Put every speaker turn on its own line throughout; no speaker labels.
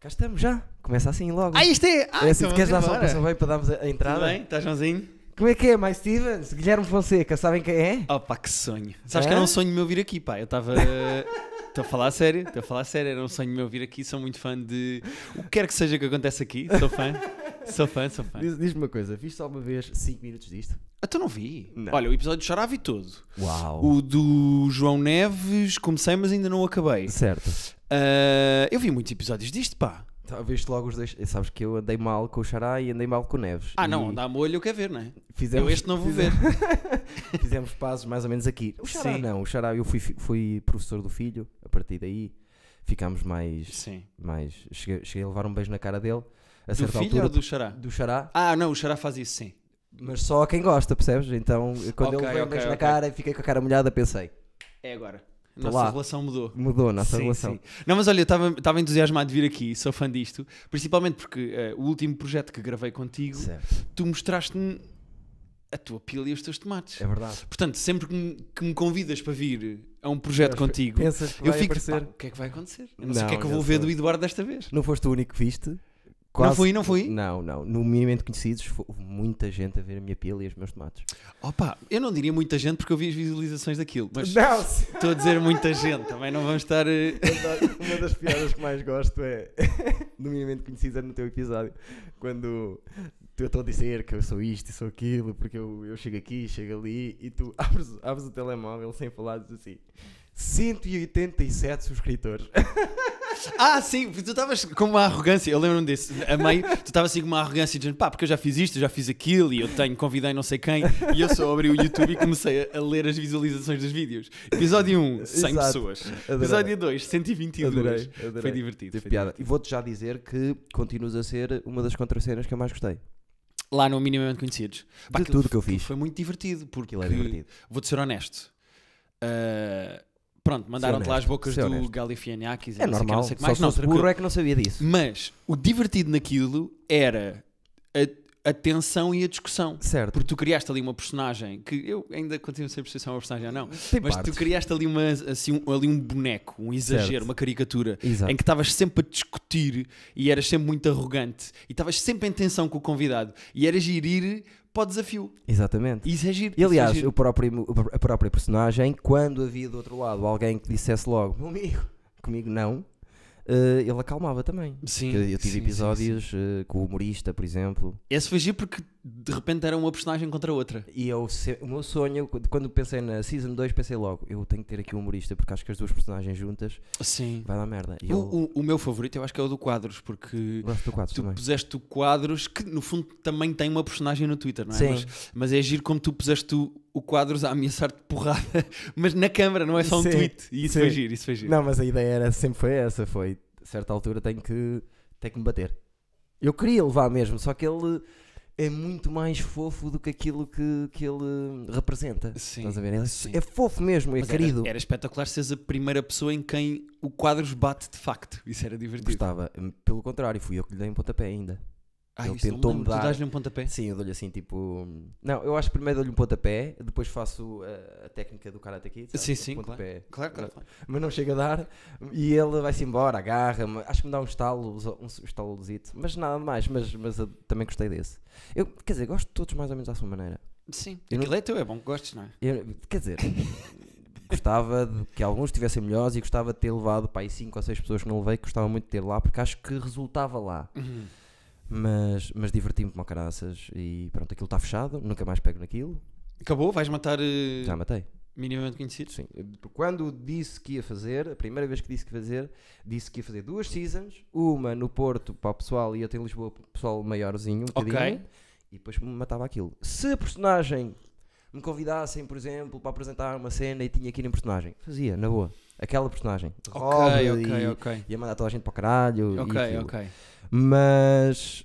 Cá estamos já. Começa assim logo.
Ah, isto é! Ah,
é assim
então
que queres dar
vamos
só um
embora.
passo bem para darmos a a
Tudo
entrada?
bem? Estás bonzinho?
Como é que é, Mike Stevens? Guilherme Fonseca, sabem quem é?
Oh pá, que sonho. Sabes que
É?
era um sonho meu vir aqui, pá. Eu estava... Estou a falar a sério, estou a falar a sério. Era um sonho meu vir aqui. Sou muito fã de... O que quer que seja que aconteça aqui. Sou fã. Sou fã, sou fã.
Diz- Diz-me uma coisa, viste alguma vez 5 minutos disto?
Ah, tu não vi?
Não.
Olha, o episódio de Chorá vi todo.
Uau!
O do João Neves comecei, mas ainda não acabei.
Certo.
Ah, eu vi muitos episódios disto, pá.
Tá, Viste logo os dois. Sabes que eu andei mal com o Xará e andei mal com o Neves.
Ah,
E
não, dá molho, eu quero ver, não é?
Fizemos,
eu este não vou
fize-
ver.
Fizemos pazes mais ou menos aqui. O Xará
Sim.
não, o Xará eu fui, fi- fui professor do filho, a partir daí ficámos mais.
Sim.
mais cheguei, cheguei a levar um beijo na cara dele, a
Do
certa
filho ou
altura.
do Xará?
do Xará,
Ah, não, o Xará faz isso, sim.
mas só a quem gosta, percebes? Então quando
Ok,
ele veio um
ok,
beijo na
ok.
cara e fiquei com a cara molhada, pensei,
É agora. A
Tô
nossa
lá.
relação mudou.
mudou a nossa
Sim,
relação.
sim. Não, mas olha, eu estava entusiasmado de vir aqui, sou fã disto, principalmente porque eh, o último projeto que gravei contigo,
Certo,
tu mostraste-me a tua pila e os teus tomates.
é verdade.
Portanto, sempre que me, que me convidas para vir a um projeto contigo,
Pensas que
eu
vai
fico,
aparecer?
pá, o que é que vai acontecer? Eu não, sei o que é
Não,
que eu vou
não
ver
sei.
do Eduardo desta vez.
Não foste o único que viste. Quase-
fui, não fui?
Não, não. No minimamente conhecidos, foi muita gente a ver a minha pila e os meus tomates.
Opa, eu não diria muita gente porque eu vi as visualizações daquilo, mas
Não,
estou a dizer muita gente, também não vamos estar... eh,
uma das piadas que mais gosto é no minimamente conhecidos é no teu episódio. Quando eu estou a dizer que eu sou isto e sou aquilo, porque eu, eu chego aqui, chego ali e tu abres, abres o telemóvel sem falar diz assim. 187 subscritores.
Ah, sim, porque tu estavas com uma arrogância, eu lembro-me disso. A meio, tu estavas assim com uma arrogância dizendo, pá, porque eu já fiz isto, eu já fiz aquilo, e eu tenho, convidei não sei quem, e eu só abri o YouTube e comecei a, a ler as visualizações dos vídeos. Episódio 1, 100
Exato.
pessoas. Episódio 2, 122. Foi divertido.
Teve
foi
piada. E
divertido.
vou-te já dizer que continuas a ser uma das contracenas que eu mais gostei.
Lá no Minimamente Conhecidos.
De
aquilo-
tudo que eu fiz.
aquilo Foi muito divertido, porque
Aquilo é divertido.
vou-te ser honesto. Ah, pronto, mandaram-te
honesto,
lá as bocas
ser
do
honesto.
Galifianakis e
É
não sei o que, não
normal.
sei o que
Só
mais.
se
Não,
fosse
tranquilo.
burro é que não sabia disso.
Mas o divertido naquilo era a, a tensão e a discussão.
Certo.
Porque tu criaste ali uma personagem que eu ainda continuo sem perceber se é uma personagem ou não,
Tem
mas
partes.
tu criaste ali, uma, assim, um, ali um boneco, um exagero,
Certo.
uma caricatura
Exato.
em que estavas sempre a discutir e eras sempre muito arrogante e estavas sempre em tensão com o convidado e eras ir ir para o desafio.
Exatamente.
Isso é giro.
E
isso é
aliás,
giro.
o próprio, a própria personagem, quando havia do outro lado alguém que dissesse logo, meu amigo, comigo não, eh, ele acalmava também.
Sim,
eu, eu
sim,
tive
sim, sim.
episódios eh, com o humorista, por exemplo,
Esse foi giro porque de repente era uma personagem contra outra.
e eu, se- o meu sonho, eu quando- quando pensei na Season 2, pensei logo, eu tenho que ter aqui um humorista, porque acho que as duas personagens juntas
Sim.
vai dar merda. E
O,
eu
o- o meu favorito eu acho que é o do Quadros, porque
gosto do 4
tu
também.
puseste o Quadros, que no fundo também tem uma personagem no Twitter, não é?
Sim.
Mas, mas é giro como tu puseste o, o Quadros a ameaçar-te de porrada, mas na câmara, não é só um
Sim,
tweet. E isso
sim.
foi giro, isso foi giro.
Não, mas a ideia era, sempre foi essa, foi, a certa altura tenho que, tenho que me bater. Eu queria levar mesmo, só que ele é muito mais fofo do que aquilo que, que ele representa.
Sim,
Estás a ver? Ele é-
sim.
é fofo mesmo, é
Mas era-
querido.
Era, espetacular seres a primeira pessoa em quem o Quadros bate de facto. Isso era divertido.
Gostava, pelo contrário, fui eu que lhe dei um pontapé ainda.
Ai,
Ele
isso não me
tentou-me
lembro.
dar-
Tu dás-lhe um pontapé?
Sim, eu dou-lhe assim tipo. Não, eu acho que primeiro dou-lhe um pontapé, depois faço eh, a, a técnica do Karate Kid. sabe?
Sim, sim,
Pontapé.
Claro, claro. claro.
Mas não chega a dar e ele vai-se embora, agarra-me. Acho que me dá um estalo, um estalozito, mas nada de mais. Mas, mas eu também gostei desse. Eu, quer dizer, gosto de todos mais ou menos à sua maneira.
Sim.
Eu não-
Aquilo é teu, é bom que gostes, não é?
Eu- quer dizer, gostava de que alguns estivessem melhores e gostava de ter levado para aí 5 ou 6 pessoas que não levei, que gostava muito de ter lá, porque acho que resultava lá. Mas, mas diverti-me como caraças e pronto, aquilo está fechado, nunca mais pego naquilo.
Acabou? Vais matar eh,
Já matei.
minimamente conhecidos?
Sim. Quando disse que ia fazer, a primeira vez que disse que ia fazer, disse que ia fazer duas seasons, uma no Porto para o pessoal e outra em Lisboa para o pessoal maiorzinho, um
Ok.
bocadinho, e depois me matava aquilo. Se a personagem me convidassem, por exemplo, para apresentar uma cena e tinha aqui na personagem, fazia, na boa. Aquela personagem.
Ok,
Rob
ok,
e,
ok.
Ia mandar toda a gente para o caralho. e
Ok,
aquilo.
ok.
Mas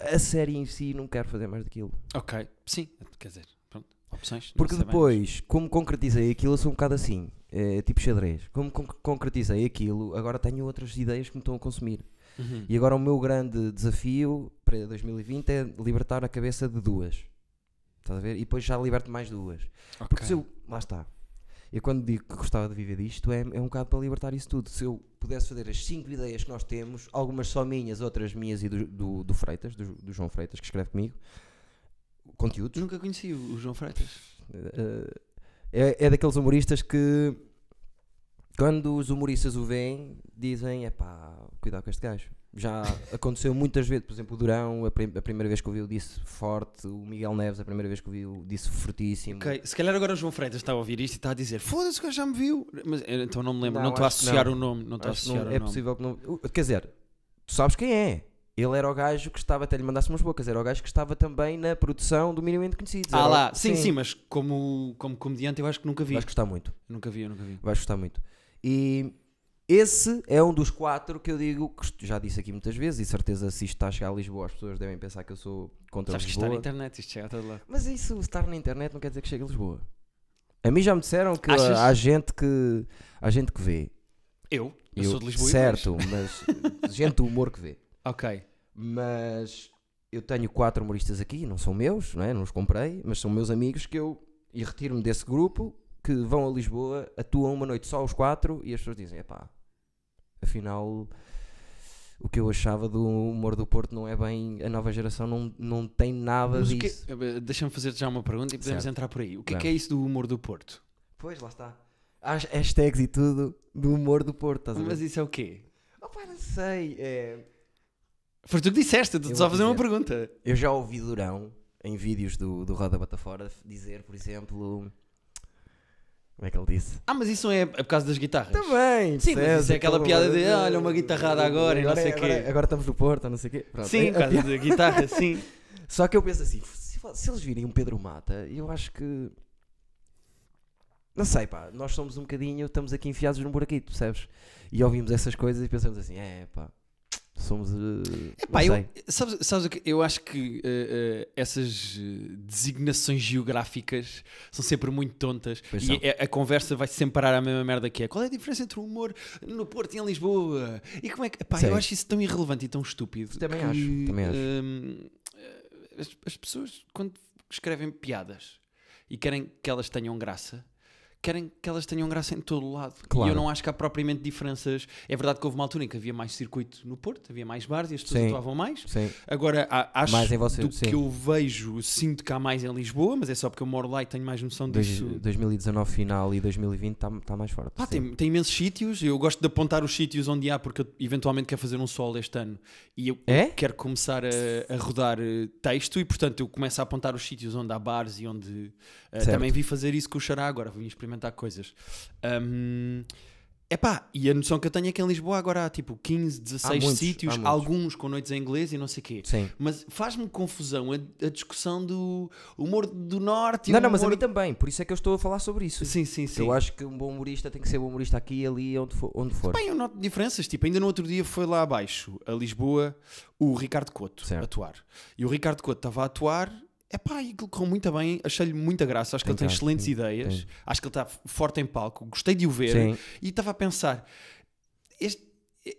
eh, a série em si não quero fazer mais daquilo.
Ok, sim, quer dizer, pronto, opções. não
Porque
sei bem.
depois, como concretizei aquilo, eu sou um bocado assim, é, tipo xadrez. Como con- concretizei aquilo, agora tenho outras ideias que me estão a consumir.
Uhum.
E agora o meu grande desafio para 2020 é libertar a cabeça de duas. Estás a ver? E depois já liberto mais duas. Porque
Ok.
se eu. Lá está. Eu quando digo que gostava de viver disto, é, é um bocado para libertar isso tudo. Se eu pudesse fazer as cinco ideias que nós temos, algumas só minhas, outras minhas e do, do, do Freitas, do, do João Freitas, que escreve comigo, conteúdos,
Nunca conheci o o João Freitas.
eh, é, é daqueles humoristas que quando os humoristas o veem dizem é pá, cuidado com este gajo. Já aconteceu muitas vezes, por exemplo, o Durão, a, prim- a primeira vez que o viu disse forte, o Miguel Neves, a primeira vez que o viu disse fortíssimo.
Ok, se calhar agora o João Freitas está a ouvir isto e está a dizer foda-se, o gajo já me viu. Mas eh, então não me lembro,
Não,
não, estou a
acho que
associar
não.
o nome. Não estou a
Acho que não-
associar o
é
nome.
possível que não. Uh, Quer dizer, tu sabes quem é. Ele era o gajo que estava, até lhe mandasse umas bocas, era o gajo que estava também na produção do Minimamente Conhecidos.
Ah
Era o-
lá, sim, sim, mas como, como comediante eu acho que nunca vi.
Vais gostar muito,
Nunca vi, eu nunca vi.
vais gostar muito. E esse é um dos quatro que eu digo, que est- já disse aqui muitas vezes, e certeza se isto está a chegar a Lisboa, as pessoas devem pensar que eu sou contra
Sabes que isto
Lisboa.
está na internet, isto chega até lá.
Mas isso, estar na internet não quer dizer que chegue a Lisboa. A mim já me disseram que
Achas?
há gente que há gente que vê.
Eu? Eu, sou de Lisboa e
Certo, mas gente do humor que vê.
vejo. Ok.
mas eu tenho quatro humoristas aqui, não são meus, não, é? não os comprei, mas são meus amigos que eu e retiro-me desse grupo que vão a Lisboa, atuam uma noite só os quatro e as pessoas dizem: epá, afinal o que eu achava do humor do Porto não é bem, a nova geração não, não tem nada
Mas o que-
disso.
eh, Deixa-me fazer já uma pergunta e podemos
Certo.
entrar por aí. O que é, que é isso do humor do Porto?
Pois lá está. As hashtags e tudo do humor do Porto, estás a ver?
Mas isso é o quê?
Opa, não sei. é-
Foi tu que disseste, eu estou
Eu
só a
vou
fazer uma pergunta.
Eu já ouvi Durão em vídeos do, do Roda Batafora f- dizer, por exemplo. Como é que ele disse?
Ah, mas isso não é é por causa das guitarras?
Tá Também!
Sim, mas isso é aquela piada de, "Olha, uma guitarrada agora e não sei
agora, é,
quê."
Agora estamos no Porto, ou não sei o quê. Pronto,
Sim,
é-
por
a
causa
piada-
da guitarra, sim.
Só que eu penso assim, se, fo- se eles virem um Pedro Mata, eu acho que. Não sei, pá, nós somos um bocadinho, estamos aqui enfiados num buraquito, percebes? E ouvimos essas coisas e pensamos assim, é pá, somos. É
Pá, eu, sabes, sabes o que? Eu acho que eh, eh, essas eh, designações geográficas são sempre muito tontas
Pois
e
são.
a, a conversa vai sempre parar à mesma merda que é. Qual é a diferença entre o humor no Porto e em Lisboa? E como é que. Pá, eu
Sim.
acho isso tão irrelevante e tão estúpido.
Também
que,
acho, também acho.
hum, eh, as, as pessoas, quando escrevem piadas e querem que elas tenham graça. Querem que elas tenham graça em todo o lado. E
Claro.
eu não acho que há propriamente diferenças. É verdade que houve uma altura em que havia mais circuito no Porto, havia mais bares e as pessoas
Sim.
atuavam mais.
Sim,
Agora, a- acho
Mais em vocês,
do
sim.
que eu vejo, sinto que há mais em Lisboa, mas é só porque eu moro lá e tenho mais noção
dois-
disso.
2019 final e 2020 está tá mais forte.
Pá,
sim.
tem, tem imensos sítios, eu gosto de apontar os sítios onde há, porque eu eventualmente quero fazer um solo este ano. E eu
É?
quero começar a, a rodar eh, texto e, portanto, eu começo a apontar os sítios onde há bares e onde... eh,
Certo.
também vi fazer isso com o Xará agora, vim experimentar coisas. Ahm, Epá, e a noção que eu tenho é que em Lisboa agora há tipo 15, 16
muitos,
sítios,
há muitos.
alguns com noites em inglês e não sei o quê.
Sim.
Mas faz-me confusão a, a discussão do humor do norte. e
Não,
o
não, mas a
um humor-
mim também, por isso é que eu estou a falar sobre isso.
Sim, sim, sim.
Eu acho que um bom humorista tem que ser bom humorista aqui e ali, onde for. Onde for.
Bem, eu noto diferenças. Tipo, ainda no outro dia foi lá abaixo, a Lisboa, o Ricardo Couto
Certo.
atuar. E o Ricardo Couto estava a atuar. Epá, e aquilo correu muito bem, achei-lhe muita graça, acho que
Tem
ele tem
graça,
excelentes
tem-
ideias,
tem.
acho que ele está forte em palco, gostei de o ver
Sim.
e estava a pensar, este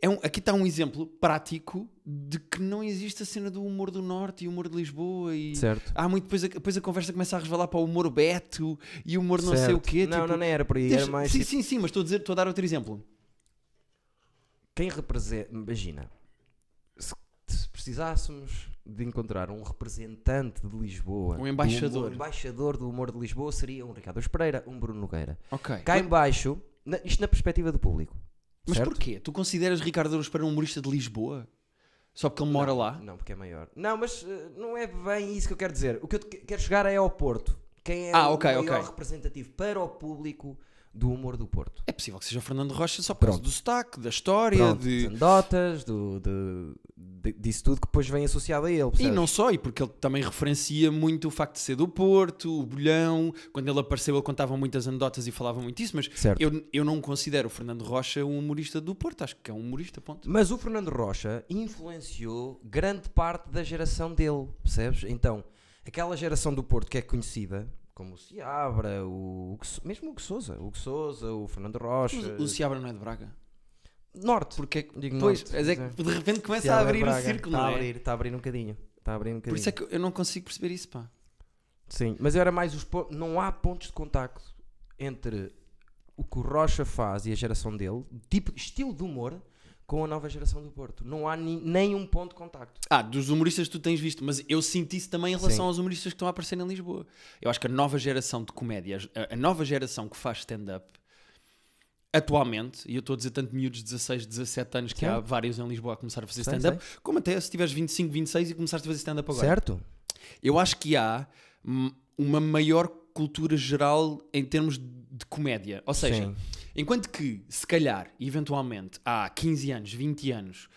é um- aqui está um exemplo prático de que não existe a cena do humor do Norte e o humor de Lisboa e
Certo.
Há muito, depois a, depois a conversa começa a resvalar para o humor Beto e o humor não sei o
Certo.
quê.
Não,
tipo,
não, não era por aí.
deixa-
Era mais.
sim,
tipo,
sim, sim, mas estou a, dizer, estou a dar outro exemplo.
Quem representa. Imagina. Se, se precisássemos de encontrar um representante de Lisboa.
Um embaixador.
do humor- um embaixador do humor de Lisboa seria um Ricardo Pereira, um Bruno Nogueira.
Ok.
Cá embaixo, na- isto na perspectiva do público.
mas
certo?
porquê? Tu consideras Ricardo Douros para um humorista de Lisboa? Só porque ele mora
Não,
lá?
Não, porque é maior. Não, mas eh, não é bem isso que eu quero dizer. O que eu te que- quero chegar é ao Porto. Quem é
Ah,
o
ok,
maior
ok.
representativo para o público do humor do Porto?
É possível que seja o Fernando Rocha só por causa
Pronto.
do sotaque, da história,
Pronto,
de...
das anedotas, do, de- de- disso tudo que depois vem associado a ele.
E
percebes?
não só, e porque ele também referencia muito o facto de ser do Porto, o Bolhão. Quando ele apareceu, ele contava muitas anedotas e falava muito isso, mas
Certo.
eu, eu não considero o Fernando Rocha um humorista do Porto. Acho que é um humorista, ponto.
Mas o Fernando Rocha influenciou grande parte da geração dele, percebes? Então, aquela geração do Porto que é conhecida, como o Seabra, o, Hugo Sou- mesmo o Hugo Sousa, o Hugo Sousa, o Fernando Rocha,
Mas O Seabra não é de Braga.
Norte.
Porque é que,
Digo
pois,
norte,
mas é
pois
que de repente começa a
Seabra,
abrir o
Braga.
círculo,
Está
não
a
é?
abrir, está a abrir um bocadinho. Está a abrir um bocadinho.
Por isso é que eu não consigo perceber isso, pá.
Sim, mas era mais os pontos. Não há pontos de contacto entre o que o Rocha faz e a geração dele, tipo, estilo de humor, com a nova geração do Porto. Não há ni- nenhum ponto de contacto.
Ah, dos humoristas tu tens visto, mas eu senti isso também em relação
Sim.
aos humoristas que estão a aparecer em Lisboa. Eu acho que a nova geração de comédia, a, a nova geração que faz stand-up, atualmente, e eu estou a dizer tanto miúdos de 16, 17 anos, que
Sim.
há vários em Lisboa a começar a fazer
Sei,
stand-up, como até se tiveres 25, 26 e começaste a fazer stand-up agora.
Certo?
Eu acho que há hum, uma maior cultura geral em termos de comédia. Ou seja,
Sim.
enquanto que, se calhar, eventualmente, há 15 anos, 20 anos,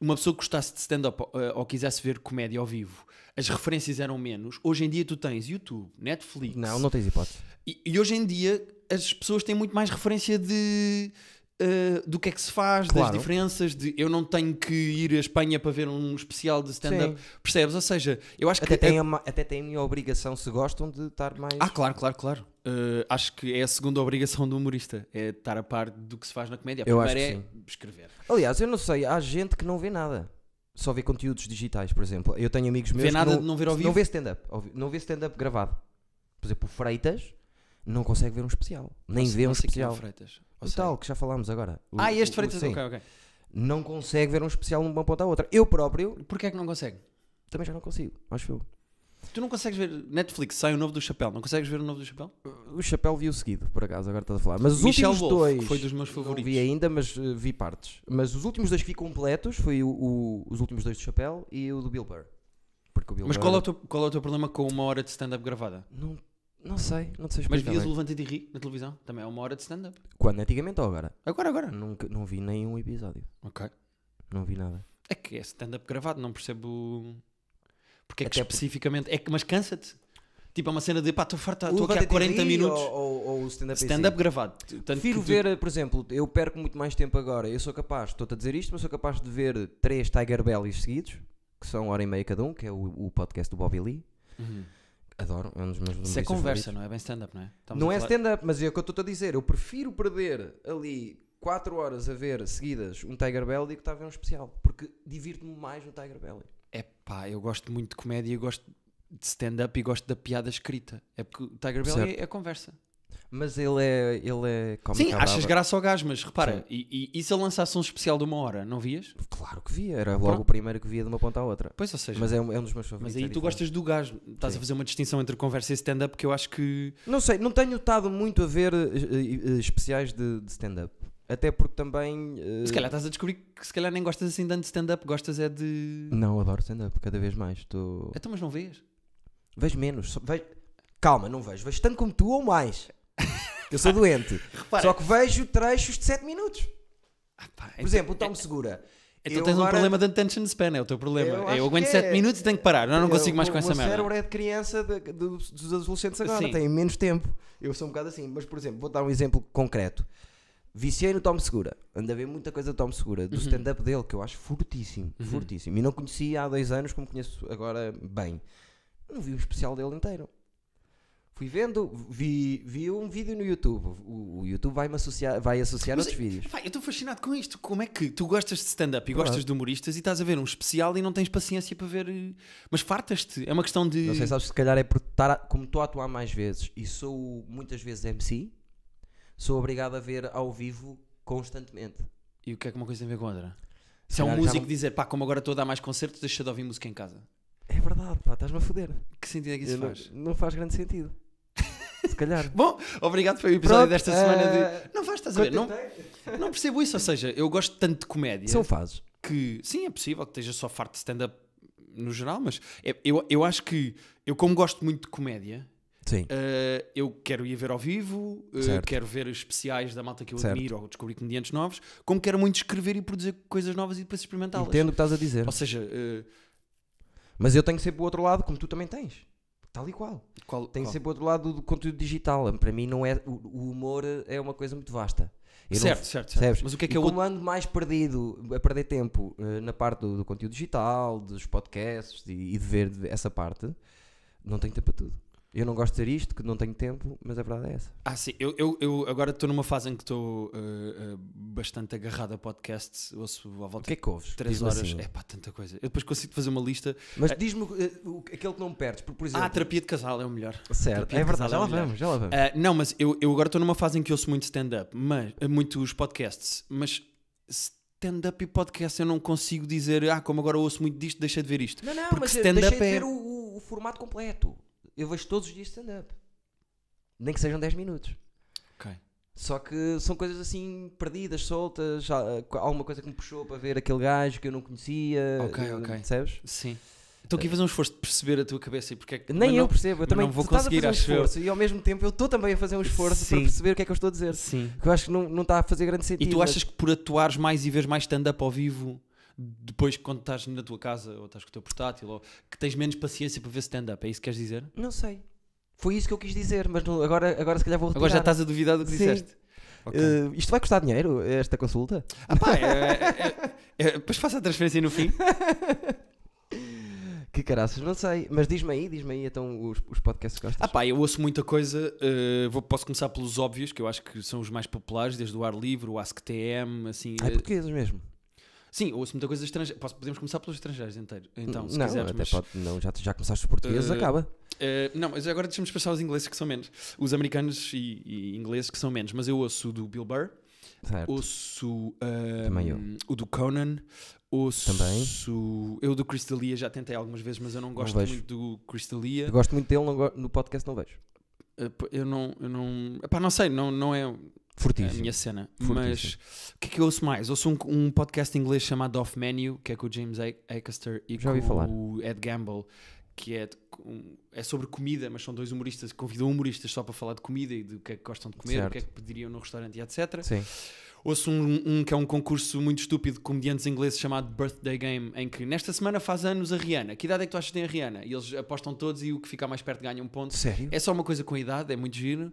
uma pessoa que gostasse de stand-up eh, ou quisesse ver comédia ao vivo, as referências eram menos. Hoje em dia tu tens YouTube, Netflix.
Não, não tens hipótese.
E, e hoje em dia as pessoas têm muito mais referência de. eh, do que é que se faz,
Claro.
das diferenças, de eu não tenho que ir à Espanha para ver um especial de stand-up, percebes? Ou seja, eu acho
Até
que é a-
têm, a, ma- até têm a minha obrigação, se gostam, de estar mais.
Ah, claro, claro, claro. Uh, acho que é a segunda obrigação do humorista, é estar a par do que se faz na comédia. A
Eu
primeira é
acho
escrever.
Aliás, eu não sei, há gente que não vê nada. Só vê conteúdos digitais, por exemplo. Eu tenho amigos meus
Vê nada
que
de não ver ao vivo?
Não vê stand-up. ao vi- Não vê stand-up gravado. Por exemplo, o Freitas não consegue ver um especial. Nem
Não sei-
vê um
não sei quem é o
especial.
Freitas. Ou
O
seja-
tal que já falámos agora. O-
Ah, este
o- o-
Freitas,
sim.
ok, ok.
Não consegue ver um especial de uma ponta à outra. Eu próprio
Porquê é que não consegue?
também já não consigo, acho eu.
Tu não consegues ver Netflix, sai o novo do Chapéu, não consegues ver o novo do Chapéu?
O Chapéu vi o seguido, por acaso, agora estás a falar. Mas os
Michel
últimos
Wolf,
dois.
que foi dos meus
Não
favoritos.
vi ainda, mas eh, vi partes. Mas os últimos dois que vi completos foi o- o- os últimos dois do Chapéu e o do Bill Burr. Porque o Bill
Mas
Burr-
qual é, o teu, qual é o teu problema com uma hora de stand-up gravada?
Não, não sei, não te sei
Mas
explicar.
vias o
bem.
Levanta-te e Ri na televisão? Também é uma hora de stand-up.
Quando? Antigamente ou agora?
Agora, agora.
Nunca, não vi nenhum episódio.
Ok.
Não vi nada.
É que é stand-up gravado, não percebo porque é que
Até porque-
especificamente. É que, mas cansa-te. Tipo, é uma cena de pá, estou farta,
O
estou aqui há
Levanta-te e
40
Ri
minutos.
Ou, ou- ou o stand-up é assim. em si?
Stand-up gravado. Tanto
Prefiro
que tu-
ver, por exemplo, eu perco muito mais tempo agora. Eu sou capaz, estou-te a dizer isto, mas sou capaz de ver três Tiger Bellies seguidos, que são hora e meia cada um, que é o, o podcast do Bobby Lee.
Uhum.
Adoro, é um dos meus
Isso é
humoristas
conversa,
favoritos.
não é bem stand-up, não é? Estamos
Não
a
é
falar-
stand-up, mas é o que eu estou-te a dizer. Eu prefiro perder ali 4 horas a ver seguidas um Tiger Belly que está a ver um especial, porque divirto-me mais no Tiger Belly.
É pá, eu gosto muito de comédia, eu gosto de stand-up e gosto da piada escrita. É porque o Tiger Bell é,
Certo.
é conversa.
Mas ele é, ele é cómico
Sim,
à
achas
brava.
graça ao gás, mas repara, e, e, e se ele lançasse um especial de uma hora, não vias?
Claro que via, era
Pronto.
logo o primeiro que via de uma ponta à outra.
Pois, ou seja, mas,
Mas é um, é um dos meus favoritos.
aí
é
tu
diferente.
gostas do gás. Estás a
Sim.
fazer uma distinção entre conversa e stand-up que eu acho que.
Não sei, não tenho estado muito a ver eh, eh, eh, especiais de, de stand-up. Até porque também. eh,
Se calhar estás a descobrir que se calhar nem gostas assim tanto de stand-up, gostas é de.
Não, adoro stand-up, cada vez mais. Estou.
Então, mas não vês?
Vejo menos. só- vejo- Calma, não vejo. Vejo tanto como tu ou mais. Eu sou doente. Só que vejo trechos de 7 minutos.
Ah, pá,
Por exemplo, o Tom Segura.
Então
é, Eu
tens um
agora-
problema de attention span, é o teu problema.
Eu
Eu,
acho
aguento
que
7
é.
minutos e tenho que parar. Eu não consigo mais
o-
com
o
essa
meu
merda.
cérebro é de criança de- do- dos adolescentes agora,
Sim.
têm menos tempo. Eu sou um bocado assim, mas por exemplo, vou dar um exemplo concreto. Viciei no Tom Segura, anda a ver muita coisa do Tom Segura,
Uhum.
do stand-up dele, que eu acho fortíssimo, fortíssimo. E não conhecia há dois anos, como conheço agora bem. Não vi o especial dele inteiro. Fui vendo, vi, vi um vídeo no YouTube. O, o YouTube vai-me associar, vai associar
Mas, é
outros vídeos.
Pá, eu estou fascinado com isto. Como é que tu gostas de stand-up e gostas de humoristas e estás a ver um especial e não tens paciência para ver. eh, Mas fartas-te. É uma questão de.
Não sei, sabes, se calhar é por estar, a- como estou a atuar mais vezes e sou muitas vezes MC, sou obrigado a ver ao vivo constantemente.
E o que é que uma coisa tem a ver com a outra?
Se
Se é um
calhar já
músico
não-
dizer, pá, como agora estou a dar mais concertos, deixa de ouvir música em casa.
É verdade, pá, estás-me a foder.
Que sentido é que isso
Eu não,
faz?
não faz grande sentido. se calhar.
Bom, obrigado pelo episódio
Pronto,
desta semana
eh,
de. Não vais, estás a ver? Não, não percebo isso. Ou seja, eu gosto tanto de comédia.
São fases.
que sim, é possível que esteja só farto de stand-up no geral, mas é- eu, eu acho que eu, como gosto muito de comédia,
Sim.
eh, eu quero ir ver ao vivo, eh,
Certo.
quero ver especiais da malta que eu
Certo.
admiro ou descobrir comediantes novos, como quero muito escrever e produzir coisas novas e depois experimentá-las.
Entendo o que estás a dizer.
Ou seja, eh,
Mas eu tenho sempre o outro lado, como tu também tens. Tal e qual.
qual,
Tenho
qual?
sempre o outro lado do conteúdo digital. Para mim, não é, o, o humor é uma coisa muito vasta. Eu não-
certo, certo, certo.
Percebes?
Mas o que é
E
que é o
como
outro?
ando mais perdido, a perder tempo eh, na parte do, do conteúdo digital, dos podcasts e, e de ver de- essa parte, não tenho tempo para tudo. eu não gosto de dizer isto, que não tenho tempo, mas a verdade é essa.
Ah, sim, eu, eu, eu agora estou numa fase em que estou eh, eh, bastante agarrado a podcasts, ouço à
O
volta
que é que ouves?
de 3
Diz-me
horas,
assim.
é pá, tanta coisa. Eu depois consigo fazer uma lista.
Mas
É-
diz-me eh, o- aquele que não perdes, porque, por exemplo.
Ah, a terapia de casal é o melhor.
Certo,
terapia
é
de
verdade, já
casal
lá
é melhor.
vamos, já lá vamos.
Ah, não, mas eu, eu agora estou numa fase em que ouço muito stand-up, mas ah, muitos podcasts, mas stand-up e podcast eu não consigo dizer, ah, como agora ouço muito disto, deixa de ver isto.
Não, não,
Porque
mas eu
stand-up
deixei de
é-
ver o, o- o formato completo. Eu vejo todos os dias stand-up. Nem que sejam 10 minutos.
Ok.
Só que são coisas assim perdidas, soltas. já, ah, co- Alguma coisa que me puxou para ver aquele gajo que eu não conhecia.
Ok,
eh,
ok.
Percebes?
Sim. Estou aqui a fazer um esforço de perceber a tua cabeça e porque é que.
Nem
mas
eu
não-
percebo, eu
mas
também
não vou
tu estás a
conseguir,
fazer um
acho eu.
esforço e ao mesmo tempo eu estou também a fazer um esforço para
Sim.
perceber o que é que eu estou a dizer.
Sim.
Que eu acho que não, não está a fazer grande
E
sentido.
tu
mas-
achas que por atuares mais e veres mais stand-up ao vivo, depois quando estás na tua casa ou estás com o teu portátil, ou que tens menos paciência para ver stand-up, é isso que queres dizer?
Não sei. Foi isso que eu quis dizer, mas não- agora, agora se calhar vou retirar.
Agora já estás a duvidar do que
Sim.
disseste. Ok.
Eh, isto vai custar dinheiro, esta consulta?
Ah pá, é, é- é- é- depois faça a transferência no fim.
Que caraças, não sei. Mas diz-me aí, diz-me aí então os, os podcasts que gostas.
Ah pá, eu ouço muita coisa, eh, vou, posso começar pelos óbvios, que eu acho que são os mais populares, desde o Ar Livre, o AskTM, assim...
Ah, é
eh,
portugueses mesmo.
Sim, eu ouço muita coisa estrangeira, posso, podemos começar pelos estrangeiros inteiro, então, se
não,
quiseres.
até
mas-
pode, não, já, já começaste os portugueses,
Eh,
acaba.
Uh, não, mas agora deixamos passar os ingleses que são menos. Os americanos e, e ingleses que são menos. Mas eu ouço o do Bill Burr,
Certo.
ouço uh,
Também eu.
o do Conan, ouço
Também.
eu do Crystalia, já tentei algumas vezes, mas eu não gosto
vejo.
muito do
Eu
Crystalia.
gosto muito dele, não go- no podcast não vejo.
Uh, pá, eu não, eu não, epá, não sei, não, não é a
Fortíssimo.
minha cena.
Fortíssimo.
Mas o que é que eu ouço mais? Ouço um, um podcast inglês chamado Off Menu, que é com o James A- Acaster e
Já
com
ouvi falar.
o Ed Gamble, que é, de com- é sobre comida, mas são dois humoristas, convidam humoristas só para falar de comida e do que é que gostam de comer, o que é
Certo.
que pediriam no restaurante e etc.
Sim.
Ouço um, um que é um concurso muito estúpido de comediantes ingleses chamado Birthday Game, em que nesta semana faz anos a Rihanna. Que idade é que tu achas que tem a Rihanna? E eles apostam todos e o que ficar mais perto ganha um ponto.
Sério?
É só uma coisa com a idade, é muito giro.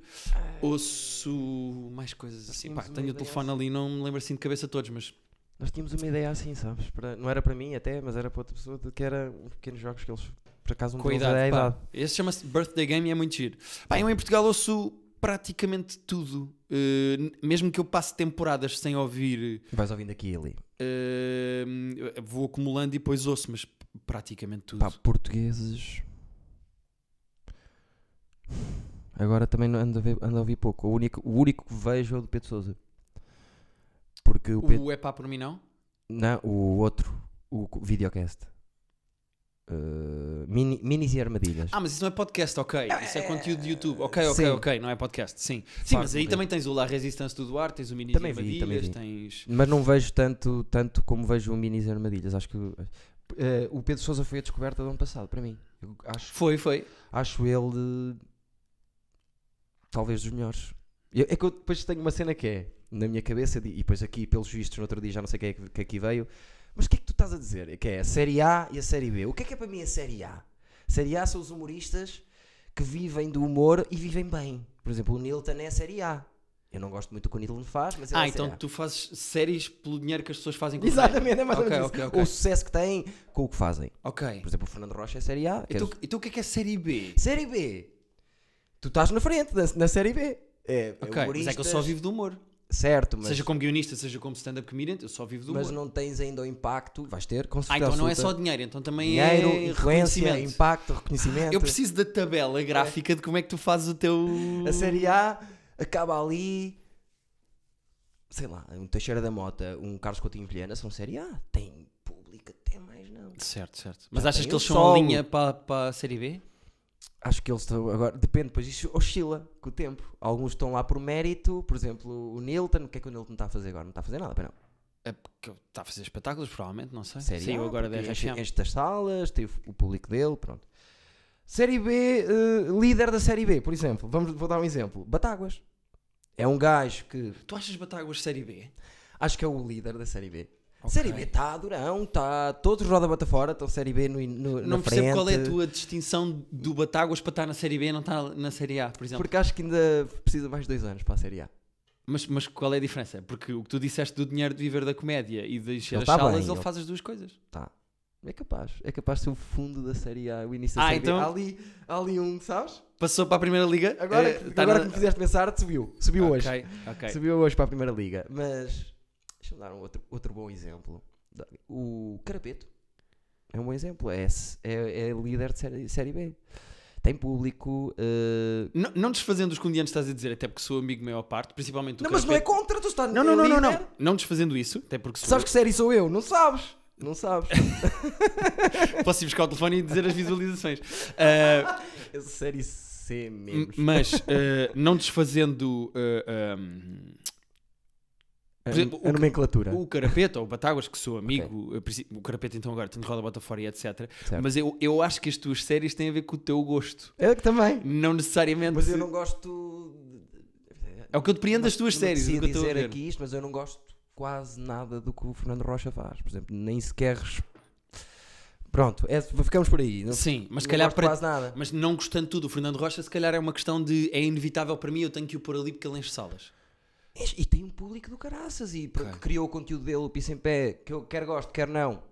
Ouço mais coisas assim.
tínhamos
Pá,
uma
tenho o
ideia
telefone ali, não me lembro assim de cabeça todos, mas
Nós tínhamos uma ideia assim, sabes? Para- não era para mim até, mas era para outra pessoa, de que era uns pequenos jogos que eles, por acaso, um
com a
deles era
idade.
a
pá.
idade.
Esse chama-se Birthday Game e é muito giro. Pá, eu em Portugal ouço praticamente tudo. Eh, n- mesmo que eu passe temporadas sem ouvir,
Vais ouvindo aqui e ali.
eh, vou acumulando e depois ouço, mas p- praticamente tudo.
Pá, portugueses. Agora também não ando a, ver- ando a ouvir pouco. O único, o único que vejo é o do Pedro Souza. Porque o Pedro.
o é pá por mim não?
Não, o outro. O co- videocast. Uh, mini, minis e armadilhas.
Ah, mas isso não é podcast, ok. Isso é conteúdo de YouTube. Ok, ok,
Sim.
ok. Não é podcast, sim. Sim,
Pá,
mas aí
correto.
também tens o La Resistance do Duarte, tens o Mini
Também
de
vi, também
Armadilhas,
vi.
tens.
Mas não vejo tanto, tanto como vejo o minis e armadilhas. Acho que. uh, o Pedro Souza foi a descoberta do ano passado, para mim. Eu acho,
Foi, foi.
acho ele. Talvez dos melhores. Eu- é que eu depois tenho uma cena que é na minha cabeça, de- e depois aqui, pelos vistos, no outro dia já não sei quem é que, que aqui veio. Mas o que é que tu estás a dizer? É Que é a Série A e a Série B. O que é que é para mim a Série A? Série A são os humoristas que vivem do humor e vivem bem. Por exemplo, o Nilton é a Série A. Eu não gosto muito do que o Nilton faz, mas ele é
Ah,
a
então
Série A.
tu fazes séries pelo dinheiro que as pessoas fazem com o
Exatamente, é mais
Ok,
ou menos
ok,
isso.
ok.
O sucesso que têm com o que fazem.
Ok.
Por exemplo, o Fernando Rocha é Série A.
Então,
queres-
então o que é que é série B?
Série B. Tu estás na frente na, na Série B. É, é
Ok, mas é que eu só
humoristas,
vivo do humor.
Certo, mas,
Seja como guionista, seja como stand-up comedian, eu só vivo do humor.
mas não tens ainda o impacto. Vais ter, com
ah,
certeza.
então não é só
absoluta.
dinheiro, então também
dinheiro,
é
influência,
reconhecimento.
impacto, reconhecimento.
Eu preciso da tabela gráfica de como é que tu fazes o teu...
A Série A acaba ali. Sei lá, um Teixeira da Mota, um Carlos Coutinho Vilhena são Série A. Tem público até mais não.
Certo, certo. Mas
Já
achas
tem
que eles
um
são a
solo.
linha para, para a série B?
Acho que eles estão agora. Depende, pois isso oscila com o tempo. Alguns estão lá por mérito, por exemplo, o Nilton. O que é que o Nilton está a fazer agora? Não está a fazer nada, pera não.
É porque ele está a fazer espetáculos, provavelmente, não sei.
Série
Ah, Saiu
A,
agora da
porque enche-
RFM.
enche das salas, tem o, o público dele, pronto. Série B, eh, líder da Série B, por exemplo. Vamos, vou dar um exemplo. Batáguas. É um gajo que
Tu achas Batáguas série B?
acho que é o líder da Série B.
Ok.
Série B está durão, está. Todos roda bota fora, estão Série B no, in- no, na
Não percebo
frente.
qual é a tua distinção do Batáguas para estar na série B e não estar na série A, por exemplo.
Porque acho que ainda precisa mais dois anos para a Série A.
Mas, mas qual é a diferença? Porque o que tu disseste do dinheiro de viver da comédia e de encher
Ele
as
tá
salas,
bem,
ele
ele-
faz as duas coisas.
Tá. É capaz. É capaz de ser o fundo da Série A, o início da
Ah,
Série
então-
B. Há ali, há ali um, sabes?
Passou para a primeira liga?
Agora,
eh,
que,
tá
agora
na-
que me fizeste pensar, subiu. Subiu hoje.
Ok, ok.
Subiu hoje para a Primeira Liga. Mas deixa-me dar um outro, outro bom exemplo. O Carapeto é um bom exemplo. É, s- é, é líder de série, série B. Tem público. eh,
Não, não desfazendo os que um dia antes estás a dizer, até porque sou amigo maior parte, principalmente do
Não, mas não é
Carapete.
contra, tu estás
não, não, não, não,
líder.
não. Não desfazendo isso, até porque sou
Sabes que série sou eu? Não sabes. Não sabes.
eu. posso ir buscar o telefone e dizer as visualizaganizações. Ah,
É série C
m-
menos.
mas ah, não desfazendo ah, ahm,
A-
por exemplo,
a
o-
nomenclatura.
um, o Carapeta ou o Batáguas, que sou amigo, a princi- o Carapeta então agora tanto roda bota fora e etc.
Certo.
Mas eu, eu acho que as tuas séries têm a ver com o teu gosto.
Eu É que também.
Não necessariamente.
Mas eu não gosto. de-
É o que eu depreendo das tuas
não
séries,
merecia
do que eu estou a
dizer
ver.
aqui isto, mas eu não gosto quase nada do que o Fernando Rocha faz. Por exemplo, nem sequer. res- Pronto, é- ficamos por aí. Não,
Sim, mas se
não
calhar
gosto
para
quase nada.
Mas não gostando de tudo, o Fernando Rocha, se calhar é uma questão de é inevitável para mim, eu tenho que o pôr ali porque ele enche salas.
E, e tem um público do caraças e porque
Ok.
criou o conteúdo dele, o Piso em Pé, que eu quer gosto, quer não,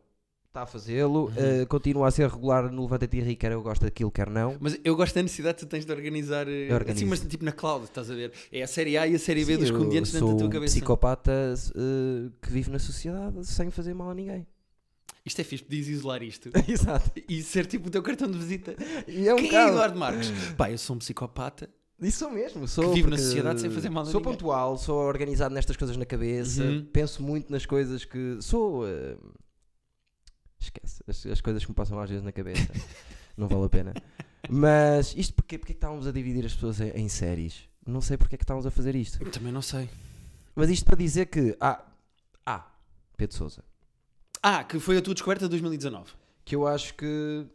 está a fazê-lo.
Uhum.
eh, continua a ser regular no Levanta-te e Ri, quer eu gosto daquilo, quer não.
Mas eu gosto da necessidade que tu tens de organizar. eh,
Eu organizo.
Assim, mas tipo na cloud, estás a ver? É a série A e a série B dos
Sim, eu
comediantes dentro
sou
da tua
um
cabeça.
psicopata eh, que vive na sociedade sem fazer mal a ninguém.
Isto é fixe, podias isolar isto
Exato.
e ser tipo o teu cartão de visita.
E é um
Quem é
bocado-
Eduardo Marques? Pá, eu sou um psicopata.
Isso sou mesmo, sou.
vive na
porque
sociedade sem fazer mal a
Sou
ninguém.
pontual, sou organizado nestas coisas na cabeça,
Uhum.
penso muito nas coisas que. Sou. eh, Esquece, as, as coisas que me passam às vezes na cabeça. não vale a pena. Mas isto porque, porque é que estávamos a dividir as pessoas em, em séries? Não sei porque é que estávamos a fazer isto.
Também não sei.
Mas isto para dizer que. Ah, ah Pedro Souza.
Ah, que foi a tua descoberta de 2019.
Que eu acho que.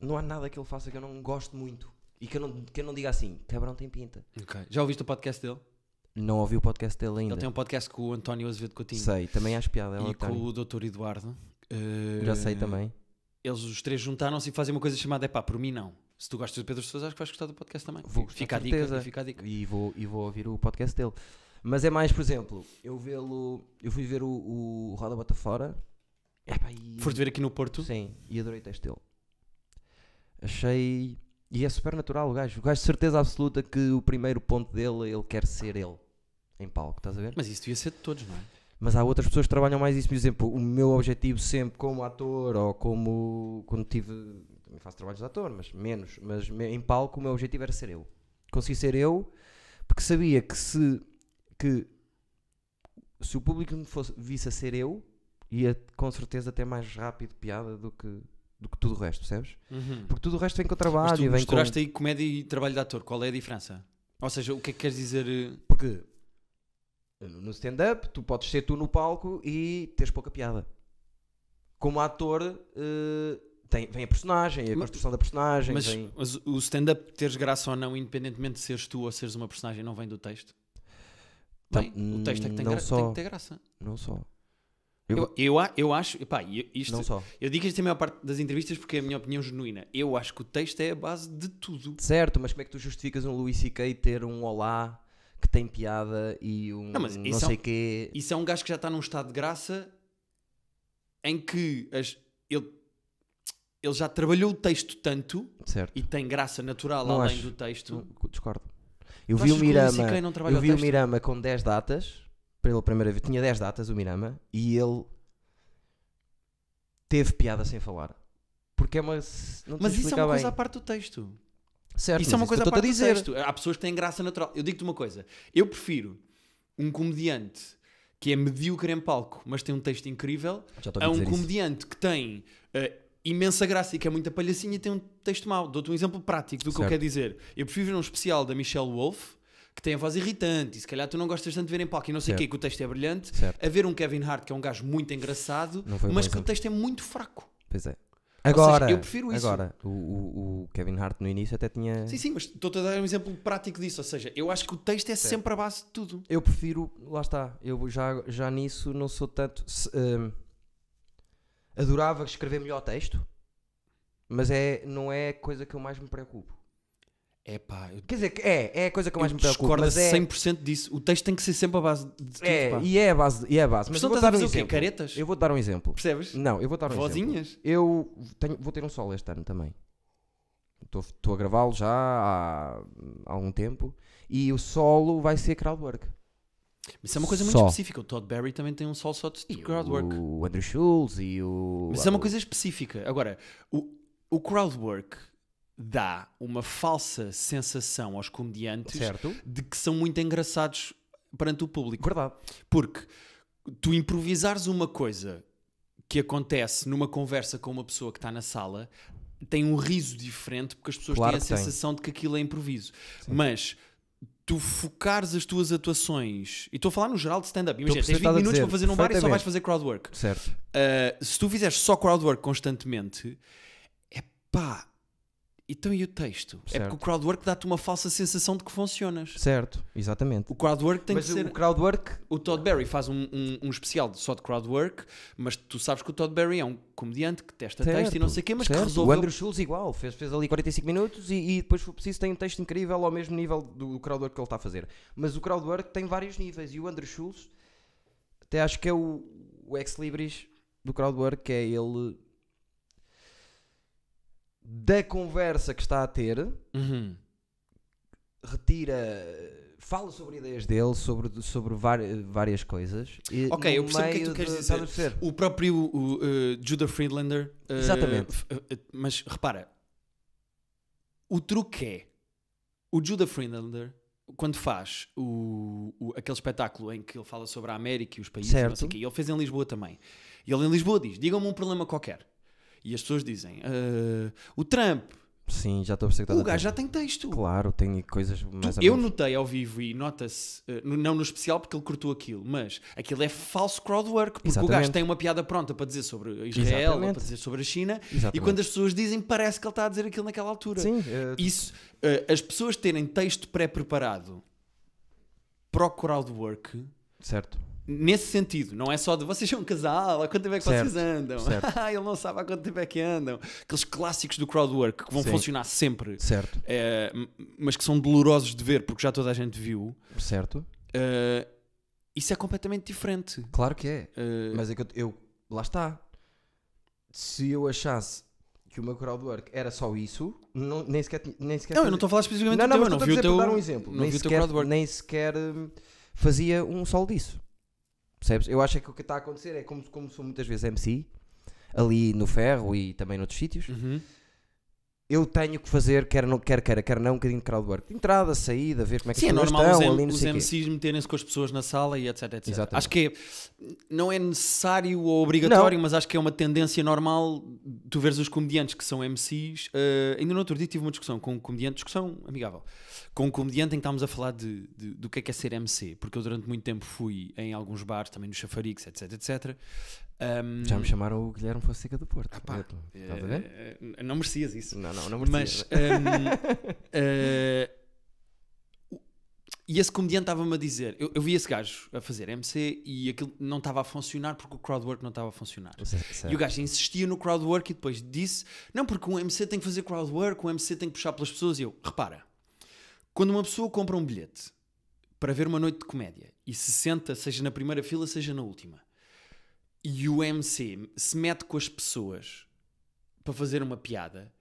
Não há nada que ele faça que eu não gosto muito. E que eu não, que eu não diga assim, cabrão tem pinta.
Já ouviste o podcast dele?
Não ouvi o podcast dele ainda.
Ele tem um podcast com o António Azevedo Coutinho
Sei, também acho piada. ela
e
tem.
com o Dr. Eduardo.
Já
Eh,
sei também.
eles os três juntaram-se e fazem uma coisa chamada Epá, por mim não. Se tu gostas do Pedro Sousa, acho que vais gostar do podcast também.
Vou gostar,
fica, a
com
dica,
certeza.
fica a dica.
E vou, e vou ouvir o podcast dele. Mas é mais, por exemplo, eu vê-lo. Eu fui ver o, o Roda Bota Fora. Epá, e-
Foste ver aqui no Porto?
Sim, e adorei o texto dele. Achei. E é super natural o gajo. O gajo de certeza absoluta que o primeiro ponto dele, ele quer ser ele. Em palco, estás a ver?
Mas isso devia ser de todos, não é?
Mas há outras pessoas que trabalham mais isso. Por exemplo, o meu objetivo sempre como ator ou como. quando tive. também faço trabalhos de ator, mas menos. Mas me- em palco o meu objetivo era ser eu. Consegui ser eu porque sabia que se. que se o público me fosse, visse a ser eu, ia com certeza ter mais rápido piada do que, do que tudo o resto, percebes? Porque tudo o resto vem com
Mas
trabalho e
tu
Uhum. vem com.
misturaste aí comédia e trabalho de ator. Qual é a diferença? Ou seja, o que é que queres dizer? eh?
Porque no stand-up tu podes ser tu no palco e teres pouca piada. Como ator eh, tem, vem a personagem, a
Mas-
construção da personagem.
Mas,
vem-
mas o stand-up, teres graça ou não, independentemente de seres tu ou seres uma personagem, não vem do texto?
Tá,
Bem, o texto é que tem,
não
gra-
só.
tem que ter graça.
Não só. Eu-
Eu, eu, a- eu acho, epá, eu- isto,
Não só.
eu digo isto em maior parte das entrevistas porque é a minha opinião genuína. Eu acho que o texto é a base de tudo.
Certo, mas como é que tu justificas um Louis C.K. ter um olá que tem piada e um
Não,
não,
mas isso é
sei
um-
quê?
Isso é um gajo que já está num estado de graça em que as- ele, ele já trabalhou o texto tanto
Certo.
e tem graça natural
Não
além
acho.
do texto.
Tu- Discordo. Eu
Tu
vi o
achas que Louis
Mirama.
CK não trabalha
Eu
o
vi o
texto?
Mirama com 10 datas, pela primeira vez, tinha 10 datas o Mirama, e ele teve piada sem falar. Porque é uma. Não te
Mas
sei
isso é
explicar
uma coisa à
bem.
parte do texto.
Certo,
isso é uma
mas
coisa à
que eu
parte
estou-te
do
a dizer.
texto. Há pessoas que têm graça natural. Eu digo-te uma coisa. Eu prefiro um comediante que é medíocre em palco, mas tem um texto incrível,
Já estou a
a um
dizer isso.
comediante que tem eh, imensa graça e que é muita palhacinha e tem um texto mau. Dou-te um exemplo prático do que eu
Certo.
quero dizer. Eu prefiro ver um especial da Michelle Wolf que tem a voz irritante e se calhar tu não gostas tanto de ver em palco e não sei o quê,
Certo.
que o texto é brilhante,
Certo.
a ver um Kevin Hart que é um gajo muito engraçado,
Não foi um
mas
bom
que o
exemplo.
texto é muito fraco.
Pois é. Agora,
eu prefiro isso.
agora o, o- o Kevin Hart no início até tinha.
Sim, sim, mas estou-te a dar um exemplo prático disso. Ou seja, eu acho que o texto é sempre a base de tudo.
Eu prefiro, lá está, eu já, já nisso não sou tanto. se, hum, adorava escrever melhor texto, mas é, não é a coisa que eu mais me preocupo.
É pá, eu
Quer dizer, que é, é a coisa que mais me preocupa.
discordo
Mas é,
100% disso. O texto tem que ser sempre a base de tudo,
é,
pá.
e é a base. E é a base.
Mas
Mas
não
eu vou
estás
dar
a
um
fazer o quê?
exemplo.
Caretas? Hum,
Eu vou dar um exemplo.
Percebes?
Não, eu vou dar um exemplo.
Vozinhas?
Eu tenho- vou ter um solo este ano também. Estou- Estou a gravá-lo já há, há algum tempo. E o solo vai ser crowdwork.
Mas isso é uma coisa muito
Só.
específica. O Todd Barry também tem um sol só de de crowdwork.
O Andrew Schultz e o.
Mas isso é uma coisa específica. Agora, o, o crowdwork dá uma falsa sensação aos comediantes
Certo.
de que são muito engraçados perante o público.
Verdade.
Porque tu improvisares uma coisa que acontece numa conversa com uma pessoa que está na sala tem um riso diferente porque as pessoas
Claro
têm a
que tem.
sensação de que aquilo é improviso. Mas tu focares as tuas atuações, e estou a falar no geral de stand-up, imagina,
a perceber o
tens
que estás
20
a
minutos
dizer,
para fazer num bar e só vais
perfeitamente.
fazer crowdwork.
Certo.
Uh, se tu fizeres só crowdwork constantemente, é pá. Então e o texto? É
Certo.
porque o crowdwork dá-te uma falsa sensação de que funcionas.
Certo. Exatamente.
O crowdwork tem
Mas
que ser.
o crowdwork.
O Todd Barry faz um, um- um especial de- só de crowdwork, mas tu sabes que o Todd Barry é um comediante que testa texto e não sei o quê, mas que
certo. O
resolveu.
Andrew Schultz igual, fez, fez ali 45 minutos e, e depois foi preciso tem um texto incrível ao mesmo nível do crowdwork que ele está a fazer. Mas o crowdwork tem vários níveis e o Andrew Schultz até acho que é o, o ex-libris do crowdwork, que é ele da conversa que está a ter,
Uhum.
retira, fala sobre ideias dele, sobre, sobre vari- várias coisas. e
Ok, eu
no
percebo o que é que tu
meio
queres
de-
dizer.
estás a perceber?
O próprio o, uh, Judah Friedlander. uh,
Exatamente.
f- uh, uh, mas repara, o truque é o Judah Friedlander, quando faz o, o- aquele espetáculo em que ele fala sobre a América e os países, não sei
Certo.
o quê, ele fez em Lisboa também. E ele em Lisboa diz: digam-me um problema qualquer. E as pessoas dizem: "Ah, o Trump,
Sim, já estou a perceber o que estás
o
a
gajo já
dizer.
tem texto.
Claro, tem coisas mais
Tu-
ou
eu
menos.
notei ao vivo e nota-se, eh, no- não no especial porque ele cortou aquilo, mas aquilo é falso crowdwork, porque o gajo
Exatamente.
tem uma piada pronta para dizer sobre Israel, ou
Exatamente.
para dizer sobre a China,
Exatamente.
e quando as pessoas dizem, parece que ele está a dizer aquilo naquela altura.
Sim,
Isso, eh, as pessoas terem texto pré-preparado para o crowdwork,
certo.
nesse sentido, não é só de vocês são um casal, há quanto tempo é que
Certo,
vocês andam?
certo.
Ah, ele não sabe há quanto tempo é que andam. Aqueles clássicos do crowdwork que vão
Sim.
funcionar sempre.
Certo,
Eh, m- mas que são dolorosos de ver porque já toda a gente viu,
certo.
eh, isso é completamente diferente.
Claro que é.
Eh,
Mas é que eu, eu- Lá está. Se eu achasse que o meu crowdwork era só isso, não, nem sequer. ti- Nem sequer
não, eu
fazia-
não estou a falar especificamente
Não,
do
não,
teu,
mas
eu não
estou a
vi o
dizer
teu,
para dar um exemplo.
não
nem,
vi o teu
sequer,
crowdwork.
nem sequer hum, fazia um solo disso. Percebes? Eu acho é que o que está a acontecer é como, como sou muitas vezes MC, ali no ferro e também noutros sítios,
Uhum.
eu tenho que fazer, quer, não, quer queira, quer não, um bocadinho de crowdwork. Entrada, saída, ver como é que
Sim, é
as pessoas
normal os,
estão,
M-
ali, não
os
sei o quê.
MCs meterem-se com as pessoas na sala e etc, etc.
Exatamente.
Acho que é- não é necessário ou obrigatório, mas acho que é uma tendência normal tu veres os comediantes que são MCs. eh, ainda no outro dia tive uma discussão com um comediante, discussão amigável, com um comediante em que estávamos a falar de, de- do que é que é ser MC, porque eu durante muito tempo fui em alguns bares, também nos chafaricos, etc, etc. Ahm,
Já me chamaram o Guilherme Fonseca do Porto.
Hum. Epá,
Eu- Estás a ver?
eh, eh, não merecias isso.
Não, não, é? não merecia.
Mas. hum, eh, o- e esse comediante estava-me a dizer: eu, eu vi esse gajo a fazer MC e aquilo não estava a funcionar porque o crowdwork não estava a funcionar.
Certo.
E o gajo insistia no crowdwork e depois disse: Não, porque um MC tem que fazer crowdwork, um MC tem que puxar pelas pessoas. E eu, repara, quando uma pessoa compra um bilhete para ver uma noite de comédia e se senta, seja na primeira fila, seja na última, e o MC se mete com as pessoas para fazer uma piada,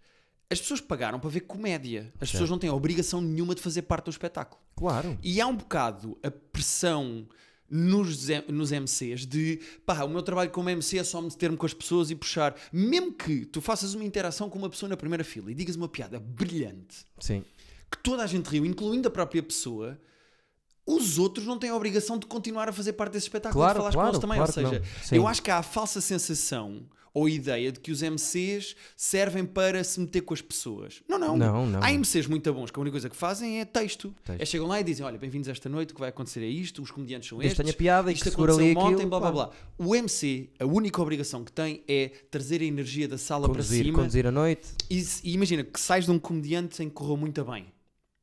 as pessoas pagaram para ver comédia. As pessoas não têm obrigação nenhuma de fazer parte do espetáculo.
Claro.
E há um bocado a pressão nos, em- nos MCs de pá, o meu trabalho como MC é só meter-me com as pessoas e puxar. Mesmo que tu faças uma interação com uma pessoa na primeira fila e digas uma piada brilhante
Sim.
que toda a gente riu, incluindo a própria pessoa. Os outros não têm a obrigação de continuar a fazer parte desse espetáculo
Claro,
e de falar
claro,
com eles também.
claro
Ou seja,
que não. Sim.
eu acho que há a falsa sensação ou ideia de que os MCs servem para se meter com as pessoas. Não, não.
Não, não.
Há MCs muito bons que a única coisa que fazem é texto.
Texto.
É chegam lá e dizem: Olha, bem-vindos esta noite, o que vai acontecer é isto, os comediantes são
Desde
estes.
tenha piada e
isto
que segura
aconteceu
ali
ontem,
aquilo,
blá blá blá. O MC, a única obrigação que tem é trazer a energia da sala para
Conduzir,
cima
conduzir à noite.
e, se- e imagina que sais de um comediante em que correu muito bem.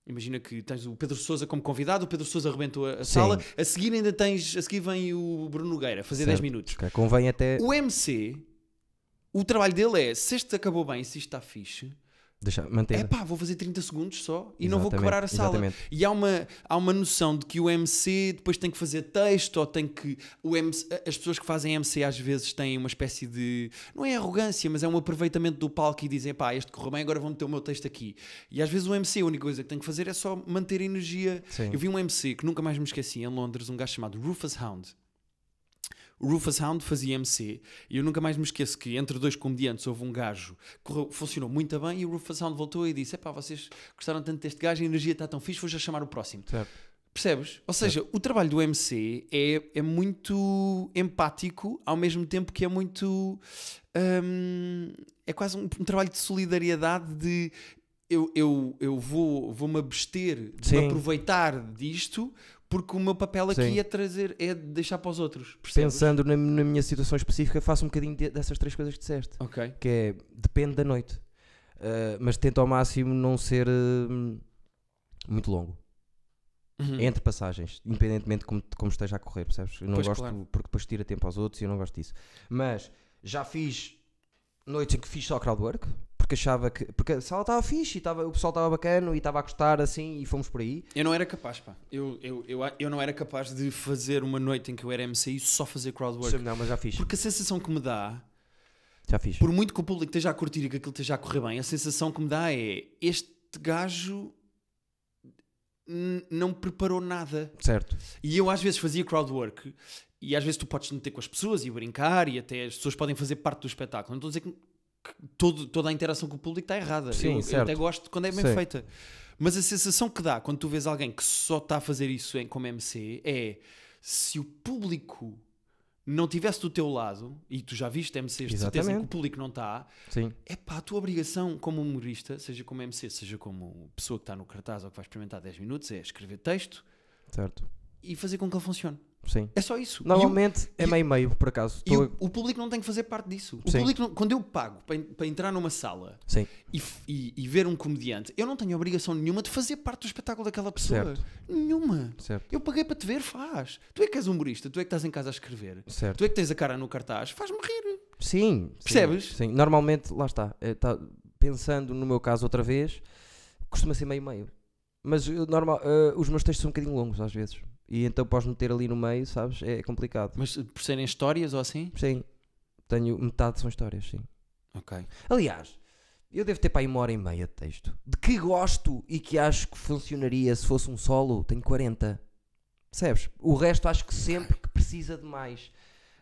Imagina que tens o Pedro Sousa como convidado, o Pedro Sousa arrebentou a, a
Sim.
sala, a seguir ainda tens, a seguir vem o Bruno Nogueira fazer 10
Certo.
minutos. Um,
Ok, Convém até.
O MC, o trabalho dele é, se este acabou bem, se isto está fixe,
Deixa, mantém.
É pá, vou fazer 30 segundos só e não vou
Exatamente,
quebrar a sala.
exatamente.
E há uma, há uma noção de que o MC depois tem que fazer texto ou tem que. O MC, as pessoas que fazem MC às vezes têm uma espécie de. Não é arrogância, mas é um aproveitamento do palco e dizem pá, este correu bem, agora vou meter o meu texto aqui. E às vezes o MC, a única coisa que tem que fazer é só manter a energia.
Sim.
Eu vi um MC que nunca mais me esqueci em Londres, um gajo chamado Rufus Hound. O Rufus Hound fazia MC e eu nunca mais me esqueço que entre dois comediantes houve um gajo que correu- funcionou muito bem e o Rufus Hound voltou e disse: Epá, vocês gostaram tanto deste gajo, a energia está tão fixe, vou já chamar o próximo.
Certo.
Percebes? Ou seja, o trabalho do MC é, é muito empático ao mesmo tempo que é muito. hum, é quase um, um trabalho de solidariedade de. Eu, eu, eu vou, vou-me abster de me
Sim.
aproveitar disto porque o meu papel aqui
Sim.
é trazer, é deixar para os outros. Percebes?
Pensando na, na minha situação específica, faço um bocadinho de- dessas três coisas que disseste.
Ok.
que é depende da noite, Ah, mas tento ao máximo não ser hum, muito longo.
Uhum.
Entre passagens, independentemente de como, de como esteja a correr, percebes? Eu não
Pois,
gosto,
claro.
porque depois tira tempo aos outros e eu não gosto disso. Mas já fiz noites em que fiz só crowdwork, porque achava que. Porque a sala estava fixe, e estava- o pessoal estava bacano e estava a gostar assim e fomos por aí.
Eu não era capaz, pá. Eu, eu, eu, eu não era capaz de fazer uma noite em que eu era MC e só fazer crowdwork.
Não, mas já fiz.
Porque a sensação que me dá,
Já fiz.
por muito que o público esteja a curtir e que aquilo esteja a correr bem, a sensação que me dá é este gajo n- não preparou nada.
Certo.
E eu às vezes fazia crowdwork e às vezes tu podes te meter com as pessoas e brincar e até as pessoas podem fazer parte do espetáculo. Não estou a dizer que, que todo- toda a interação com o público está errada.
Sim,
eu, eu
certo.
até gosto quando é bem
Sim.
feita. Mas a sensação que dá quando tu vês alguém que só está a fazer isso em, como MC é se o público não estivesse do teu lado, e tu já viste MCs de certeza em que o
Exatamente.
público não está,
Sim.
é pá, a tua obrigação como humorista, seja como MC, seja como pessoa que está no cartaz ou que vai experimentar 10 minutos, é escrever texto
Certo.
e fazer com que ele funcione.
Sim.
É só isso.
Normalmente
e
é
o-
meio-meio, por acaso.
E o, e
Estou
o- o público não tem que fazer parte disso. O
Sim.
público não- quando eu pago para, en- para entrar numa sala
a- Sim.
e, f- e- e ver um comediante, eu não tenho obrigação nenhuma de fazer parte do espetáculo daquela pessoa.
Certo.
Nenhuma.
Certo.
Eu paguei para te ver, faz. Tu é que és humorista, tu é que estás em casa a escrever,
Certo.
tu é que tens a cara no cartaz, faz-me rir.
Sim. sim,
Percebes?
Sim. Normalmente, lá está. eh, tá- pensando no meu caso outra vez, costuma ser meio-meio. Mas eu, normal, eh, os meus textos são um bocadinho longos às vezes. E então podes meter ali no meio, sabes? É, complicado.
Mas eh, por serem histórias ou assim?
Sim. Tenho metade são histórias, sim.
Ok.
Aliás, eu devo ter para aí uma hora e meia de texto. De que gosto e que acho que funcionaria se fosse um solo, tenho 40. Percebes? O resto acho que sempre que precisa de mais.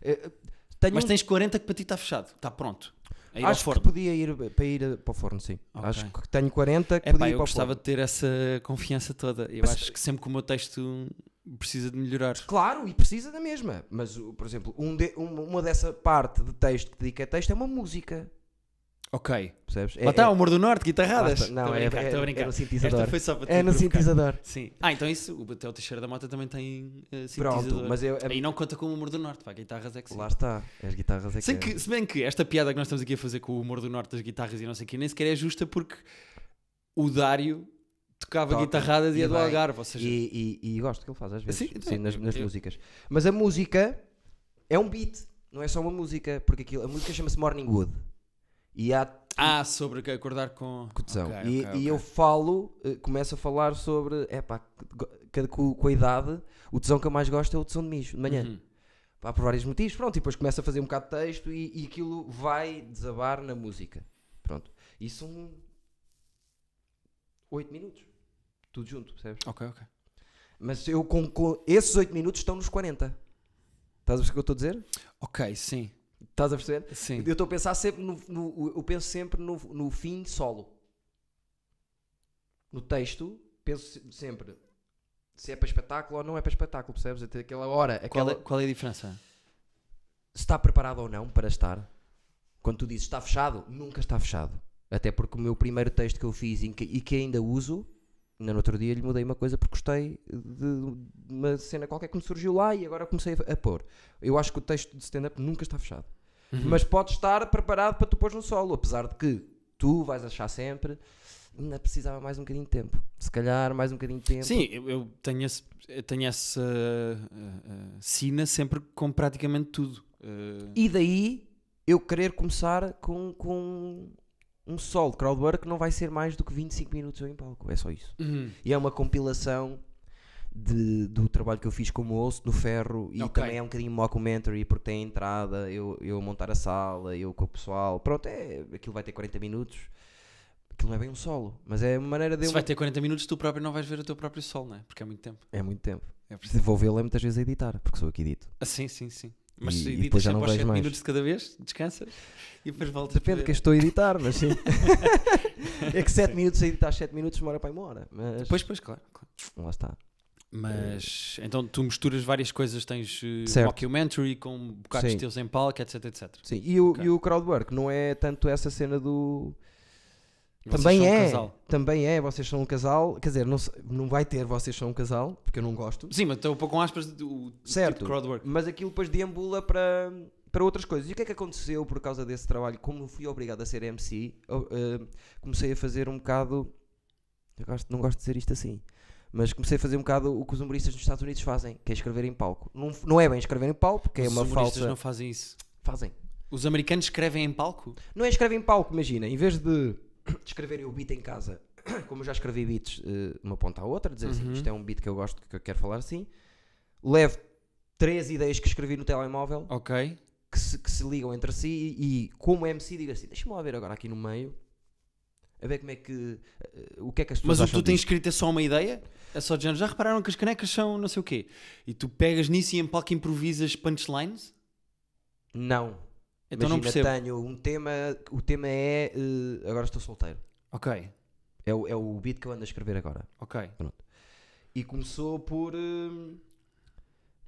Eh, Tenho
Mas
um
tens 40 que para ti está fechado, está pronto. A ir ao
acho
forno.
que podia ir eh, para ir para o forno, sim.
Ok.
Acho que tenho 40 que
É pá,
podia ir
eu
para o
gostava
forno.
de ter essa confiança toda. Eu
Mas-
acho que sempre que o meu texto precisa de melhorar.
Claro, e precisa da mesma. Mas, o- por exemplo, um de- uma, uma dessa parte de texto que dedica a texto é uma música.
Ok.
Percebes? É,
Lá está,
é-
Humor do Norte,
lá
guitarradas.
está. Não,
Então, ah, Tô a
é,
brincar,
é,
tô a
é
brincar.
no
Esta
sintetizador.
foi só um para te
É no
provocar.
sintetizador.
Sim. Ah, então isso, o até o Teixeira da Mota também tem uh,
Pronto,
sintetizador.
mas eu,
Aí não conta com o Humor do Norte, pá, guitarras é que sim.
lá está. As guitarras é
Sem
que.
que, se bem que esta piada que nós estamos aqui a fazer com o humor do norte das guitarras e não sei o quê, nem sequer é justa porque o Dário tocava
Toca.
guitarradas e
E
é do
bem.
Algarve, ou seja,
E, e- e gosto que ele faz às vezes.
Sim,
Sim,
então,
nas, nas
eu-
músicas. Mas a música é um beat, não é só uma música. Porque aquilo, a música chama-se Morning Wood. E há
ah, sobre que acordar com
Cotesão.
Ok,
e,
ok,
e
ok.
eu falo, eh, começo a falar sobre, é pá, com, com a idade, o tesão que eu mais gosto é o tesão de mijo, de manhã.
Uhum.
Pá, por vários motivos, pronto, e depois começo a fazer um bocado de texto e, e aquilo vai desabar na música. Pronto. E são 8 minutos. Tudo junto, percebes?
Ok, ok.
Mas eu com, com- esses 8 minutos estão nos 40. Estás a perceber o que eu estou a dizer?
Ok, sim,
Estás a perceber?
sim.
Eu estou a pensar sempre no, no- eu penso sempre no, no fim solo. No texto, penso se- sempre se é para espetáculo ou não é para espetáculo, percebes? Até aquela hora,
Qual,
aquela
é, qual é a diferença?
se está preparado ou não para estar. Quando tu dizes está fechado, nunca está fechado. Até porque o meu primeiro texto que eu fiz em que- e que ainda uso, ainda no outro dia lhe mudei uma coisa porque gostei de de uma cena qualquer que me surgiu lá e agora comecei a, a pôr. Eu acho que o texto de stand-up nunca está fechado. Mas pode estar preparado para tu pôres no solo, apesar de que tu vais achar sempre ainda precisava mais um bocadinho de tempo. Se calhar mais um bocadinho de tempo.
Sim, eu, eu tenho, esse, eu tenho essa uh, uh, sina sempre com praticamente tudo. Uh,
E daí eu querer começar com, com um solo de crowdwork não vai ser mais do que 25 minutos eu em palco. É só isso.
Uhum.
E é uma compilação de- do trabalho que eu fiz como osso no ferro e
Ok.
também é um bocadinho mockumentary porque tem a entrada, eu, eu a montar a sala, eu com o pessoal. Pronto, é, aquilo vai ter 40 minutos. Aquilo não é bem um solo, mas é uma maneira de.
Se
eu-
vai ter 40 minutos, tu próprio não vais ver o teu próprio sol, não é? Porque é muito tempo.
É muito tempo.
É por isso.
Se Vou vê-lo é muitas vezes a editar, porque sou aqui dito.
Ah, sim, sim, sim. Mas
E- e
se
depois
editas
já não
sempre aos
vejo
7
mais.
minutos de cada vez, descansas e depois voltas a
Depende
ver.
que eu estou a editar, mas sim. é que 7 minutos a editar 7 minutos demora para ir uma hora. Mas
Pois, pois, claro. claro.
lá está.
Mas então tu misturas várias coisas, tens eh,
Certo.
mockumentary com um bocados
Sim.
teus em palco, etc, etc.
Sim, e o,
Ok.
e o crowdwork não é tanto essa cena do.
Vocês
também
são um
é.
casal.
Também é, vocês são um casal. Quer dizer, não, se- não vai ter vocês são um casal, porque eu não gosto.
Sim, mas estou a pôr com aspas do
Certo.
tipo de crowdwork.
Mas aquilo depois deambula para, para outras coisas. E o que é que aconteceu por causa desse trabalho? Como fui obrigado a ser MC, eu, eh, comecei a fazer um bocado. Eu gosto- não gosto de dizer isto assim. Mas comecei a fazer um bocado o que os humoristas nos Estados Unidos fazem, que é escrever em palco. Não, não é bem escrever em palco, porque é
Os
uma
humoristas
falsa.
não fazem isso.
Fazem.
Os americanos escrevem em palco?
Não é escrever em palco, imagina, em vez de escreverem o beat em casa, como eu já escrevi beats eh, uma ponta à outra, dizer assim,
Uhum.
isto é um beat que eu gosto, que eu quero falar assim, levo três ideias que escrevi no telemóvel
Ok.
que se, que se ligam entre si e, e como MC digo assim, deixa-me lá ver agora aqui no meio, a ver como é que, eh, o que é que as pessoas
Mas o que
acham
tu tens
disto.
escrito é só uma ideia? É só de género. Já repararam que as canecas são não sei o quê? E tu pegas nisso e em palco improvisas punchlines?
Não, imagina,
Então não percebo.
tenho um tema, o tema é, eh, agora estou solteiro,
Ok,
é o, é o beat que eu ando a escrever agora.
ok.
E começou por. hum,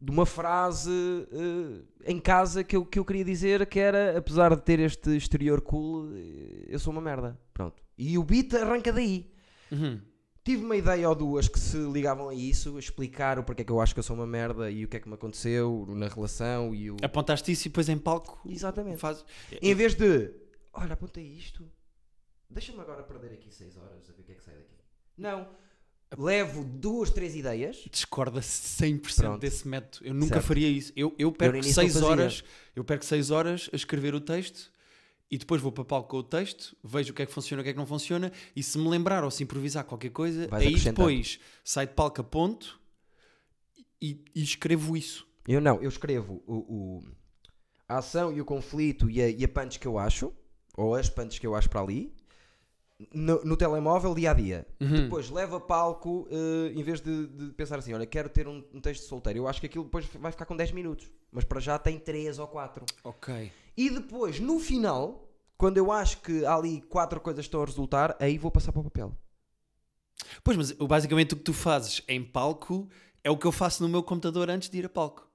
de uma frase hum, em casa que eu, que eu queria dizer que era: apesar de ter este exterior cool, eh, eu sou uma merda. Pronto. E o beat arranca daí.
Uhum.
Tive uma ideia ou duas que se ligavam a isso, explicar o porquê é que eu acho que eu sou uma merda e o que é que me aconteceu na relação e o.
Apontaste isso e depois em palco
Exatamente.
fazes.
Em vez de. Olha, apontei isto. Deixa-me agora perder aqui 6 horas a ver o que é que sai daqui. Não. Levo duas, três ideias.
Discorda 100%
Pronto.
desse método. Eu nunca
Certo.
faria isso. Eu, eu perco
início não
6
fazia.
horas, eu perco 6 horas a escrever o texto e depois vou para palco com o texto, vejo o que é que funciona, o que é que não funciona e se me lembrar ou se improvisar qualquer coisa,
Vais
aí
acrescentando.
depois sai de palco a ponto e, e escrevo isso.
Eu não, eu escrevo o, o- a ação e o conflito e a, e a punch que eu acho, ou as punches que eu acho para ali, no, no telemóvel dia a dia.
Uhum.
Depois levo a palco, eh, em vez de, de pensar assim, olha, quero ter um, um texto solteiro. Eu acho que aquilo depois vai ficar com 10 minutos, mas para já tem 3 ou 4.
Ok.
E depois, no final, quando eu acho que há ali quatro coisas que estão a resultar, aí vou passar para o papel.
Pois, mas o- basicamente o que tu fazes em palco é o que eu faço no meu computador antes de ir a palco.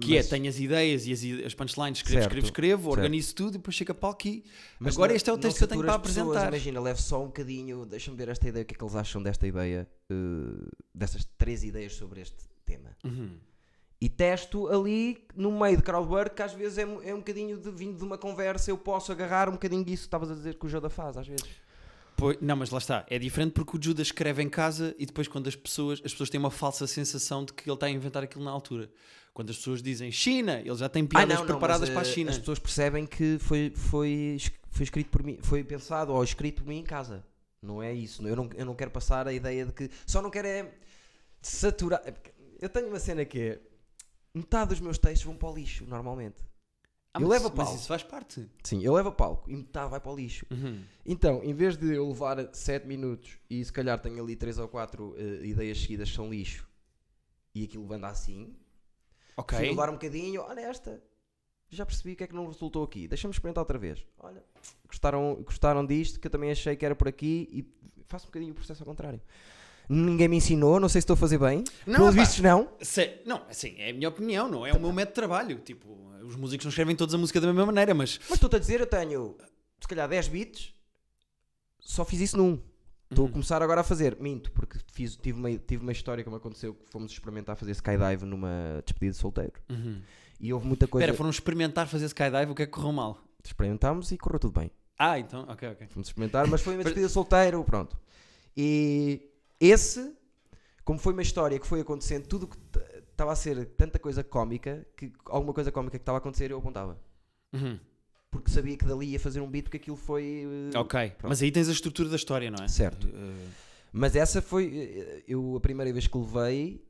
Que
Mas-
é, tenho as ideias e as, ide- as punchlines, escrevo,
Certo,
escrevo, escrevo,
certo.
organizo tudo e depois chego a palco e
Mas
agora
não-
este é o
não
texto que eu tenho para
saturas pessoas,
apresentar.
imagina, levo só um bocadinho, deixa-me ver esta ideia, o que é que eles acham desta ideia, eh, destas três ideias sobre este tema.
Uhum.
E testo ali, no meio de crowdwork, que às vezes é, mu- é um bocadinho de, vindo de uma conversa, eu posso agarrar um bocadinho disso que estavas a dizer que o Joda faz, às vezes.
Pois- não, mas lá está. É diferente porque o Judas escreve em casa e depois quando as pessoas, as pessoas têm uma falsa sensação de que ele está a inventar aquilo na altura. Quando as pessoas dizem China, ele já tem piadas
não, não,
preparadas
mas, eh,
para a China.
As pessoas percebem que foi, foi, es- foi escrito por mim, foi pensado ou escrito por mim em casa. Não é isso. Eu não, eu não quero passar a ideia de que. Só não quero é saturar. é porque Eu tenho uma cena que é. Metade dos meus textos vão para o lixo, normalmente.
Ah,
eu
mas,
levo a
mas
pau.
isso faz parte.
Sim, eu levo a palco e metade vai para o lixo.
Uhum.
Então, em vez de eu levar 7 minutos e se calhar tenho ali 3 ou 4 ideias seguidas que são lixo e aquilo anda assim,
Ok.
Prefiro levar um bocadinho. Olha esta. Já percebi o que é que não resultou aqui. Deixa-me experimentar outra vez. Olha, gostaram, gostaram disto, que eu também achei que era por aqui e faço um bocadinho o processo ao contrário. Ninguém me ensinou, não sei se estou a fazer bem.
Não,
Pelos
pá.
vistos, não.
Se- não, assim, é a minha opinião, não é o meu método de trabalho. Tipo, os músicos não escrevem todos a música da mesma maneira, mas
Mas estou-te a dizer, eu tenho se calhar 10 beats, só fiz isso num. Estou
Uhum.
a começar agora a fazer. Minto, porque fiz, tive, uma, tive uma história que me aconteceu que fomos experimentar fazer skydive numa despedida de solteiro. E houve muita coisa.
Uhum. espera, foram experimentar fazer skydive, o que é que correu mal?
Experimentámos e correu tudo bem.
Ah, então, ok, ok.
Fomos experimentar, mas foi uma despedida solteiro, pronto. E esse, como foi uma história que foi acontecendo, tudo que estava a ser tanta coisa cómica, que alguma coisa cómica que estava a acontecer eu apontava.
Uhum.
Porque sabia que dali ia fazer um beat porque aquilo foi. eh,
Ok, mas aí tens a estrutura da história, não é?
Certo.
Eh,
Mas essa foi. eh, Eu, a primeira vez que levei,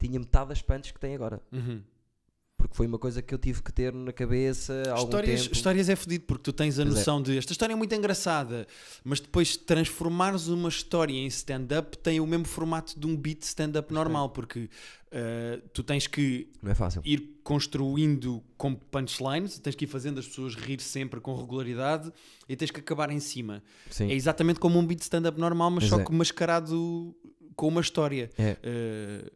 tinha metade das punches que tem agora.
uhum.
Porque foi uma coisa que eu tive que ter na cabeça há algum
Histórias,
tempo.
histórias é fodido porque tu tens a
Pois é.
noção de esta história é muito engraçada, mas depois transformares uma história em stand-up tem o mesmo formato de um beat stand-up normal, porque eh, tu tens que
Não é fácil.
ir construindo com punchlines, tens que ir fazendo as pessoas rir sempre com regularidade e tens que acabar em cima.
Sim.
É exatamente como um beat stand-up normal, mas
Pois
só
é.
que mascarado com uma história.
É.
Eh,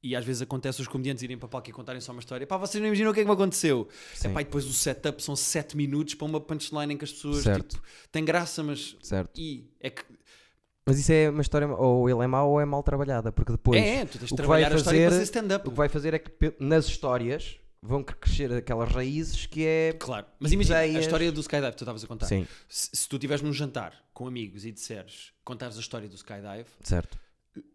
e às vezes acontece os comediantes irem para palco e contarem só uma história. Pá, vocês não imaginam o que é que me aconteceu.
Sim.
Epá, e depois o setup são 7 minutos para uma punchline em que as pessoas
Certo.
tipo, têm graça, mas.
Certo.
E é que.
Mas isso é uma história. Ou ele é mau ou é mal trabalhada. Porque depois.
é, é, tu tens de
o que
trabalhar
vai
a história e
fazer-
fazer stand-up.
O que vai fazer é que pe- nas histórias vão cre- crescer aquelas raízes que é.
Claro. Mas imagina a
ideias-
história do skydive que tu estavas a contar.
Sim,
Se, se tu estiveres num jantar com amigos e disseres, contares a história do skydive,
certo.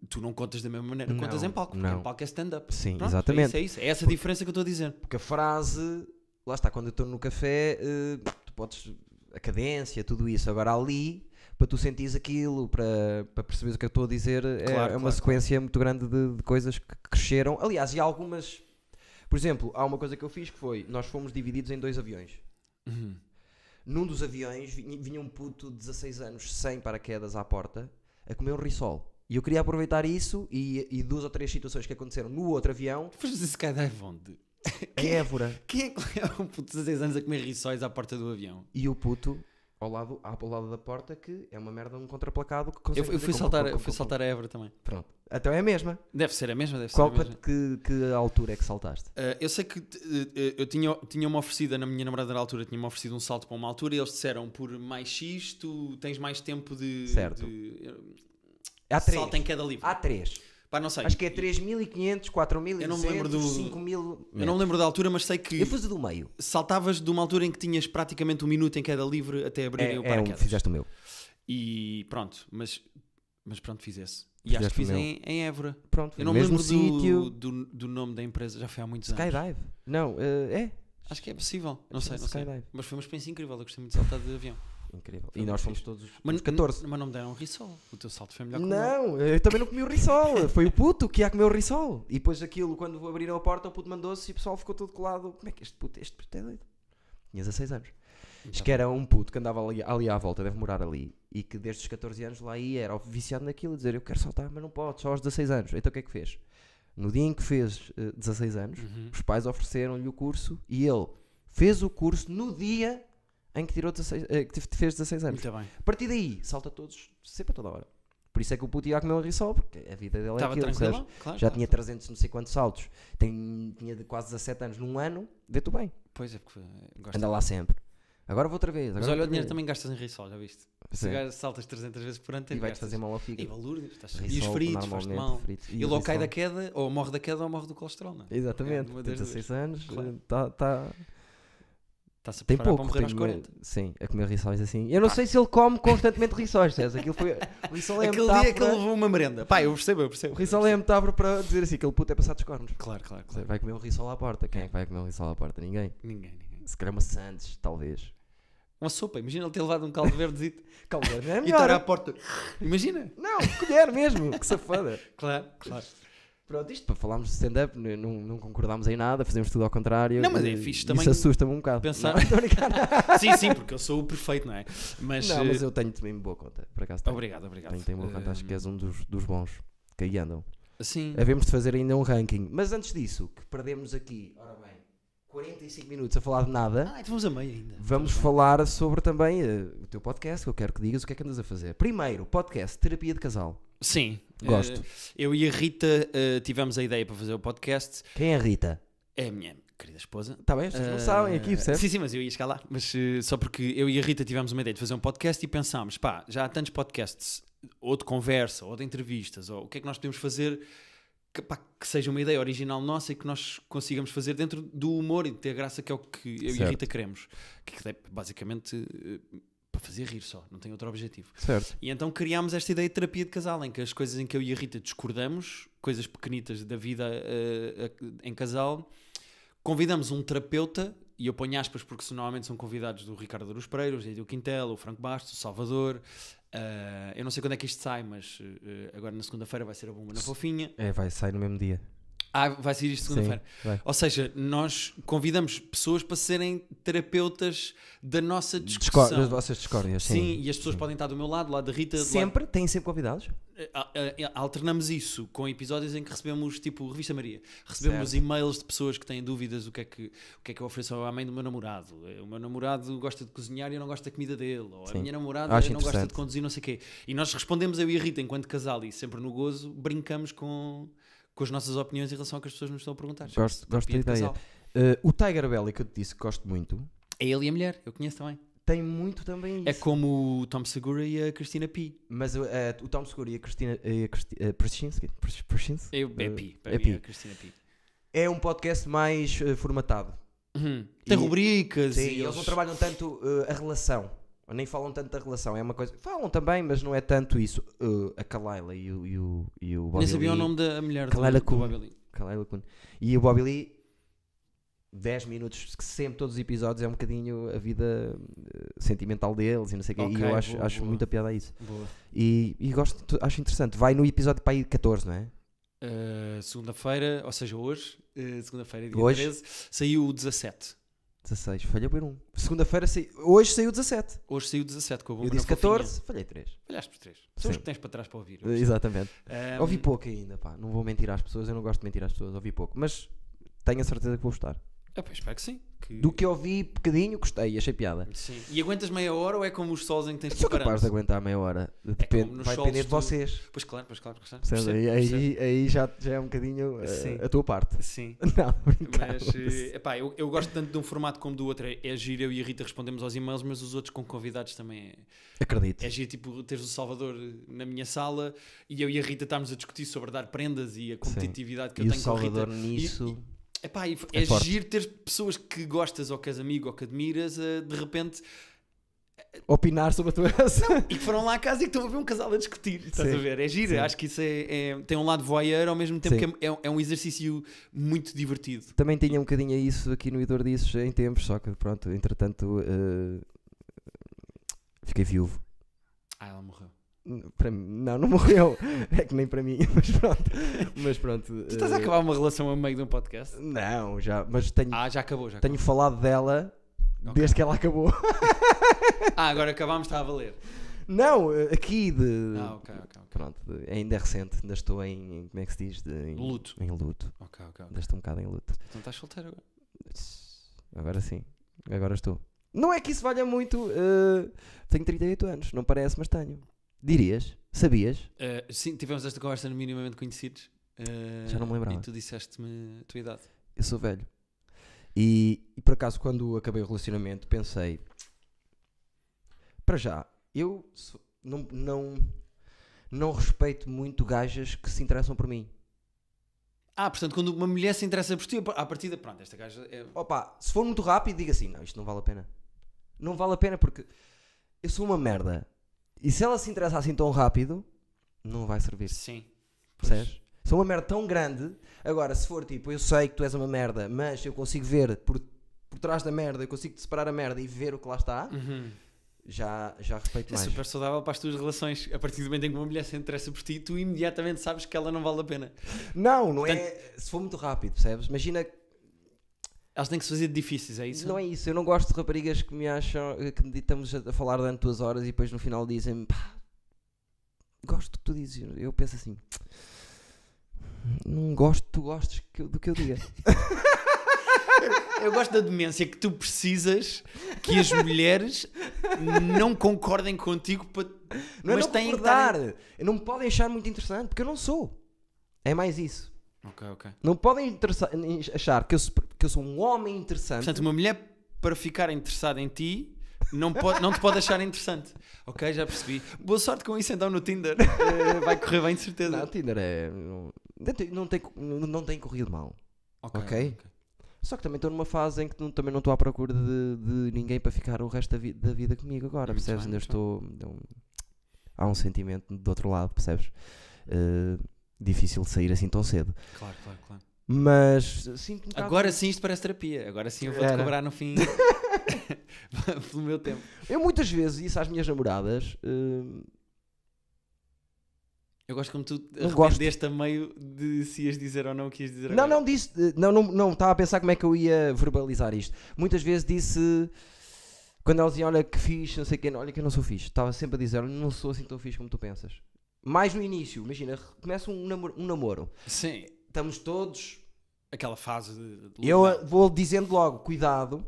tu não contas da mesma maneira.
Não,
contas em palco. porque
não.
Em palco é stand-up.
Sim,
Pronto,
exatamente.
É isso, é isso. É essa diferença que eu estou a dizer.
Porque a frase, lá está, quando eu estou no café, eh, tu podes. a cadência, tudo isso. Agora ali, para tu sentires aquilo, para, para perceberes o que eu estou a dizer, é,
Claro,
é
claro,
uma sequência muito grande de, de coisas que cresceram. Aliás, e há algumas. Por exemplo, há uma coisa que eu fiz que foi: nós fomos divididos em dois aviões. Num dos aviões vinha, vinha um puto de 16 anos sem paraquedas à porta a comer um risol. E eu queria aproveitar isso e, e duas ou três situações que aconteceram no outro avião.
Tu foste fazer skydive onde?
Que Évora.
Quem é que leva um puto de 16 anos a comer rissóis à porta do avião?
E o puto ao lado, ao lado da porta que é uma merda um contraplacado que consegue
Eu, eu
fazer
fui,
com-
saltar,
com-
eu
com-
fui
com-
saltar a Évora também.
Pronto. Então é a mesma.
Deve ser a mesma, deve
Qual,
ser a mesma.
que, que altura é que saltaste?
Ah, eu sei que t- eh, eu tinha, tinha-me oferecido, na minha namorada na altura, tinha-me oferecido um salto para uma altura e eles disseram por mais X, tu tens mais tempo de,
Certo.
de, eh,
Há três.
salto em queda livre.
Há três.
Pá, não sei.
Acho que é 3.500, 4.000,
Eu não me lembro do-
5.000.
Eu não me lembro da altura, mas sei que
É. Eu fiz o do meio.
saltavas de uma altura em que tinhas praticamente um minuto em queda livre até abrirem
É,
o
é um,
paraquedas.
fizeste o meu.
E pronto, mas, mas pronto, fiz esse. E acho
Fizeste
que fiz
o meu.
em, em Évora.
Pronto,
Eu não me
mesmo
lembro
sítio.
do, do, do nome da empresa, já foi há muitos anos.
Skydive? Não, eh, é.
Acho que é possível, não
Acho
sei,
que
não
é
sei.
skydive.
Mas foi uma experiência incrível, eu gostei muito de saltar de avião.
Incrível.
muito
e nós fomos
fixe.
todos os
Mas,
os 14.
mas não me deram um risol, o teu salto foi melhor que o meu.
Não, eu também não comi o risol. Foi o puto que ia comer o risol. E depois aquilo, quando abriram a porta, o puto mandou-se e o pessoal ficou todo colado. Como é que este puto, este puto é doido? Tinha 16 anos.
Uhum.
Acho que era um puto que andava ali, ali à volta, deve morar ali. E que desde os 14 anos lá ia, era viciado naquilo, a dizer eu quero saltar, mas não pode, só aos 16 anos. Então o que é que fez? No dia em que fez eh, 16 anos,
Uhum.
os pais ofereceram-lhe o curso e ele fez o curso no dia em que, tirou 16, eh, que teve- fez 16 anos.
Muito bem.
A partir daí, salta todos, sempre a toda hora. Por isso é que o puto ia comer o risol, porque a vida dele é
Estava
aquilo,
tranquilo?
percebes?
Claro,
Já
claro.
tinha 300 não sei quantos saltos, Tem, tinha de quase 17 anos num ano, vê-te bem,
Pois é, porque eh, gosto.
anda lá sempre. Agora vou outra vez.
Mas
agora
olha, o
outra
dinheiro
vez.
também gastas em risol, já viste? Se
Sim.
ga- saltas 300 vezes por ano, tens
E vai-te fazer mal ao
E
fígado.
balúrdias, estás- e os
Risol,
feridos, faz
normalmente,
mal.
fritos. E
Ele
o
ou cai da
risol.
queda, ou morre da queda, ou morre do colesterol, não é?
Exatamente,
É, uma
tem
das
16 anos,
Claro.
eh, tá, tá...
Está-se a
tem
preparar
pouco.
para
tem
morrer aos
uma-
40.
Sim, a comer rissóis assim. Eu não sei se ele come constantemente rissóis, César. Aquilo foi... O rissol é a
Aquele dia que ele
metáfora-
levou uma merenda. Pá, eu percebo, eu percebo.
o rissol é a metáfora para dizer assim, aquele puto é passado dos cornos.
Claro, claro,
Quer dizer,
claro.
Vai comer um risol à porta. Quem é que vai comer um risol à porta? Ninguém.
Ninguém, ninguém.
Se calhar uma Sandes, talvez.
Uma sopa, imagina ele ter levado um caldo verdezito
Calma, não é
e estar à
melhor.
porta. Imagina.
Não, colher mesmo, que safada.
Claro, claro.
Pronto, isto para falarmos de stand-up, n- não, não concordámos em nada, fazemos tudo ao contrário.
Não, mas é
e-
fixe
Isso
também
assusta-me um bocado.
pensar-
Não, estou a brincar.
Sim, sim, porque eu sou o perfeito, não é? Mas,
Não, mas
eh,
eu tenho também boa conta, por acaso. Tenho,
Obrigado, obrigado.
tenho, tenho boa conta, acho que és um dos, dos bons que aí andam.
Eh, Sim.
Havemos de fazer ainda um ranking. Mas antes disso, que perdemos aqui, ora bem, 45 minutos a falar de nada.
Ah, então vamos a meio ainda.
Vamos
Tudo bem.
falar sobre também eh, o teu podcast, que eu quero que digas o que é que andas a fazer. Primeiro, podcast, terapia de casal.
Sim.
Gosto.
Eh, eu e a Rita eh, tivemos a ideia para fazer o podcast.
Quem é a Rita?
É a minha querida esposa.
Está bem, as pessoas não sabem aqui,
Eh,
percebes?
Sim, sim, mas eu ia chegar lá. Mas eh, só porque eu e a Rita tivemos uma ideia de fazer um podcast e pensámos, pá, já há tantos podcasts, ou de conversa, ou de entrevistas, ou o que é que nós podemos fazer que, pá, que seja uma ideia original nossa e que nós consigamos fazer dentro do humor e de ter graça, que é o que eu e a
Certo.
Rita queremos. Que é basicamente eh, para fazer rir só, não tem outro objetivo.
Certo.
E então criámos esta ideia de terapia de casal, em que as coisas em que eu e a Rita discordamos, coisas pequenitas da vida eh, eh, em casal, convidamos um terapeuta e e eu ponho aspas porque se normalmente são convidados do Ricardo Aruz Pereira, o José Diogo Quintel, o Franco Bastos, o Salvador. ah, eu não sei quando é que isto sai, mas ah, agora na segunda-feira vai ser a bomba na fofinha.
É, vai, sai no mesmo dia.
Ah, vai sair isto segunda-feira.
Sim, vai.
Ou seja, nós convidamos pessoas para serem terapeutas da nossa discussão.
Discor das vossas discórdias,
Sim,
sim.
e as pessoas podem estar do meu lado, do lado da Rita. do lado-
Sempre? Têm sempre convidados?
Ah, ah, Alternamos isso com episódios em que recebemos, tipo, Revista Maria. Recebemos
Certo.
e-mails de pessoas que têm dúvidas do que é que, o que, é que eu ofereço à mãe do meu namorado. Eh, O meu namorado gosta de cozinhar e eu não gosto da comida dele. Ou
Sim.
a minha namorada
Acho
não gosta de
interessante.
conduzir não sei o quê. E nós respondemos, eu e a Rita, enquanto casal, e sempre no gozo, brincamos com, com as nossas opiniões em relação ao que as pessoas nos estão a perguntar.
Gosto, gosto da
Terapia de
ideia.
casal.
Eh, o Tiger Belly, que eu te disse que gosto muito,
É ele e a mulher, eu conheço também.
tem muito também isso.
É como o Tom Segura e a Cristina Pi.
Mas eh, o Tom Segura e a Cristina. e a Cristi- eh, Prushinsky? Prus- Prushinsky?
Eu, é
Eh,
Pi, para
é
mim
Pi.
é a Cristina Pi.
É um podcast mais eh, formatado.
Uhum. Tem
E-
rubricas
Sim,
e
eles... não trabalham tanto eh, a relação. Ou nem falam tanto da relação. É uma coisa. Falam também, mas não é tanto isso. Eh, a Kalila e o, e o, e o Bobby
Nem sabia o
Lee-
nome da mulher do,
Kalala
do
Kun.
Bobby Lee.
Kalila Kun. E o Bobby Lee. 10 minutos, que sempre, todos os episódios, é um bocadinho a vida eh, sentimental deles e não sei o quê.
Ok,
E eu acho,
boa,
acho
boa.
muita piada a isso.
Boa.
E, e gosto, tu- acho interessante. Vai no episódio para aí 14, não é?
Uh, segunda-feira, ou seja, hoje, uh, segunda-feira, dia
Hoje?
13, saiu o 17.
16, falha por um. Segunda-feira, sai- hoje saiu 17.
Hoje saiu o 17 com a bomba.
Eu disse
na fofinha.
14, falhei 3.
Falhaste por 3. São os
Sim.
que tens para trás para ouvir.
Exatamente.
Um,
Ouvi pouco ainda, pá. Não vou mentir às pessoas, eu não gosto de mentir às pessoas, ouvi pouco. Mas tenho a certeza que vou gostar.
Ah, pá, espero que sim. que-
Do que ouvi, bocadinho, gostei, achei piada.
Sim. E aguentas meia hora ou é como os solos em que tens de
Sou
preparar?
capaz de aguentar meia hora. Depende,
É, como nos
vai depender de
solos do-
vocês.
Pois claro, pois claro. Pois claro.
Percebes?
Percebo,
Aí,
percebo.
aí, aí já, já é um bocadinho eh,
Sim.
a tua parte.
Sim.
Não, brincar.
Mas, eh, epá, eu, eu gosto tanto de um formato como do outro. É, é giro, eu e a Rita respondemos aos e-mails, mas os outros com convidados também é,
Acredito.
É giro, tipo, teres o Salvador na minha sala e eu e a Rita estamos a discutir sobre dar prendas e a competitividade que
E
eu
o
tenho com a
Salvador
Rita.
nisso.
E, epá, e f-
É
é
forte.
giro ter pessoas que gostas ou que és amigo ou que admiras eh, de repente
Opinar sobre a tua.
e que foram lá a casa e que estão a ver um casal a discutir. Estás
Sim.
a ver? É giro,
Sim.
acho que isso é, é- tem um lado voyeur ao mesmo tempo
Sim.
que é, é- é um exercício muito divertido.
Também tinha um bocadinho isso aqui no Idor Disses em tempos, só que pronto, entretanto eh, fiquei viúvo.
Ah, ela morreu.
N- Para mim, não, não morreu. É que nem para mim, mas pronto. Mas pronto. eh,
Tu estás a acabar uma relação a meio de um podcast?
Não, já, mas tenho,
Ah, já acabou, já
tenho falado dela
Ok.
desde que ela acabou.
acabou. Ah, agora acabámos, está a valer.
Não, eh, aqui de.
Ah, ok, ok, ok.
Pronto, de- ainda é recente, ainda estou em. em- Como é que se diz? De, em,
Luto.
Em luto.
Ok, ok. ok.
Ainda estou um bocado em luto.
Então estás solteiro agora.
Agora sim, agora estou. Não é que isso valha muito. eh, tenho 38 anos, não parece, mas tenho. Dirias? Sabias?
Uh, sim, tivemos esta conversa no Minimamente Conhecidos. uh,
Já não me lembrava.
E tu disseste-me a tua idade.
Eu sou velho. E, e por acaso, quando acabei o relacionamento, pensei: para já, eu sou- não, não, não respeito muito gajas que se interessam por mim.
Ah, portanto, quando uma mulher se interessa por ti, à partida, pronto, esta gaja é.
Opa, se for muito rápido, diga assim: não, isto não vale a pena. Não vale a pena porque eu sou uma merda. E se ela se interessar assim tão rápido, não vai servir.
Sim. Pois.
Percebes? Sou uma merda tão grande. Agora, se for tipo, eu sei que tu és uma merda, mas eu consigo ver por, por trás da merda, eu consigo te separar a merda e ver o que lá está,
Uhum.
já, já respeito
É
mais.
super saudável para as tuas relações. A partir do momento em que uma mulher se interessa por ti, tu imediatamente sabes que ela não vale a pena.
Não, não é. Se for muito rápido, percebes? Imagina. que-
Elas têm que se fazer de difíceis, é isso?
Não é isso. Eu não gosto de raparigas que me acham. que me- estamos a falar durante duas horas e depois no final dizem pá, gosto do que tu dizes. Eu penso assim. Não gosto, que tu gostes que eu- do que eu diga.
Eu gosto da demência que tu precisas que as mulheres não concordem contigo para.
Não é
mas
não
têm que
concordar. Não me podem achar muito interessante, porque eu não sou. É mais isso.
Ok, ok.
Não podem interessa- achar que eu, sou- que eu sou um homem interessante.
Portanto, uma mulher para ficar interessada em ti não, pode, não te pode achar interessante. Ok, já percebi. Boa sorte com isso então no Tinder. Eh, Vai correr bem, de certeza.
não, Tinder é. Não, não tem, não, tem, não tem corrido mal. ok. Só que também estou numa fase em que não- também não estou à procura de, de ninguém para ficar o resto da, vi- da vida comigo agora,
Muito
percebes?
bem,
Ainda
muito
estou. não- há um sentimento do outro lado, percebes? Eh, difícil de sair assim tão cedo.
Claro, claro, claro.
Mas sinto um bocado-
Agora sim isto parece terapia. Agora sim eu vou-te
Era.
cobrar no fim pelo meu tempo.
Eu muitas vezes disse às minhas namoradas. hum,
Eu gosto como tu
Não gosto.
arrependeste a meio de se ias dizer ou não o que é? ias dizer
não,
agora.
não disse. eh, Não, não, não. Estava a pensar como é que eu ia verbalizar isto. Muitas vezes disse. Quando elas diziam, olha que fixe, não sei quem, olha que eu não sou fixe. Estava sempre a dizer, olha, não sou assim tão fixe como tu pensas. Mais no início, imagina, começa um namoro. Um namoro.
Sim.
Estamos todos
Aquela fase de. de
Eu
liberdade.
vou dizendo logo, cuidado,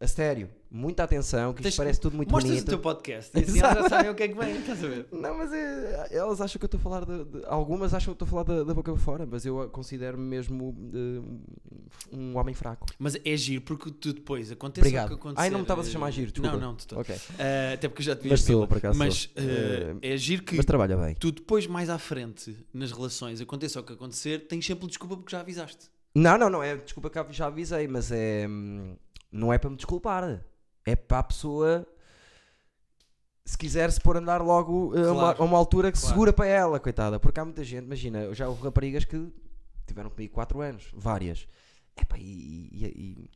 a sério, muita atenção, que isto
Tens-
parece tudo muito
Mostras
bonito.
o teu podcast. E assim elas já sabem o que é que vem. Estás a ver?
Não, mas é- elas acham que eu estou a falar de, de- Algumas acham que eu estou a falar da, da boca para fora, mas eu considero-me mesmo eh, um homem fraco.
Mas é giro porque tu depois acontece
Obrigado.
o que acontecer.
Ai, não me estavas a chamar giro, desculpa.
Não, não, tu
Ok.
Ah, até porque eu já te vi
Mas
em fila.
sou, por acaso
Mas
sou.
ah, é giro que
Mas tá- trabalha bem.
tu depois, mais à frente, nas relações, aconteça o que acontecer, tens sempre desculpa porque já avisaste.
Não, não, não, é desculpa que já avisei, mas é. hum, Não é para me desculpar. É para a pessoa. Se quiser se pôr a andar logo eh, a, uma,
Claro,
a uma altura que
claro.
segura para ela, coitada. Porque há muita gente, imagina, eu já houve raparigas que tiveram comigo 4 anos, várias. Epá, e, e- e-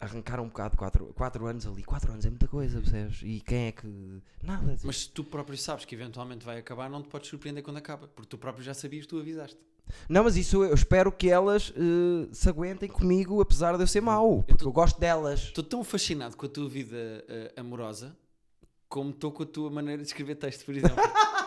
arrancaram um bocado 4 quatro, quatro anos ali. 4 anos é muita coisa, percebes? E quem é que. Nada.
Mas se tu próprio sabes que eventualmente vai acabar, não te podes surpreender quando acaba, porque tu próprio já sabias, tu avisaste.
Não, mas isso eu espero que elas eh, se aguentem comigo, apesar de eu ser mau. Porque eu, gosto delas.
Estou tão fascinado com a tua vida eh, amorosa como estou com a tua maneira de escrever texto, por exemplo.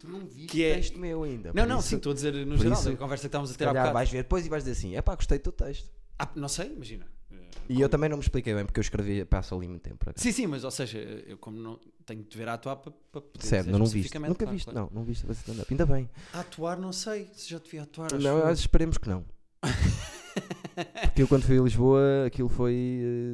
Tu não viste
Que é-
texto meu ainda.
não,
por
não,
isso,
sim, estou a dizer no
por
geral,
isso,
a conversa que estávamos a
Se
ter há
calhar
bocado.
vais ver depois e vais dizer assim: é pá, gostei do teu texto.
Ah, não sei, imagina. Eh,
E eu também não me expliquei bem porque eu escrevi, passo ali muito tempo. Para cá.
Sim, sim, mas ou seja, eu como não tenho de te ver a atuar para poder
Certo,
dizer
não, não viste.
especificamente,
Nunca
claro,
viste,
claro.
não, não viste fazer stand-up. Ainda bem.
Atuar não sei, se já te vi atuar, acho
Não,
eu.
nós esperemos que não. porque eu quando fui a Lisboa, aquilo foi.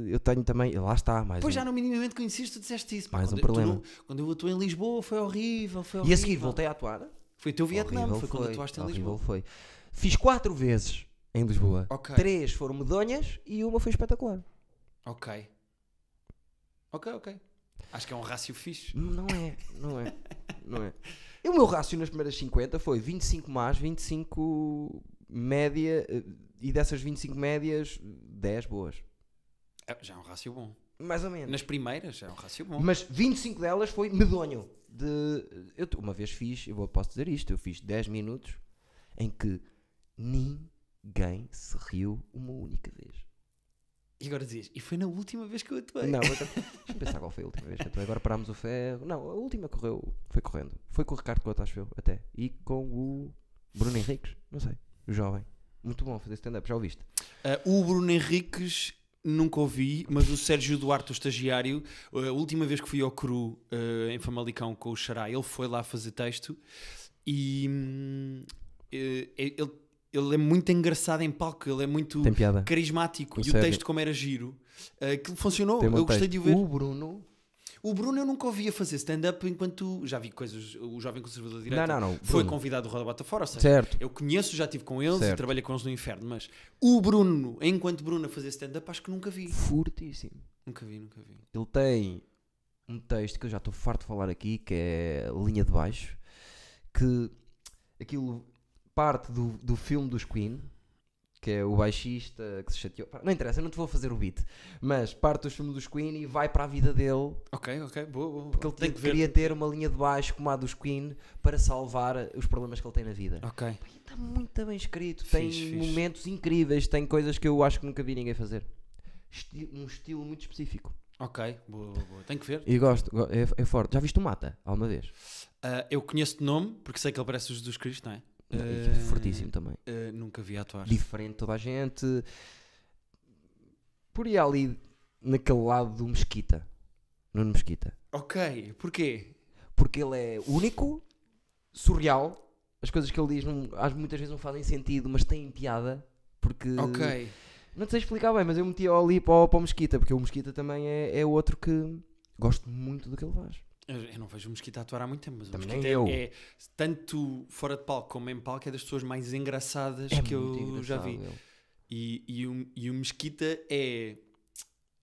eh, Eu tenho também. Lá está, mais.
Depois
um.
já no minimamente conheceste, tu disseste isso. pá,
Mais um
quando eu- tu
problema.
não- quando eu atuei em Lisboa foi horrível,
E
foi é horrível.
a seguir voltei a atuar.
Foi o teu Vietnã,
Horrível
foi quando atuaste em
horrível
Lisboa.
foi. Fiz quatro vezes em Lisboa.
Ok,
Três foram medonhas e uma foi espetacular.
ok. Ok, ok. Acho que é um rácio fixe.
Não é, não é, não é. E o meu rácio nas primeiras 50 foi 25 más, 25 média, eh, e dessas 25 médias, 10 boas.
É, Já é um rácio bom.
Mais ou menos.
Nas primeiras já é um rácio bom.
Mas 25 delas foi medonho. De, eu t- uma vez fiz, eu vou- posso dizer isto, eu fiz 10 minutos em que ninguém se riu uma única vez.
E agora dizias, e foi na última vez que eu atuei.
Não, agora- deixa-me pensar qual foi a última vez. que eu atuei. Agora parámos o ferro. Não, a última correu, foi correndo. Foi com o Ricardo Couto, acho eu, até. E com o Bruno Henriques, não sei, o jovem. Muito bom fazer stand-up, já ouviste?
Ah, o Bruno Henriques nunca ouvi, mas o Sérgio Duarte, o estagiário, eh, a última vez que fui ao Cru ah, em Famalicão com o Xará, ele foi lá fazer texto e hum, eh, ele, ele é muito engraçado em palco, ele é muito
Tem piada.
carismático
O
e o
Sérgio-
texto como era giro, ah, aquilo funcionou,
Tem um
eu gostei
texto.
de o ver.
O Bruno...
O Bruno eu nunca ouvia fazer stand-up enquanto já vi coisas, o jovem conservador de direita
Não, não, não,
foi
Bruno.
convidado do Roda Bota Fora, ou seja,
Certo.
eu conheço, já estive com eles e
Certo.
trabalhei com eles no inferno, mas o Bruno, enquanto Bruno a fazer stand-up, acho que nunca vi.
Furtíssimo.
Nunca vi, nunca vi.
Ele tem um texto que eu já estou farto de falar aqui, que é Linha de Baixo, que aquilo parte do, do filme dos Queen, que é o baixista que se chateou. Pá, Não interessa, eu não te vou fazer o beat, mas parte do filme dos Queen e vai para a vida dele,
Ok, ok, boa, boa. boa.
porque ele
Tenho
tinha- queria ter uma linha de baixo como a dos Queen para salvar os problemas que ele tem na vida.
Ok.
Está muito bem escrito, tem
Fixe, fixe.
momentos incríveis, tem coisas que eu acho que nunca vi ninguém fazer. Esti- um estilo muito específico.
Ok, boa, boa, boa. Tenho que ver.
E gosto, go- é, é forte. Já viste o Mata alguma vez?
Ah, eu conheço de nome, porque sei que ele parece o Jesus Cristo, não é?
E
Ah,
Fortíssimo também.
ah, nunca vi atuar.
Diferente de toda a gente. Por aí ali, naquele lado do Mesquita. Nuno Mesquita.
Ok, porquê?
Porque ele é único, surreal. As coisas que ele diz não, às- muitas vezes não fazem sentido, mas têm piada. Porque.
Ok.
Não sei explicar bem, mas eu meti ali para, o- para o Mesquita. Porque o Mesquita também é, é outro que. Gosto muito do que ele faz.
Eu, eu não vejo o Mosquito a atuar há muito tempo, mas o
Também
Mosquito é,
eu.
é tanto fora de palco como em palco, é das pessoas mais engraçadas
É
que eu
muito
já
engraçado
vi.
ele.
E, e, o, e o Mesquita é.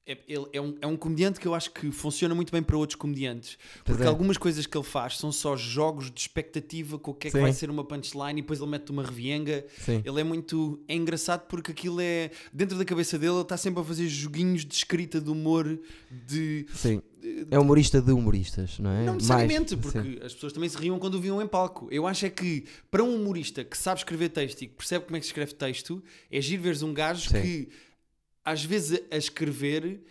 É, ele é um, é um comediante que eu acho que funciona muito bem para outros comediantes.
Pois
Porque
é.
algumas coisas que ele faz são só jogos de expectativa com o que é
Sim.
que vai ser uma punchline e depois ele mete uma revienga.
Sim.
Ele é muito. É engraçado porque aquilo é. Dentro da cabeça dele, ele está sempre a fazer joguinhos de escrita, de humor, de.
Sim. É humorista de humoristas, não é?
Eh, Não
Mais,
necessariamente,
sim.
porque as pessoas também se riam quando o viam em palco. Eu acho é que para um humorista que sabe escrever texto e que percebe como é que se escreve texto, é giro veres um gajo
Sim.
que às vezes a- a escrever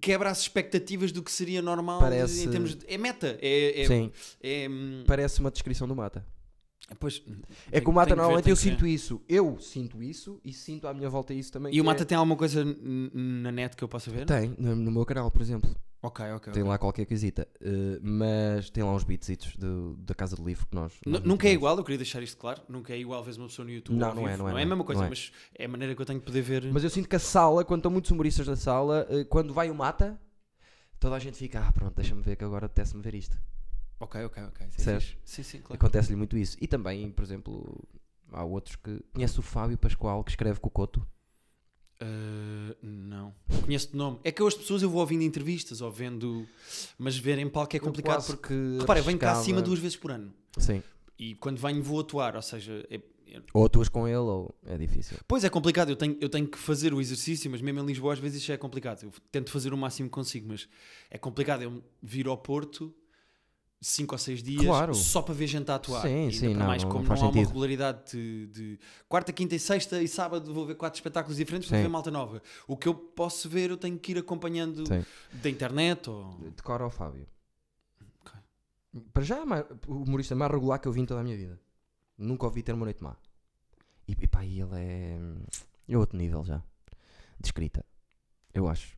quebra as expectativas do que seria normal
Parece-
em termos de... É meta, é... é,
Sim,
é, hum,
parece uma descrição do Mata.
pois,
É
Tem-
que o Mata
tem que ver,
normalmente
tem
eu
que ver.
sinto isso. Eu sinto isso e sinto à minha volta isso também.
E o
que
Mata
é-
tem alguma coisa n- n- na net que eu possa ver?
tem, no, no meu canal, por exemplo.
Ok, ok.
Tem lá qualquer coisita. eh, mas tem lá uns beatsitos do- da casa de livro que nós.
N-
nós
Nunca é
metemos.
igual, eu queria deixar isto claro. Nunca é igual ver uma pessoa no YouTube.
Não,
ao
não é,
vivo.
não é,
a
não é,
mesma coisa,
não é.
mas é a maneira que eu tenho de poder ver.
Mas eu sinto que a sala, quando estão muitos humoristas na sala, eh, quando vai o Mata, toda a gente fica, ah, pronto, deixa-me ver que agora apetece-me ver isto.
Ok, ok, ok. Sim,
Percebes?
fixe. sim, sim, claro.
Acontece-lhe muito isso. E também, por exemplo, há outros que. Conhece o Fábio Pascoal, que escreve com o Coto?
Uh, não. Conheço de nome. É que eu as pessoas eu vou ouvindo entrevistas ou vendo. Mas ver em palco é complicado porque.
porque.
Repara, eu venho cá
arriscava-
acima duas vezes por ano.
Sim.
E quando venho vou atuar, ou seja. é- é-
Ou atuas com ele, ou é difícil.
Pois é complicado, eu tenho, eu tenho que fazer o exercício, mas mesmo em Lisboa às vezes isso já é complicado. Eu tento fazer o máximo que consigo, mas é complicado eu vir ao Porto cinco ou seis dias
Claro.
só para ver gente a atuar.
Sim,
E ainda
sim,
para
não,
mais,
não
como
faz
não há uma
sentido.
regularidade de, de quarta, quinta e sexta e sábado vou ver quatro espetáculos diferentes para
Sim.
ver malta nova. O que eu posso ver eu tenho que ir acompanhando
Sim.
da internet ou...
Decora ao Fábio.
Ok.
Para já, é mais- o humorista mais regular que eu vi em toda a minha vida. Nunca ouvi ter uma noite má. E, e pá, e ele é. É outro nível já. De escrita. Eu acho.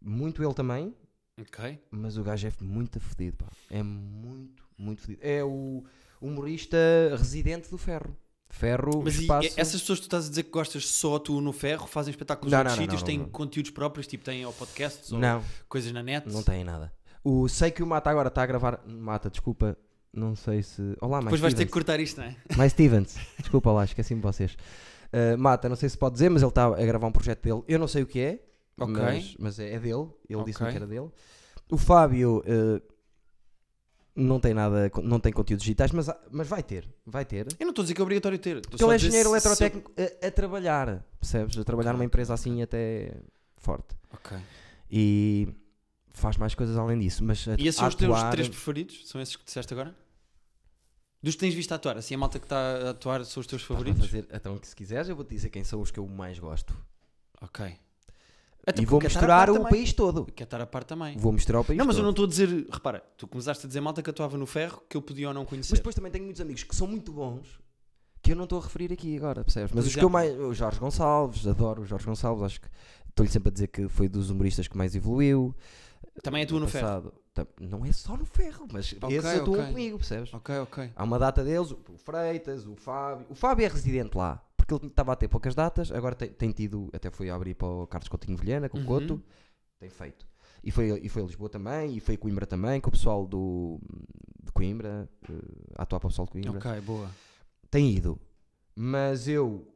Muito ele também,
Ok.
mas o gajo é muito fedido, pá. É muito, muito fedido. É o humorista residente do ferro. Ferro,
Mas e
espaço.
essas pessoas que tu estás a dizer que gostas só tu no ferro, fazem espetáculos
Não,
em outros
não, não,
sítios,
não,
têm
não.
conteúdos próprios, tipo têm ou podcasts ou
Não,
coisas na net?
não tem nada. O, sei que o Mata agora está a gravar. Mata, desculpa. Não sei se. Olá,
Depois
mas.
vais ter que cortar isto, não é?
Mais Stevens, desculpa lá, esqueci-me de vocês. Uh, Mata, não sei se pode dizer, mas ele está a gravar um projeto dele. Eu não sei o que é,
Ok.
mas, mas é é dele. Ele
Ok.
disse-me que era dele. O Fábio uh, não tem nada, não tem conteúdos digitais, mas, há- mas vai ter, vai ter.
Eu não estou a dizer que é obrigatório ter. Estou
Porque
só
ele
a
é
dizer
engenheiro
se-
eletrotécnico uh, a, a trabalhar, percebes? A trabalhar
Ok,
numa
ok,
empresa assim até forte.
se- Ok.
E faz mais coisas além disso. Mas a-
E esses
a
são os teus
atuar-
três preferidos? São esses que disseste agora? Dos que tens visto a atuar? Assim, a malta que está a atuar são os teus
Pá, vou
favoritos?
fazer- então, que se quiseres, eu vou te dizer quem são os que eu mais gosto.
Ok. Então,
e vou misturar o país todo.
Quer estar a par também.
Vou misturar o país
Não, mas eu
todo.
não estou a dizer. Repara, tu começaste a dizer malta que atuava no ferro que eu podia ou não
Mas
conhecer.
depois também tenho muitos amigos que são muito bons que eu não estou a referir aqui agora, percebes? Mas
Por
os que eu
exemplo?
mais. O Jorge Gonçalves, adoro o Jorge Gonçalves, acho que estou-lhe sempre a dizer que foi dos humoristas que mais evoluiu.
também atua no ferro.
Passado- Tam- Não é só no ferro, mas
Ok,
esses atuam
ok.
comigo, percebes?
Ok, ok.
Há uma data deles, o Freitas, o Fábio. O Fábio é residente lá, porque ele estava a ter poucas datas, agora tem, tem tido, até foi a abrir para o Carlos Coutinho Vilhena, com o
Uhum.
Coto, tem feito. E foi, e foi a Lisboa também, e foi a Coimbra também, com o pessoal do, de Coimbra, eh, a atuar para o pessoal de Coimbra.
Ok, boa.
Tem ido, mas eu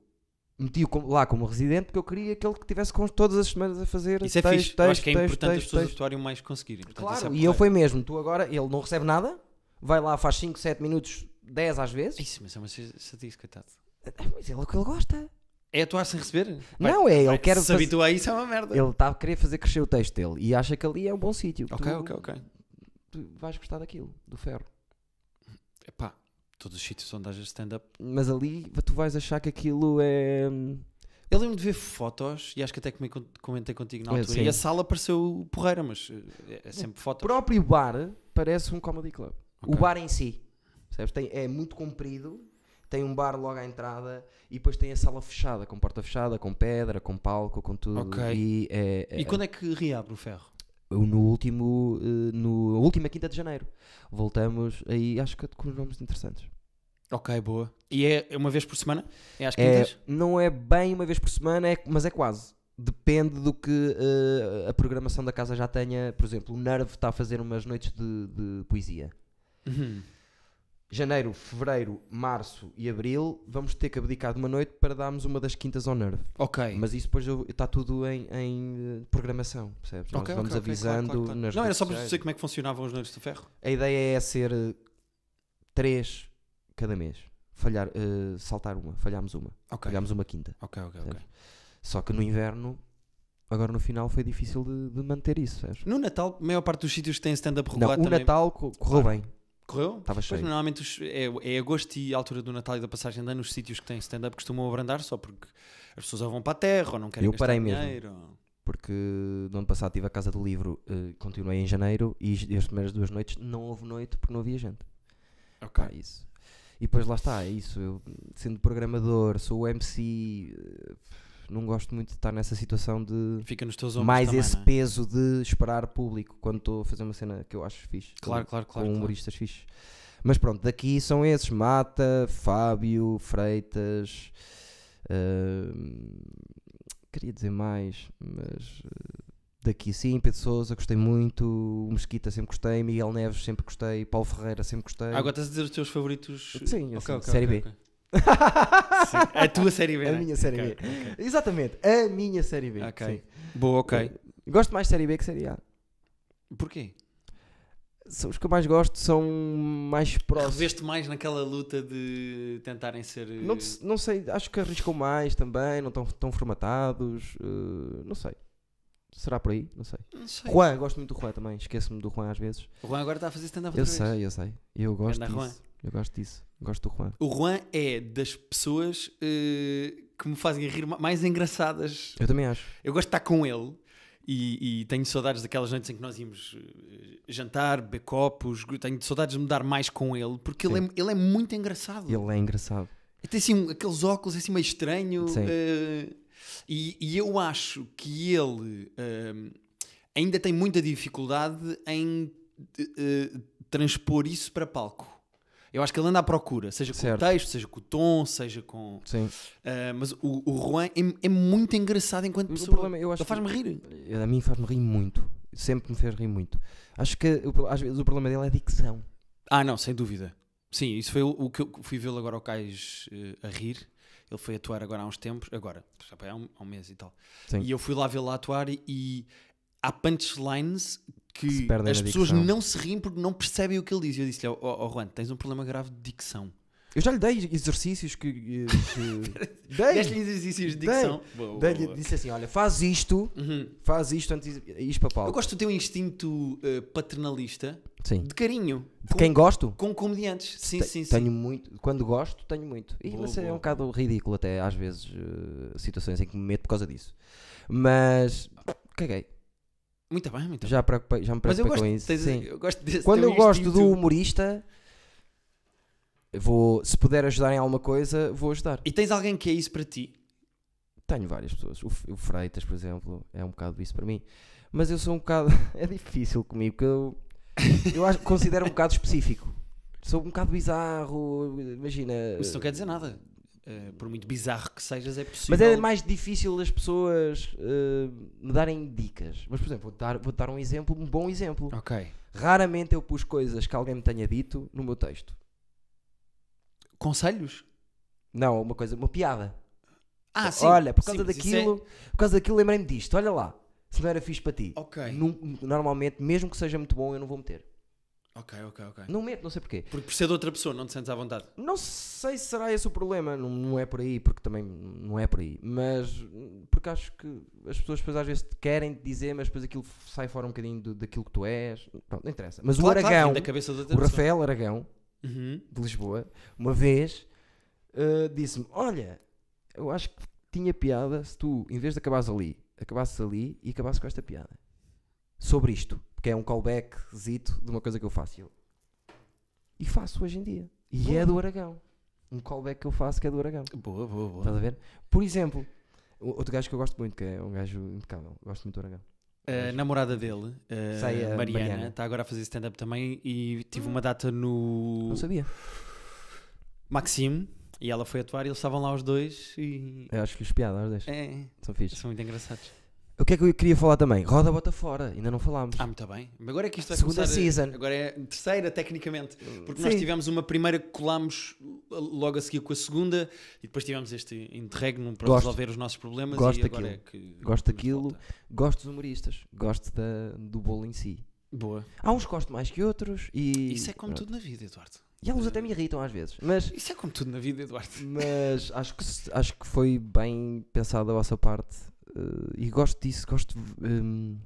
meti-o como- lá como residente porque eu queria que ele que tivesse com todas as semanas a fazer
Isso é
texto,
fixe. Eu acho que é
texto,
importante as
texto,
pessoas
texto.
atuarem o mais que conseguirem. Portanto, isso é
Claro, e ele
porreiro.
foi mesmo. Tu agora, ele não recebe nada, vai lá, faz 5, 7 minutos, 10 às vezes.
Isso, mas é uma chatice, coitado.
Ah, Mas ele é o que ele gosta.
É atuar sem receber? Vai-
não, é, ele
vai-
quer
Se se
fazer-
habitua a isso é uma merda.
Ele está a querer fazer crescer o texto dele e acha que ali é um bom sítio.
Ok,
Tu-
ok, ok.
Tu vais gostar daquilo, do ferro.
Epá, todos os sítios onde haja stand-up.
Mas ali tu vais achar que aquilo é.
Eu lembro de ver fotos e acho que até que me con- comentei contigo na
É,
altura.
sim.
e a sala pareceu porreira, mas eh, é, é sempre
O
fotos.
próprio bar parece um comedy club. O
Ok.
bar em si, percebes? Tem- é muito comprido, tem um bar logo à entrada e depois tem a sala fechada, com porta fechada, com pedra, com palco, com tudo.
Ok.
E, é, é-
E quando é que reabre o ferro?
no último, eh, no a última quinta de janeiro. Voltamos aí, acho que é com os nomes interessantes.
Ok, boa. E é uma vez por semana? É às
É,
quintas?
não é bem uma vez por semana, é- mas é quase. Depende do que eh, a programação da casa já tenha. Por exemplo, o Nerve está a fazer umas noites de- de poesia.
É. Uhum.
janeiro, fevereiro, março e abril, vamos ter que abdicar de uma noite para darmos uma das quintas ao Nerve.
Ok.
Mas isso depois está tudo em, em, eh, programação, percebes? Nós
Ok,
vamos
ok, ok,
avisando
claro, claro, claro.
nas
Não, era
redes
só para
sociais.
dizer como é que funcionavam os Noites de Ferro.
A ideia é ser eh, três cada mês. Falhar, eh, saltar uma, falhámos uma.
Ok.
Falhámos uma quinta.
Ok, ok,
Sim.
ok.
Só que no inverno, agora no final, foi difícil de, de manter isso. sabes?
No Natal, a maior parte dos sítios que têm stand-up
Não,
regular
o
também
Natal co- correu
Claro.
bem,
correu.
estava
Pois,
cheio.
normalmente os- é, é agosto e a altura do Natal e da passagem de ano, os sítios que têm stand-up costumam abrandar só porque as pessoas ou vão para a terra ou não querem
Eu
gastar
parei mesmo.
dinheiro. ou-
Porque no ano passado tive a casa do livro, eh, continuei em janeiro e as as primeiras duas noites não houve noite porque não havia gente.
Ok.
Pá, isso. E depois lá está, é isso. Eu, sendo programador, sou o MC, eh, não gosto muito de estar nessa situação de
Fica nos teus ombros
mais
também,
esse
não é?
peso de esperar público quando estou a fazer uma cena que eu acho fixe.
Claro, claro,
com um
claro. claro.
humoristas fixes. Mas pronto, daqui são esses: Mata, Fábio, Freitas. ahm, queria dizer mais, mas eh, daqui sim, Pedro Souza, gostei muito. Mesquita, sempre gostei. Miguel Neves, sempre gostei. Paulo Ferreira, sempre gostei.
Ah, agora estás a dizer os teus favoritos.
Sim,
Ok,
assim,
ok,
série
ok,
B.
ok. Sim, A tua série B.
A
não é?
minha série
Ok,
B.
ok.
Exatamente, a minha série B.
Ok.
sim.
Boa, ok.
Gosto mais de série B que série A.
Porquê?
São- Os que eu mais gosto são mais próximos.
Reveste mais naquela luta de tentarem ser. eh,
Não, te- não sei, acho que arriscam mais também, não estão tão formatados, eh, não sei. Será por aí? Não sei.
não sei.
Juan, gosto muito do Juan também, esqueço-me do Juan às vezes.
O Juan agora está a fazer stand-up
Eu
outra vez.
sei, eu sei. Eu gosto
Ganda Juan.
disso. Eu gosto disso. Gosto do Juan.
O Juan é das pessoas eh, que me fazem rir ma- mais engraçadas.
Eu também acho.
Eu gosto de estar com ele e, e tenho saudades daquelas noites em que nós íamos eh, jantar, beber copos. Tenho saudades de me dar mais com ele porque ele é, ele é muito engraçado.
Ele é engraçado.
Ele tem assim um- aqueles óculos assim meio estranho.
Sim.
eh, e, e eu acho que ele eh, ainda tem muita dificuldade em eh, eh, transpor isso para palco. Eu acho que ele anda à procura, seja com
Certo.
o texto, seja com o tom, seja com.
Sim.
eh, mas o, o Juan é, é muito engraçado enquanto
Mas o
pessoa.
problema, eu acho
ele faz-me rir.
que- A mim faz-me rir muito. Sempre me fez rir muito. Acho que o pro- às vezes o problema dele é a dicção.
Ah, não, sem dúvida. Sim, isso foi o, o que eu fui vê-lo agora ao Cais eh, a rir. Ele foi atuar agora há uns tempos, agora, já foi há um, há um mês e tal.
Sim.
E eu fui lá vê-lo atuar e, e há punchlines que
Se perdem
as
na
pessoas
dicção.
não se riem porque não percebem o que ele diz. E Eu disse-lhe, ó oh, Juan, tens um problema grave de dicção.
Eu já lhe dei exercícios que. que- dei!
Deste-lhe exercícios de
Dei.
dicção. Boa, boa,
dei-lhe-
boa.
disse assim: olha, faz isto,
Uhum.
faz isto antes de ir para
Eu
palco.
gosto do teu instinto eh, paternalista
Sim.
de carinho
De
com,
quem gosto?
com comediantes. Sim,
Te-
sim, sim.
Tenho muito, quando gosto, tenho muito. E
Boa,
mas é
boa,
um bocado ridículo até às vezes eh, situações em que me meto por causa disso. Mas caguei.
Muito bem, muito bem.
Já, preocupei, já me
Mas eu
preocupei
gosto,
com isso.
tens-
Sim.
eu gosto desse
Quando
teu
eu gosto do
instinto.
humorista, vou, se puder ajudar em alguma coisa, vou ajudar.
E tens alguém que é isso para ti?
Tenho várias pessoas. O, F- o Freitas, por exemplo, é um bocado isso para mim. Mas eu sou um bocado. É difícil comigo, porque eu, eu acho, considero um bocado específico. Sou um bocado bizarro, imagina.
Isso não quer dizer nada. Eh, por muito bizarro que sejas, é possível.
Mas é mais difícil as pessoas eh, me darem dicas. Mas, por exemplo, vou dar, vou dar um exemplo, um bom exemplo.
Ok.
Raramente eu pus coisas que alguém me tenha dito no meu texto.
Conselhos?
Não, uma coisa, uma piada.
Ah, sim.
Olha, por
Sim,
causa
mas isso é-
daquilo, por causa daquilo lembrei-me disto. Olha lá, se não era fixe para ti.
Ok.
Nun- normalmente, mesmo que seja muito bom, eu não vou meter.
Ok, ok, ok.
Não meto, não sei porquê.
Porque por ser de outra pessoa, não te sentes à vontade.
Não sei se será esse o problema, não, não é por aí, porque também não é por aí, mas hum, porque acho que as pessoas depois às vezes querem te dizer, mas depois aquilo f- sai fora um bocadinho do- daquilo que tu és, pronto, não interessa. Mas
Claro,
o
claro,
Aragão,
vem da cabeça de outra
o
pessoa.
Rafael Aragão,
Uhum.
de Lisboa, uma vez eh, disse-me: Olha, eu acho que tinha piada se tu, em vez de acabares ali, acabasses ali e acabasses com esta piada sobre isto, que é um callbackzito de uma coisa que eu faço. E eu, E faço hoje em dia. E
Boa.
é do Aragão. Um callback que eu faço que é do Aragão.
Boa, boa, boa.
Estás a ver? Por exemplo, o- outro gajo que eu gosto muito, que é um gajo impecável, gosto muito do Aragão.
A Eh, namorada dele, a
Sei, a eh, Mariana. Hum.
Mariana, está agora a fazer stand-up também e tive uma data no
Não sabia.
Maxime e ela foi atuar e eles estavam lá os dois e.
Eu acho que lhes piada, às vezes.
É,
São fixes.
são muito engraçados.
O que é que eu queria falar também? Roda bota fora, ainda não falámos.
Ah, muito bem. Mas agora é que isto vai
Segunda
começar a-
season.
Agora é terceira, tecnicamente. Porque nós
Sim.
tivemos uma primeira que colámos logo a seguir com a segunda e depois tivemos este interregno para
Gosto.
resolver os nossos problemas.
Gosto
e agora
daquilo.
É que
Gosto
nos
daquilo.
falta.
Gosto dos humoristas, gosto da- do bolo em si.
Boa.
Há uns que gosto mais que outros e.
Isso é como
pronto.
tudo na vida, Eduardo.
E alguns até me irritam às vezes. Mas,
Isso é como tudo na vida, Eduardo.
mas acho, que, se- acho que foi bem pensado a vossa parte. eh, e gosto disso, gosto. hum,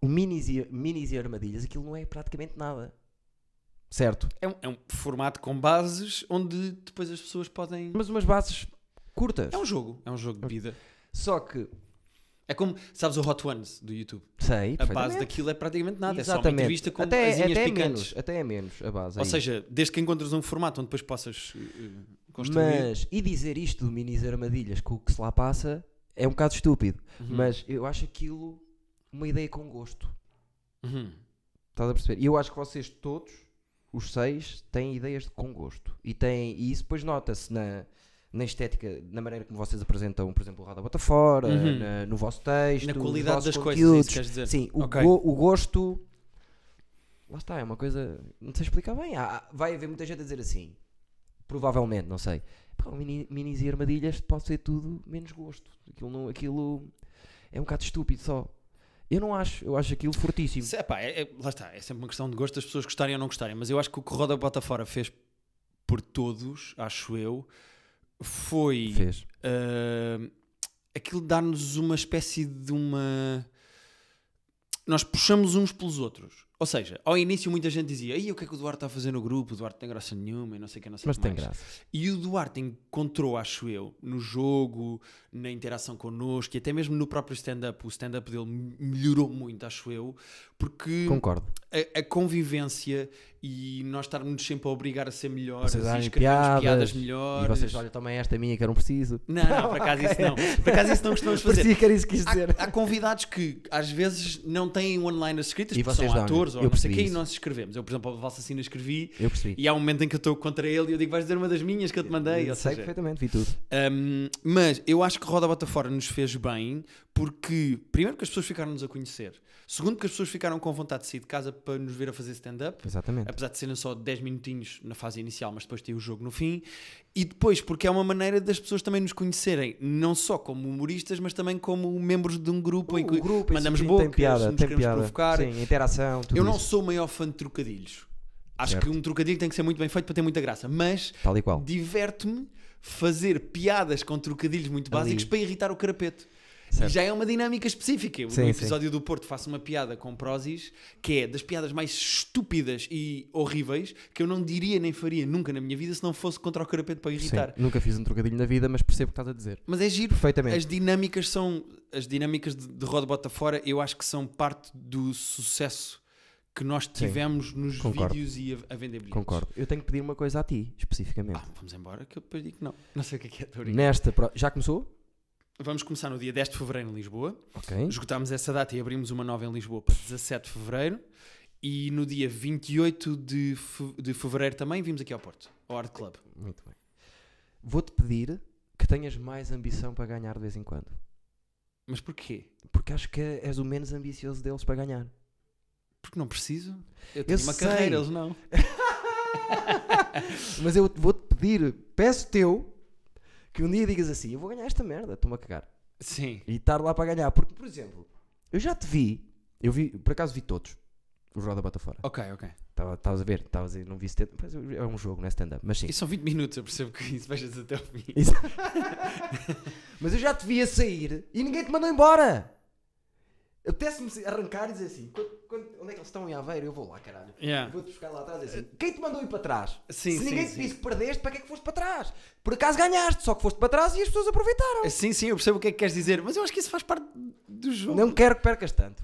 o minis e, minis e armadilhas, aquilo não é praticamente nada. Certo?
É um, é um formato com bases onde depois as pessoas podem.
Mas umas bases curtas.
um- É um jogo. É um jogo de vida.
Só que.
É como, sabes, o Hot Ones do YouTube.
Sei,
A base
perfeitamente.
daquilo é praticamente nada. É só uma
Exatamente.
entrevista com
até,
asinhas
até é
picantes.
menos, até é menos a base.
Ou
aí.
seja, desde que encontres um formato onde depois possas eh, eh, construir.
Mas, e dizer isto do Minis Armadilhas com o que se lá passa é um bocado estúpido.
Uhum.
Mas eu acho aquilo uma ideia com gosto.
Uhum.
Estás a perceber? E eu acho que vocês todos, os seis, têm ideias de- com gosto. E, têm, e isso depois nota-se na, na estética, na maneira como vocês apresentam, por exemplo, o Roda Bota Fora,
Uhum.
na- no vosso texto,
Na
nos
qualidade
vossos
das coisas, é isso
conteúdos.
que queres dizer.
Sim, o,
Ok.
go- o gosto. Lá está, é uma coisa. Não sei explicar bem. Há- há- vai haver muita gente a dizer assim. Provavelmente, não sei. Pá, o mini, minis e armadilhas pode ser tudo menos gosto. Aquilo, não, aquilo é um bocado estúpido só. Eu não acho, eu acho aquilo fortíssimo.
Se- epá, é- é- lá está, é sempre uma questão de gosto das pessoas gostarem ou não gostarem, mas eu acho que o que o Roda Bota Fora fez por todos, acho eu, foi
Fez.
ah, aquilo de dar-nos uma espécie de uma. Nós puxamos uns pelos outros. Ou seja, ao início muita gente dizia: Ei, o que é que o Duarte está a fazer no grupo? O Duarte não tem graça nenhuma e não sei o que, não sei o
Mas
que
tem
mais."
graça.
E o Duarte encontrou, acho eu, no jogo, na interação connosco e até mesmo no próprio stand-up. O stand-up dele melhorou muito, acho eu, porque
Concordo.
a, a convivência e nós estarmos sempre a obrigar a ser melhores
Vocês
e
darem
escrevermos piadas,
piadas,
melhores.
E vocês, olha, também esta é minha que eu não preciso.
Não, não, por acaso isso não. Por acaso isso não costumamos fazer. Ah,
Parecia que era isso que quis dizer.
Há, há convidados que às vezes não têm one-liners escritas
E
porque
vocês
são
dão-lhe.
atores ou
Eu
não sei o quê
percebi
e
isso.
nós escrevemos. Eu, por exemplo, a Valsacina escrevi
Eu percebi.
e há um momento em que eu estou contra ele e eu digo vais dizer uma das minhas que eu te mandei. ou
sei
seja,
perfeitamente, vi tudo.
um, mas eu acho que Roda Bota Fora nos fez bem porque, primeiro, que as pessoas ficaram-nos a conhecer, segundo, que as pessoas ficaram com vontade de sair de casa para nos ver a fazer stand-up,
Exatamente.
apesar de serem só 10 minutinhos na fase inicial, mas depois tem o jogo no fim, e depois porque é uma maneira das pessoas também nos conhecerem, não só como humoristas, mas também como membros de um grupo em que
O grupo,
mandamos
isso, sim,
bocas,
tem piada,
nos
tem
queremos
piada.
provocar.
Sim, interação, tudo
Eu não
isso,
sou o maior fã de trocadilhos. Acho
Certo.
que um trocadilho tem que ser muito bem feito para ter muita graça, mas
Tal e qual.
diverte-me fazer piadas com trocadilhos muito
Ali.
básicos para irritar o carapeto.
Certo.
E já é uma dinâmica específica. Eu, no
Sim, sim.
episódio do Porto faço uma piada com Prozis, que é das piadas mais estúpidas e horríveis, que eu não diria nem faria nunca na minha vida se não fosse contra o carapeto para
Sim,
irritar.
nunca fiz um trocadilho na vida, mas percebo o que estás a dizer.
Mas é giro.
Perfeitamente.
As dinâmicas são. As dinâmicas de, de roda bota fora, eu acho que são parte do sucesso que nós tivemos nos
concordo.
vídeos e a, a vender bilhetes.
Concordo. Eu tenho que pedir uma coisa a ti, especificamente.
Ah, vamos embora, que eu depois digo que não. Não sei o que é que é, estou a brincar.
Nesta. pro- Já começou?
Vamos começar no dia 10 de fevereiro em Lisboa.
Ok.
Esgotámos essa data e abrimos uma nova em Lisboa para 17 de fevereiro. E no dia 28 de, fe- de fevereiro também vimos aqui ao Porto, ao Art Club.
Muito bem. Vou-te pedir que tenhas mais ambição para ganhar de vez em quando.
Mas porquê?
Porque acho que é, és o menos ambicioso deles para ganhar.
Porque não preciso. Eu tenho uma
sei.
carreira, eles não.
Mas eu vou-te pedir, peço teu, que um dia digas assim: eu vou ganhar esta merda, estou-me a cagar.
Sim.
E estar lá para ganhar. Porque, por exemplo, eu já te vi, eu vi, por acaso vi todos, os Roda Bota Fora.
Ok, ok.
Tava- Estavas a ver, estavas a não vi stand pois É um jogo, não é stand-up, mas sim.
E são 20 minutos, eu percebo que isso vejas até ao fim.
Isso. mas eu já te vi a sair e ninguém te mandou embora. Apetece-me se- arrancar e dizer assim: "Quando- quando- onde é que eles estão em Aveiro? Eu vou lá, caralho.
Yeah.
Vou-te buscar lá atrás e dizer assim: quem te mandou ir para trás?
Sim,
se
sim,
ninguém
sim.
te disse que perdeste, para que é que foste para trás? Por acaso ganhaste, só que foste para trás e as pessoas aproveitaram.
Sim, sim, eu percebo o que é que queres dizer, mas eu acho que isso faz parte do jogo.
Não quero que percas tanto.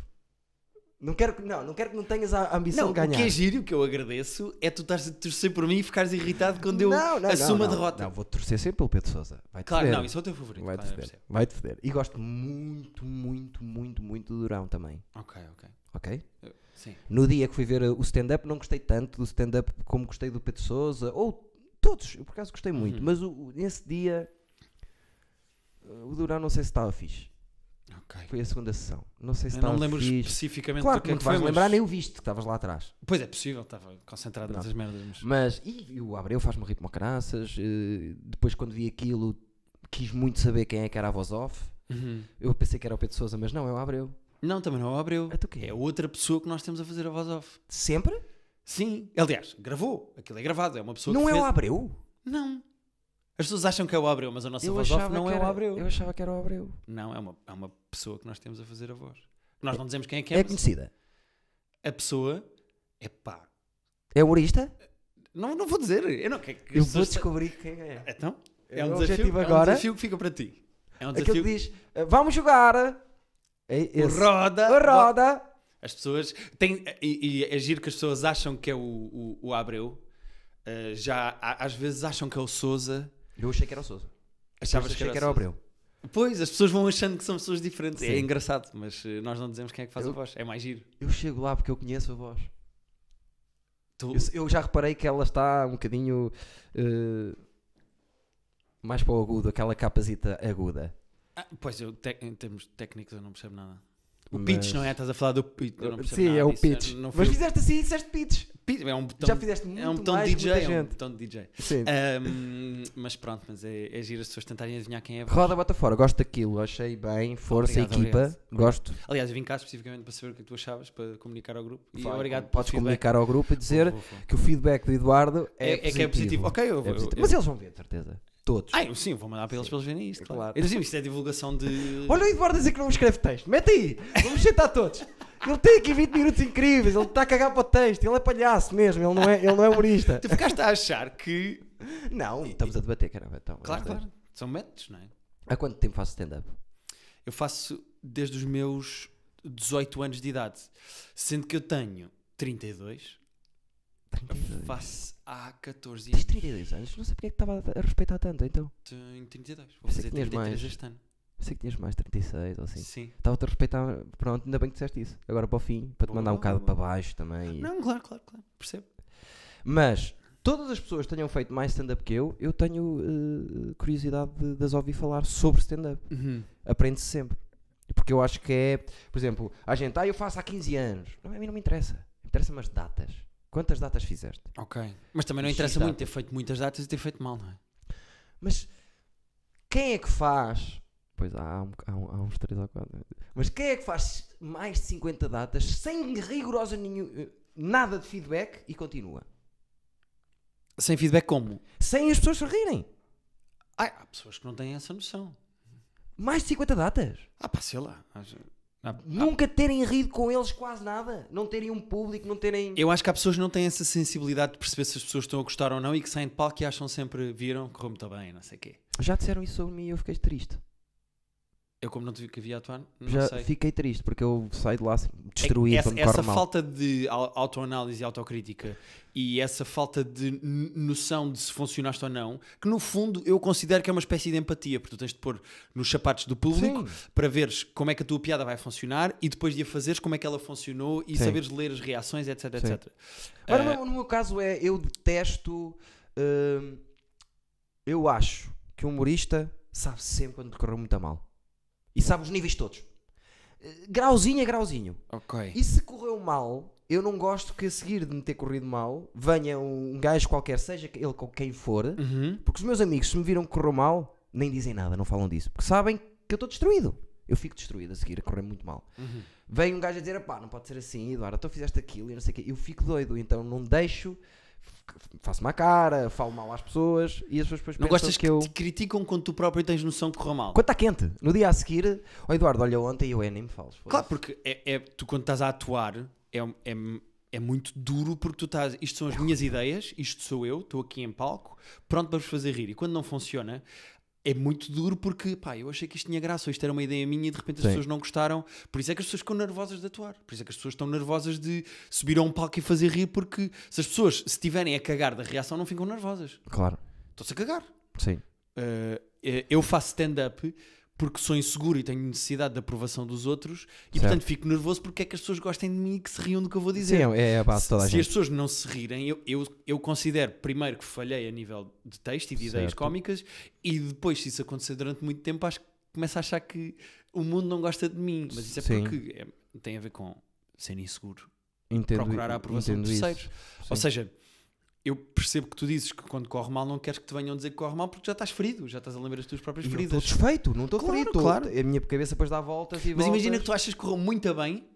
Não quero que não, não, quero que não tenhas a ambição
Não,
de ganhar.
o que é giro, que eu agradeço, é tu estás a torcer por mim e ficares irritado quando é eu
Não, não,
assumo
não,
a
não.
derrota.
Não, vou torcer sempre pelo Pedro Sousa. Vai
Claro, não, isso é o teu favorito.
Vai-te
claro, eu
foder.
percebo.
Vai-te foder. E gosto muito, muito, muito, muito do Durão também.
Ok, ok.
Ok?
Eu- Sim.
No dia que fui ver uh, o stand-up, não gostei tanto do stand-up como gostei do Pedro Souza. Ou todos, eu por acaso gostei muito.
Uhum.
Mas o- o- nesse dia, uh, o Durão não sei se estava fixe.
Ok.
Foi a segunda sessão. Não sei se
Eu não
estava
me lembro
fixe.
especificamente
Claro
do
que
que é
não
que
te
foi,
vais
mas...
lembrar, nem o visto que estavas lá atrás.
Pois é possível, estava concentrado nessas merdas. Mas...
Mas, e, e o Abreu faz-me rir como caraças. eh, Depois, quando vi aquilo, quis muito saber quem é que era a voz off.
Uhum.
Eu pensei que era o Pedro Sousa, mas não, é o Abreu.
Não, também não é o Abreu.
Ah, tu quem?
É outra pessoa que nós temos a fazer a voz off.
Sempre?
Sim, aliás, gravou. Aquilo é gravado, é uma pessoa
não
que
é
fez...
o Abreu?
Não. As pessoas acham que é o Abreu, mas a nossa voz off não
que
é
era,
o Abreu.
eu achava que era o Abreu.
Não, é uma, é uma pessoa que nós temos a fazer a voz. Nós não dizemos quem é que é,
É
mas
conhecida?
a pessoa é pá.
É humorista?
Não, não vou dizer. Eu não quero que
Eu
as
vou
pessoas-
descobrir quem é.
Então, é,
É
um
o
desafio,
objetivo
é
agora.
um desafio que fica para ti. É um
Aquele
desafio.
que diz, "Ah, vamos jogar. É
O
esse.
roda,
A roda.
As pessoas têm. E, e é giro que as pessoas acham que é o, o, o Abreu. Ah, já a- às vezes acham que é o Souza.
Eu achei que era o Sousa.
Achavas
Eu achei
que
que
era
era o
o
Abreu.
Sousa. Pois, as pessoas vão achando que são pessoas diferentes. É
Sim.
engraçado, mas eh, nós não dizemos quem é que faz
Eu-
a voz. É mais giro.
Eu chego lá porque eu conheço a voz.
Tu-
Eu, eu já reparei que ela está um bocadinho eh, mais para o agudo, aquela capazita aguda.
Ah, pois, eu, te- em termos técnicos, eu não percebo nada. O
Mas-
pitch, não é? Estás a falar do pitch. Eu não percebo
Sim,
nada
é o
disso. Eu
pitch.
Não fui
Mas
eu-
fizeste assim e disseste pitch.
pitch, é um botão,
já fizeste muito
é um botão
mais que
DJ.
muita
É um
gente. Eh,
botão de DJ.
Sim.
Ahm, mas pronto, mas é, é giro as pessoas tentarem adivinhar quem é. a voz.
Roda, bota fora. Gosto daquilo. Achei bem. Força,
Obrigado,
equipa.
obrigado.
Gosto.
Aliás, eu vim cá especificamente para saber o que tu achavas, para comunicar ao grupo. E
Vai,
obrigado pelo
Podes
feedback.
comunicar ao grupo e dizer
Vou, vou, vou.
que o feedback do Eduardo é,
É, é que é positivo. Ok, eu
É
vou.
positivo.
eu-
Mas
eu-
eles vão ver, de certeza. Todos.
Ah, eu sim, eu vou mandar para eles para eles verem isto. Claro.
Claro.
Eu digo, isto é divulgação de.
Olha o Eduardo a dizer que não escreve texto. Mete aí. Vamos sentar todos. Ele tem aqui 20 minutos incríveis. Ele está a cagar para o texto. Ele é palhaço mesmo. Ele não é, ele não é humorista.
Tu ficaste a achar que.
Não, estamos a debater, caramba. Então,
Claro,
vamos ver.
claro. São métodos, não é?
Há quanto tempo faço stand-up?
Eu faço desde os meus 18 anos de idade. Sendo que eu tenho 32,
32.
faço há 14
Tens
anos.
32 anos? Não sei porque é que estava a respeitar tanto, então.
Tenho 32. Vou
Pensei
fazer
que tinhas
33
mais.
este ano.
Sei que tinhas mais 36 ou assim.
Sim.
Estava-te a respeitar. Pronto, ainda bem que disseste isso. Agora para o fim, para te mandar um
Boa,
bocado
boa.
para baixo também. e-
Não, claro, claro, claro. Percebo.
Mas todas as pessoas que tenham feito mais stand-up que eu, eu tenho eh, curiosidade de, de as ouvir falar sobre stand-up. Aprende-se sempre. Porque eu acho que é, por exemplo, a gente, ah, eu faço há 15 anos. Não, a mim não me interessa. Interessa-me as datas. Quantas datas fizeste?
Ok. Mas também não
X
interessa muito
datas.
ter feito muitas datas e ter feito mal, não é?
Mas quem é que faz? Pois há, há um- há um- há uns 3 ou 4. Mas quem é que faz mais de 50 datas sem rigorosa nenhum, eh, nada de feedback e continua?
Sem feedback, como?
Sem as pessoas se rirem.
Ai, há pessoas que não têm essa noção.
Mais de 50 datas.
Ah, pá, sei lá. Acho- há- há-
Nunca terem rido com eles quase nada. Não terem um público, não terem.
Eu acho que há pessoas que não têm essa sensibilidade de perceber se as pessoas estão a gostar ou não e que saem de palco e acham sempre, viram, correu muito bem, não sei o quê.
Já disseram isso sobre mim e eu fiquei triste.
Eu, como não te vi que havia atuar, não
Já
sei.
fiquei triste porque eu saí de lá assim,
É que
destruído,
essa,
me
essa
corre mal.
falta de au- autoanálise e autocrítica e essa falta de n- noção de se funcionaste ou não, que no fundo eu considero que é uma espécie de empatia, porque tu tens de pôr nos sapatos do público para veres como é que a tua piada vai funcionar e depois de a fazeres como é que ela funcionou e
Sim.
saberes ler as reações, etc, etc.
Ora,
Eh,
no, meu- no meu caso é, eu detesto. hum, eu acho que um humorista sabe sempre quando correu muito a mal. E sabe os níveis todos. Eh, Grauzinho a grauzinho.
ok.
E se correu mal, eu não gosto que a seguir de me ter corrido mal venha um, um gajo qualquer, seja que- ele com quem for,
Uhum.
porque os meus amigos, se me viram que correu mal, nem dizem nada, não falam disso, porque sabem que eu estou destruído. Eu fico destruído a seguir, a correr muito mal.
Uhum.
Vem um gajo a dizer: pá, não pode ser assim, Eduardo, tu fizeste aquilo e não sei o quê. Eu fico doido, então não deixo, f- faço uma cara, falo mal às pessoas e as pessoas depois pensam
Não gostas que,
que eu.
te criticam quando tu próprio tens noção que correu mal?
Quando está quente, no dia a seguir, ó Eduardo, olha ontem e eu é, nem me fales. foda-se."
Claro, porque é, é- tu quando estás a atuar é, é, é muito duro porque tu estás. Isto são as minhas ideias, isto sou eu, estou aqui em palco, pronto para vos fazer rir. E quando não funciona. É muito duro porque, pá, eu achei que isto tinha graça, ou isto era uma ideia minha e de repente as
Sim.
pessoas não gostaram. Por isso é que as pessoas ficam nervosas de atuar. Por isso é que as pessoas estão nervosas de subir a um palco e fazer rir, porque se as pessoas se estiverem a cagar da reação, não ficam nervosas.
Claro,
Estão-se a cagar.
sim.
Uh, eh, eu faço stand-up porque sou inseguro e tenho necessidade da aprovação dos outros e
Certo.
portanto fico nervoso porque é que as pessoas gostem de mim e que se riam do que eu vou dizer.
Sim, é a base de toda a
se
gente.
as pessoas não se rirem, eu, eu, eu considero primeiro que falhei a nível de texto e de ideias
Certo.
cómicas e depois, se isso acontecer durante muito tempo, acho que começo a achar que o mundo não gosta de mim. Mas isso é
Sim.
porque é- tem a ver com ser inseguro,
Entendo,
procurar a aprovação de
entendo isso.
terceiros. Ou
Sim.
seja, eu percebo que tu dizes que quando corre mal não queres que te venham dizer que corre mal porque já estás ferido, já estás a lembrar as tuas próprias
E não estou
feridas.
desfeito, não estou
Claro,
ferido. tô-
claro.
A minha cabeça depois dá voltas e
Mas
voltas.
imagina que tu achas que correu muito bem,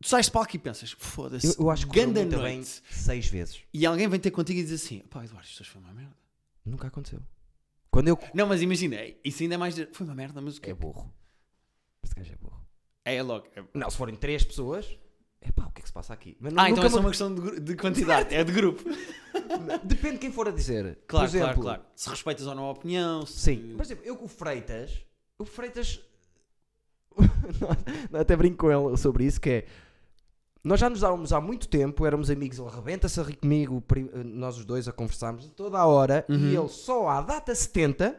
tu sais de palco e pensas, foda-se,
Eu, eu acho que correu
ganda
muito bem
noite.
seis vezes.
E alguém vem ter contigo e diz assim, pá Eduardo, isto hoje foi uma merda.
Nunca aconteceu. Quando eu...
Não, mas imagina, isso ainda é mais, de- foi uma merda, mas
É
o quê?
burro. Este gajo é burro.
É, logo. é-
Não, se forem três pessoas... Epá, o que é que se passa aqui? Mas
Ah, então
nunca
é só
me-
uma questão de, gru- de quantidade, é de grupo.
Depende de quem for a dizer.
Claro,
Por exemplo,
claro, claro. Se respeitas ou não a opinião, se... Uhum.
Sim. Por exemplo, eu com o Freitas, o Freitas. Nós- nós até brinco com ele sobre isso, que é. Nós já nos dávamos há muito tempo, éramos amigos, ele arrebenta-se ali comigo, pri- nós os dois a conversarmos toda a hora, e ele só à data 70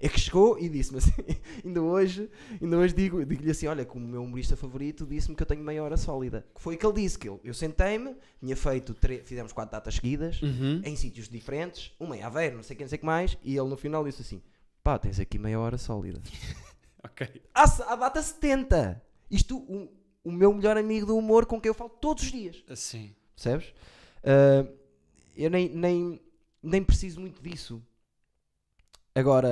é que chegou e disse-me assim, ainda hoje, ainda hoje digo- digo-lhe assim, olha, como o meu humorista favorito disse-me que eu tenho meia hora sólida. Que foi o que ele disse, que ele, eu sentei-me, tinha feito, tre- fizemos quatro datas seguidas,
Uhum.
em sítios diferentes, uma em Aveiro, não sei quem, não sei o que mais, e ele no final disse assim: pá, tens aqui meia hora sólida.
Ok.
À, se- à data 70! Isto, o, o meu melhor amigo do humor com quem eu falo todos os dias,
Sim.
percebes? Ah, eu nem, nem, nem preciso muito disso. Agora,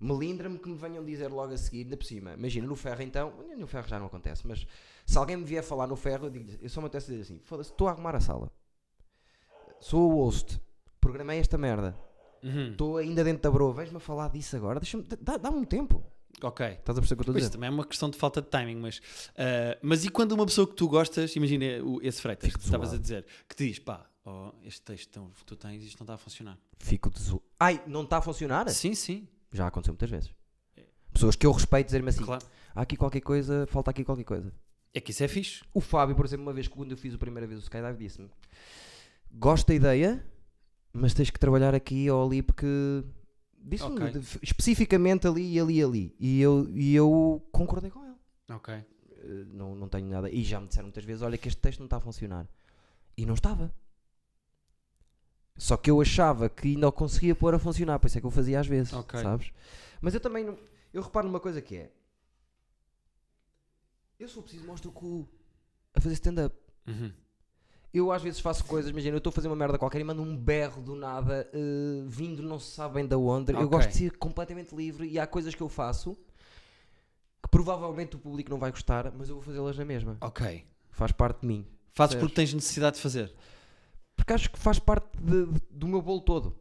melindra-me que me venham dizer logo a seguir, ainda por cima. Imagina, no ferro então, no ferro já não acontece, mas se alguém me vier falar no ferro, eu, digo, eu só me atesto a dizer assim: foda-se, estou a arrumar a sala. Sou o host. Programei esta merda.
Uhum.
Estou ainda dentro da broa. Vais-me a falar disso agora? Deixa-me. dá- Dá-me um tempo.
Ok.
Estás a perceber o que eu estou a
Pois
dizer?
também é uma questão de falta de timing, mas. ah, mas e quando uma pessoa que tu gostas, imagina o- esse Freitas
Fico
que tu estavas a
desolado.
dizer, que te diz, pá, ó, este texto tão- que tu tens, isto não está a funcionar.
Fico desu... Ai, não está a funcionar?
Sim, sim.
Já aconteceu muitas vezes. Pessoas que eu respeito dizer-me assim:
Claro.
há aqui qualquer coisa, falta aqui qualquer coisa.
É que isso é fixe.
O Fábio, por exemplo, uma vez, quando eu fiz a primeira vez o skydive, disse-me: Gosto da ideia, mas tens que trabalhar aqui ou ali porque. Disse-me
Ok.
de- especificamente ali e ali e ali. E eu, e eu concordei com ele.
Ok.
Eh, Não, não tenho nada. E já me disseram muitas vezes: Olha, que este texto não está a funcionar. E não estava. Só que eu achava que ainda o conseguia pôr a funcionar, por isso é que eu fazia às vezes,
Ok.
sabes? Mas eu também, não- eu reparo numa coisa que é, eu se for preciso mostro o cu a fazer stand-up.
Uhum.
Eu às vezes faço coisas, imagina, eu estou a fazer uma merda qualquer e mando um berro do nada, eh, vindo não se sabe bem da onde. Eu
Ok.
gosto de ser completamente livre e há coisas que eu faço que provavelmente o público não vai gostar, mas eu vou fazê-las na mesma.
Ok.
Faz parte de mim.
Fazes
Percebes?
porque tens necessidade de fazer.
Porque acho que faz parte de- de- do meu bolo todo.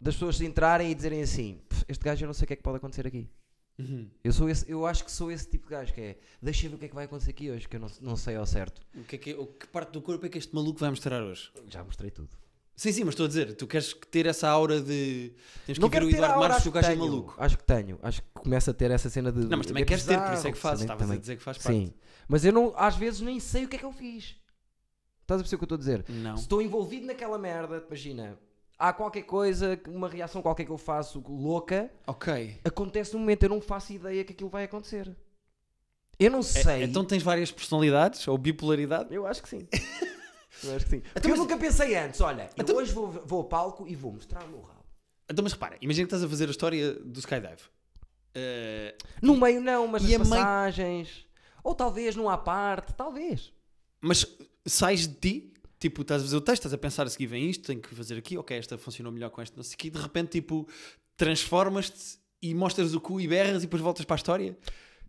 Das pessoas entrarem e dizerem assim: "Pff, este gajo eu não sei o que é que pode acontecer aqui.
Uhum.
Eu, sou esse, eu acho que sou esse tipo de gajo que é deixa eu ver o que é que vai acontecer aqui hoje, que eu não, não sei ao certo.
O que, é que, o que parte do corpo é que este maluco vai mostrar hoje?
Já mostrei tudo.
Sim, sim, mas estou a dizer, tu queres que ter essa aura de. Tens que
não
ver
quero
o
ter a
Eduardo
aura,
Marques,
acho
o
que
gajo é
tenho.
maluco.
um Acho que tenho, acho que começa a ter essa cena de.
Não, mas também
é
queres ter, por isso é
bizarro,
que fazes.
também-
Estavas a
também-
dizer que faz parte.
Sim, mas eu não, às vezes nem sei o que é que eu fiz. Estás a perceber o que eu estou a dizer?
Não.
Se Estou envolvido naquela merda, imagina. Há qualquer coisa, uma reação qualquer que eu faço louca,
Ok.
acontece no momento, eu não faço ideia que aquilo vai acontecer. Eu não sei.
É- Então tens várias personalidades ou bipolaridade?
Eu acho que sim. eu acho que sim. Porque eu
Então, mas-
nunca pensei antes, olha, eu hoje vou, vou ao palco e vou mostrar o meu rabo.
Então, mas repara, imagina que estás a fazer a história do skydive. Eh,
No meio não, mas
e
nas
a mãe-
passagens. Ou talvez não há parte, talvez.
mas sais de ti, tipo, estás a fazer o texto, estás a pensar a seguir vem isto, tenho que fazer aqui, ok, esta funcionou melhor com esta, não sei o quê, e de repente, tipo, transformas-te e mostras o cu e berras e depois voltas para a história.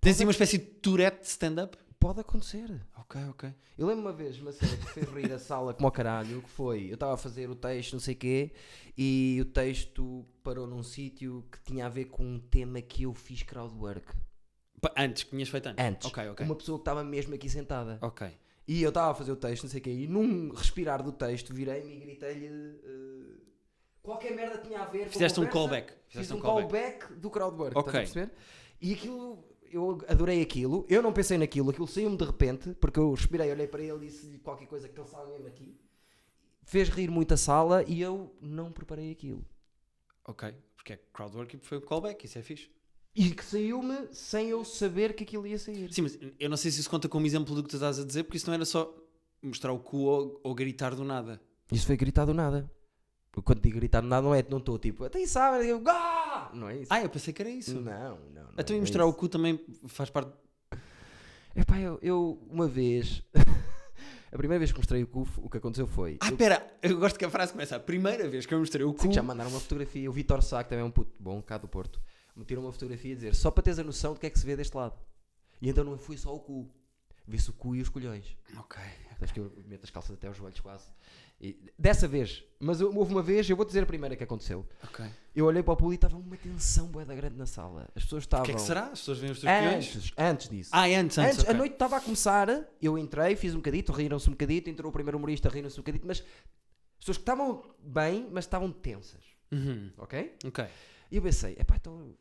Tens assim uma espécie de tourette de stand-up?
Pode acontecer.
Ok, ok.
Eu lembro uma vez uma cena que fez rir a sala como ao caralho, que foi, eu estava a fazer o texto, não sei quê, e o texto parou num sítio que tinha a ver com um tema que eu fiz crowdwork
Pa- Antes, que tinhas feito antes?
antes.
Ok, ok.
Uma pessoa que estava mesmo aqui sentada.
Ok.
E eu estava a fazer o texto, não sei o quê, e num respirar do texto virei-me e gritei-lhe. eh, qualquer merda tinha a ver com.
Fizeste um
conversa.
callback.
Fiz
Fizeste
um,
um
callback. do crowdwork.
Ok.
Estás a perceber? E aquilo, eu adorei aquilo, eu não pensei naquilo, aquilo saiu-me de repente, porque eu respirei, olhei para ele e disse-lhe qualquer coisa que ele sabe mesmo aqui. Fez rir muito a sala e eu não preparei aquilo.
Ok. Porque é crowdwork e foi um callback, isso é fixe.
E que saiu-me sem eu saber que aquilo ia sair.
Sim, mas eu não sei se isso conta como exemplo do que tu estás a dizer, porque isso não era só mostrar o cu ou, ou gritar do nada.
Isso foi gritar do nada. Eu, Quando digo gritar do nada, não é, não estou tipo, até sabem, eu, ah! Não, não é isso.
Ah, eu pensei que era
Não,
isso.
não, não.
Até
é
mostrar o
isso.
cu também faz parte.
Epá, eu, eu uma vez. a primeira vez que mostrei o cu, o que aconteceu foi.
Ah,
eu,
espera, eu gosto que a frase começa. A primeira vez que eu mostrei o
sei
cu.
que já mandaram uma fotografia. O Vitor Sá, que também é um puto bom, cá do Porto, me tirou uma fotografia a dizer só para teres a noção do que é que se vê deste lado. E então não foi só o cu. Vê-se o cu e os colhões.
Ok.
Sabes que eu meto as calças até os joelhos quase. E- dessa vez, mas eu- houve uma vez, eu vou dizer a primeira que aconteceu.
Ok.
Eu olhei para o pulo e estava uma tensão boeda grande na sala. As pessoas estavam.
O que é que será? As pessoas veem os teus peões?
Antes, antes disso.
Ah, antes, antes.
Antes,
ok.
a noite estava a começar, eu entrei, fiz um bocadito, riram-se um bocadito, entrou o primeiro humorista, riram-se um bocadito, mas pessoas que estavam bem, mas estavam tensas,
Uhum.
ok?
Ok.
E eu pensei, epá, então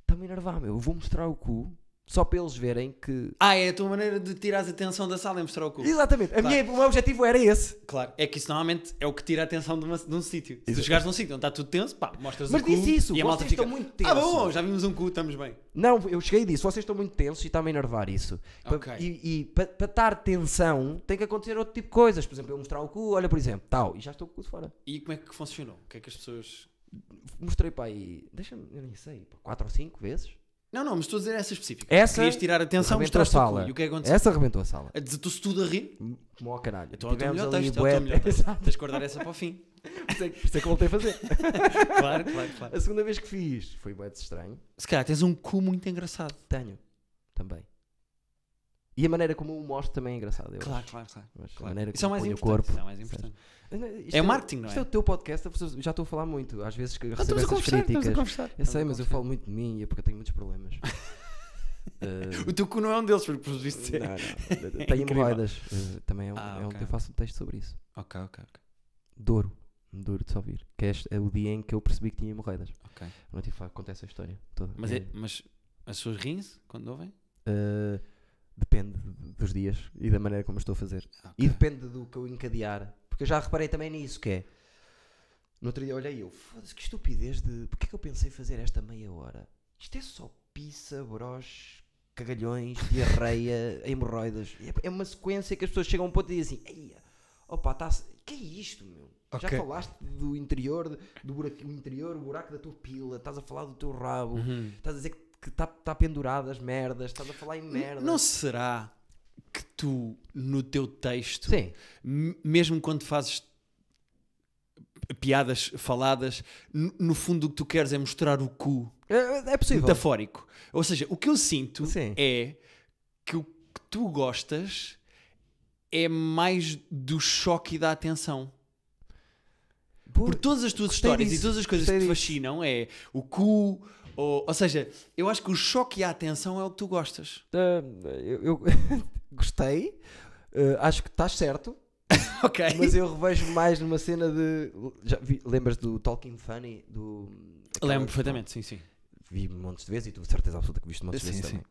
está-me a enervar, meu, eu vou mostrar o cu só para eles verem que.
Ah, é a tua maneira de tirar a atenção da sala e mostrar o cu.
Exatamente, a
Claro.
minha, o meu objetivo era esse.
Claro, é que isso normalmente é o que tira a atenção de, uma- de um sítio. Se tu
Exato.
chegares num sítio onde está tudo tenso, pá, mostras
Mas
o cu
disse isso,
e a malta
vocês
fica
estão muito
Ah, bom,
tensos."
já vimos um cu, estamos bem.
Não, eu cheguei e disse, vocês estão muito tensos e está-me a enervar isso. Pa-
Ok.
E, e para estar tensão tem que acontecer outro tipo de coisas, por exemplo, eu mostrar o cu, olha, por exemplo, tal, e já estou com o cu de fora.
E como é que funcionou? O que é que as pessoas...
Mostrei para aí, deixa-me, eu nem sei, pá, quatro ou cinco vezes.
Não, não, mas estou a dizer essa específica.
Essa
Querias tirar a atenção,
Arrebentou a
mostraste o
sala.
cu. E o que é que aconteceu?
Essa arrebentou a sala.
A dizer tu-se tudo a rir?
Como ao caralho.
Então é o teu
Tivemos
melhor
ali
texto, é o
bué-
teu melhor texto.
Exato,
Tens que guardar essa para o fim.
por isso é que voltei a fazer.
Claro, claro, claro.
A segunda vez que fiz foi bué de estranho.
Se calhar tens um cu muito engraçado.
Tenho. Também. E a maneira como o mostro também é engraçada. eu
Claro, claro, claro.
acho. Mas
claro.
A maneira
Isso é o
como
mais
põe o
importante.
corpo.
Isso é o mais importante.
Isto
É o marketing, não
Isto é
é?
o teu podcast. as pessoas- Já estou a falar muito. Às vezes que
Ah,
recebo essas críticas.
conversar.
Eu sei, mas
Estamos a
eu
conversar.
falo muito de mim e é porque eu tenho muitos problemas. Eh,
O teu cu não é um deles, porque por visto é.
não, não,
É
tenho
incrível.
hemorroidas. eh, também é um,
Ah,
é um-
ok.
Eu faço um texto sobre isso.
Ok, ok, ok.
É. Douro. Douro de se ouvir. Que é, este- é o dia em que eu percebi que tinha hemorroidas.
Ok.
Não te falo, conta essa história toda.
Mas,
É,
é- mas as pessoas riem-se quando ouvem?
eh, depende dos dias e da maneira como eu estou a fazer. E depende do que eu encadear. Porque eu já reparei também nisso, que é... No outro dia olhei e eu, foda-se, que estupidez de... Porquê que eu pensei fazer esta meia hora? Isto é só pizza, broche, cagalhões, diarreia, hemorroidas. É, é uma sequência que as pessoas chegam a um ponto e dizem assim... "Eia, Opa, tá que é isto, meu? Já
Ok.
falaste do interior, de- do buraco, o interior, o buraco da tua pila, estás a falar do teu rabo,
Uhum.
estás a dizer que está tá pendurado as merdas, estás a falar em merda.
Não será que tu, no teu texto,
Sim.
m- mesmo quando fazes piadas faladas, n- no fundo o que tu queres é mostrar o cu
É, é possível.
metafórico. Ou seja, o que eu sinto
Sim.
é que o que tu gostas é mais do choque e da atenção.
Por-
Por todas as tuas
Gostei
histórias
disso,
e todas as coisas que
gostei
te
disso.
fascinam é o cu, ou, ou seja, eu acho que o choque e a atenção é o que tu gostas.
Ah, eu, eu gostei, ah, acho que estás certo,
Ok.
mas eu revejo mais numa cena de. Já vi- lembras do Talking Funny? Do, aquela-
Lembro perfeitamente, sim, sim.
Vi montes de vezes e tu de certeza absoluta que viste montes de
Sim,
vezes
sim.
também.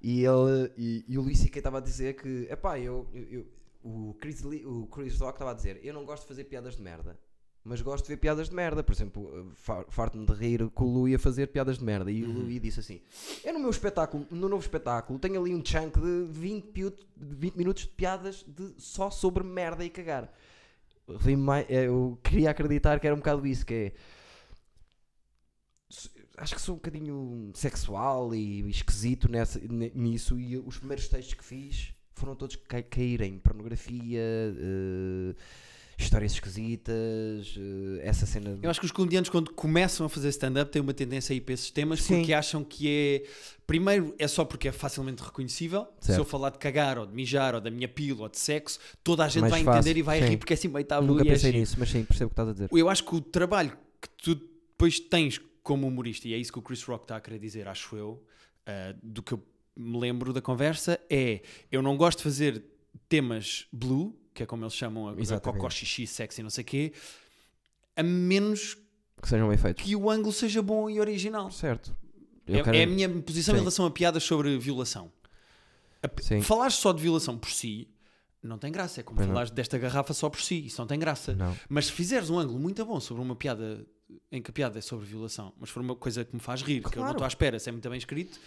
E, ele, e, e o Luís C.K. estava a dizer que, epá, eu, eu, eu- o, Chris Lee, o Chris Rock estava a dizer, eu não gosto de fazer piadas de merda, mas gosto de ver piadas de merda. Por exemplo, fa- farto-me de rir com o Louis a fazer piadas de merda. E
Uhum.
o Louis disse assim, eu no meu espetáculo, no novo espetáculo, tenho ali um chunk de 20, piu- de 20 minutos de piadas de, só sobre merda e cagar. Ri-me mais- eh, Eu queria acreditar que era um bocado isso, que é acho que sou um bocadinho sexual e esquisito nessa, ne- nisso e os primeiros textos que fiz foram todos que ca- caírem pornografia eh, histórias esquisitas eh, essa cena de-
Eu acho que os comediantes, quando começam a fazer stand-up, têm uma tendência a ir para esses temas
Sim.
porque acham que é. Primeiro, é só porque é facilmente reconhecível. Se
Certo.
eu falar de cagar, ou de mijar, ou da minha pila, ou de sexo, toda a gente
É Mais
vai
fácil,
entender e vai
sim.
rir porque é assim meio tabu.
nunca
e é
pensei
giro.
nisso mas sim percebo o que estás a dizer
Eu acho que o trabalho que tu depois tens como humorista, e é isso que o Chris Rock está a querer dizer, acho eu, ah, do que eu me lembro da conversa, é eu não gosto de fazer temas blue, que é como eles chamam a, a
Exatamente.
cocó, xixi, sexy, não sei o quê, a menos
que sejam bem feitos
que o ângulo seja bom e original.
certo Eu
É,
quero-
é a minha posição em
Sim.
relação a piadas sobre violação. A p-
Sim.
Falar só de violação por si não tem graça. É como
Pois não.
falar desta garrafa só por si. Isso não tem graça.
não
Mas se fizeres um ângulo muito bom sobre uma piada em que a piada é sobre violação, mas for uma coisa que me faz rir, que eu não
Claro.
estou à espera, se é muito bem escrito,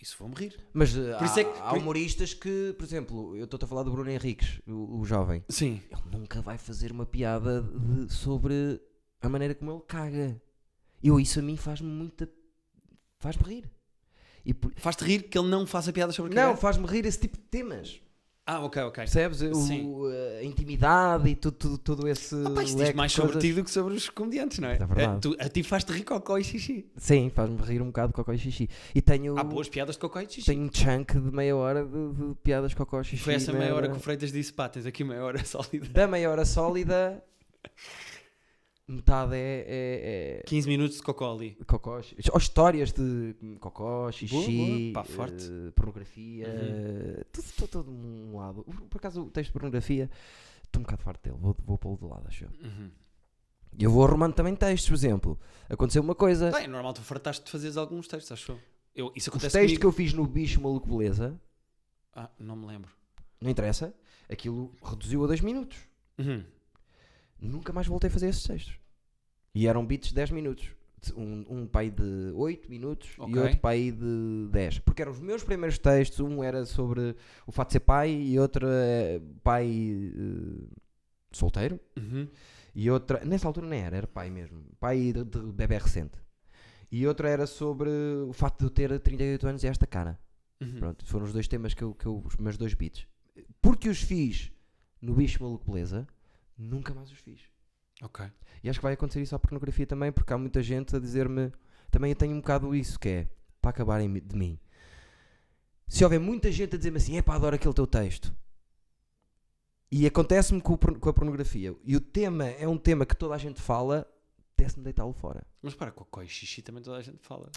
isso vou-me rir.
mas eh,
Por
há,
isso é que-
há humoristas que por exemplo eu estou a falar do Bruno Henriques o, o jovem
Sim.
ele nunca vai fazer uma piada de- sobre a maneira como ele caga Eu, isso a mim faz-me muita. faz-me rir. E por-
Faz-te rir que ele não faça piadas sobre
Não,
cagar?
faz-me rir esse tipo de temas.
Ah, ok, ok.
Percebes? O- eh,
Sim.
a intimidade e tudo, tudo, todo esse.
Ah, pá, isto diz
leque
mais
de
sobre
é coisas.
ti do que sobre os comediantes, não é?
É verdade.
A, tu, a ti faz-te rir cocó e xixi.
Sim, faz-me rir um bocado de cocó e xixi. E tenho,
Há boas piadas de cocó e xixi.
tenho um chunk de meia hora de, de piadas de cocó e xixi.
Foi essa
na-
meia hora
na-
que o Freitas disse, pá, tens aqui meia hora sólida.
Da meia hora sólida, metade é- é- é,
15 minutos de cocó ali.
cocós, ou histórias de cocó, xixi,
boa, pá, forte. Uhum.
eh, pornografia, eh, tudo, tudo, tudo um lado. Por acaso o texto de pornografia, estou um bocado farto dele, vou, vou pô-lo de lado, acho eu.
Uhum.
E eu vou arrumando também textos, por exemplo, aconteceu uma coisa,
Pá, é normal, tu fartaste de fazeres alguns textos, acho eu. eu. Isso
o
acontece
texto
comigo.
que eu fiz no Bicho Maluco Beleza,
Ah, não me lembro.
não interessa, aquilo reduziu a 2 minutos.
Uhum.
Nunca mais voltei a fazer esses textos. E eram beats de 10 minutos. Um, um pai de 8 minutos e
Ok.
outro pai de 10. Porque eram os meus primeiros textos. Um era sobre o fato de ser pai e outro eh, pai eh, solteiro.
Uhum.
E outra, nessa altura nem era, era pai mesmo. Pai de, de bebê recente. E outra era sobre o facto de eu ter 38 anos e esta cara.
Uhum.
Pronto, foram os dois temas que eu, que eu- os meus dois beats. Porque os fiz no Bicho Maluco Beleza, nunca mais os fiz.
Ok.
E acho que vai acontecer isso à pornografia também, porque há muita gente a dizer-me. Também eu tenho um bocado isso, que é para acabarem mi- de mim. Se houver muita gente a dizer-me assim, é pá, adoro aquele teu texto. E acontece-me com, o porn- com a pornografia. E o tema é um tema que toda a gente fala, desce-me deitá-lo fora.
Mas para, cocó e xixi também toda a gente fala.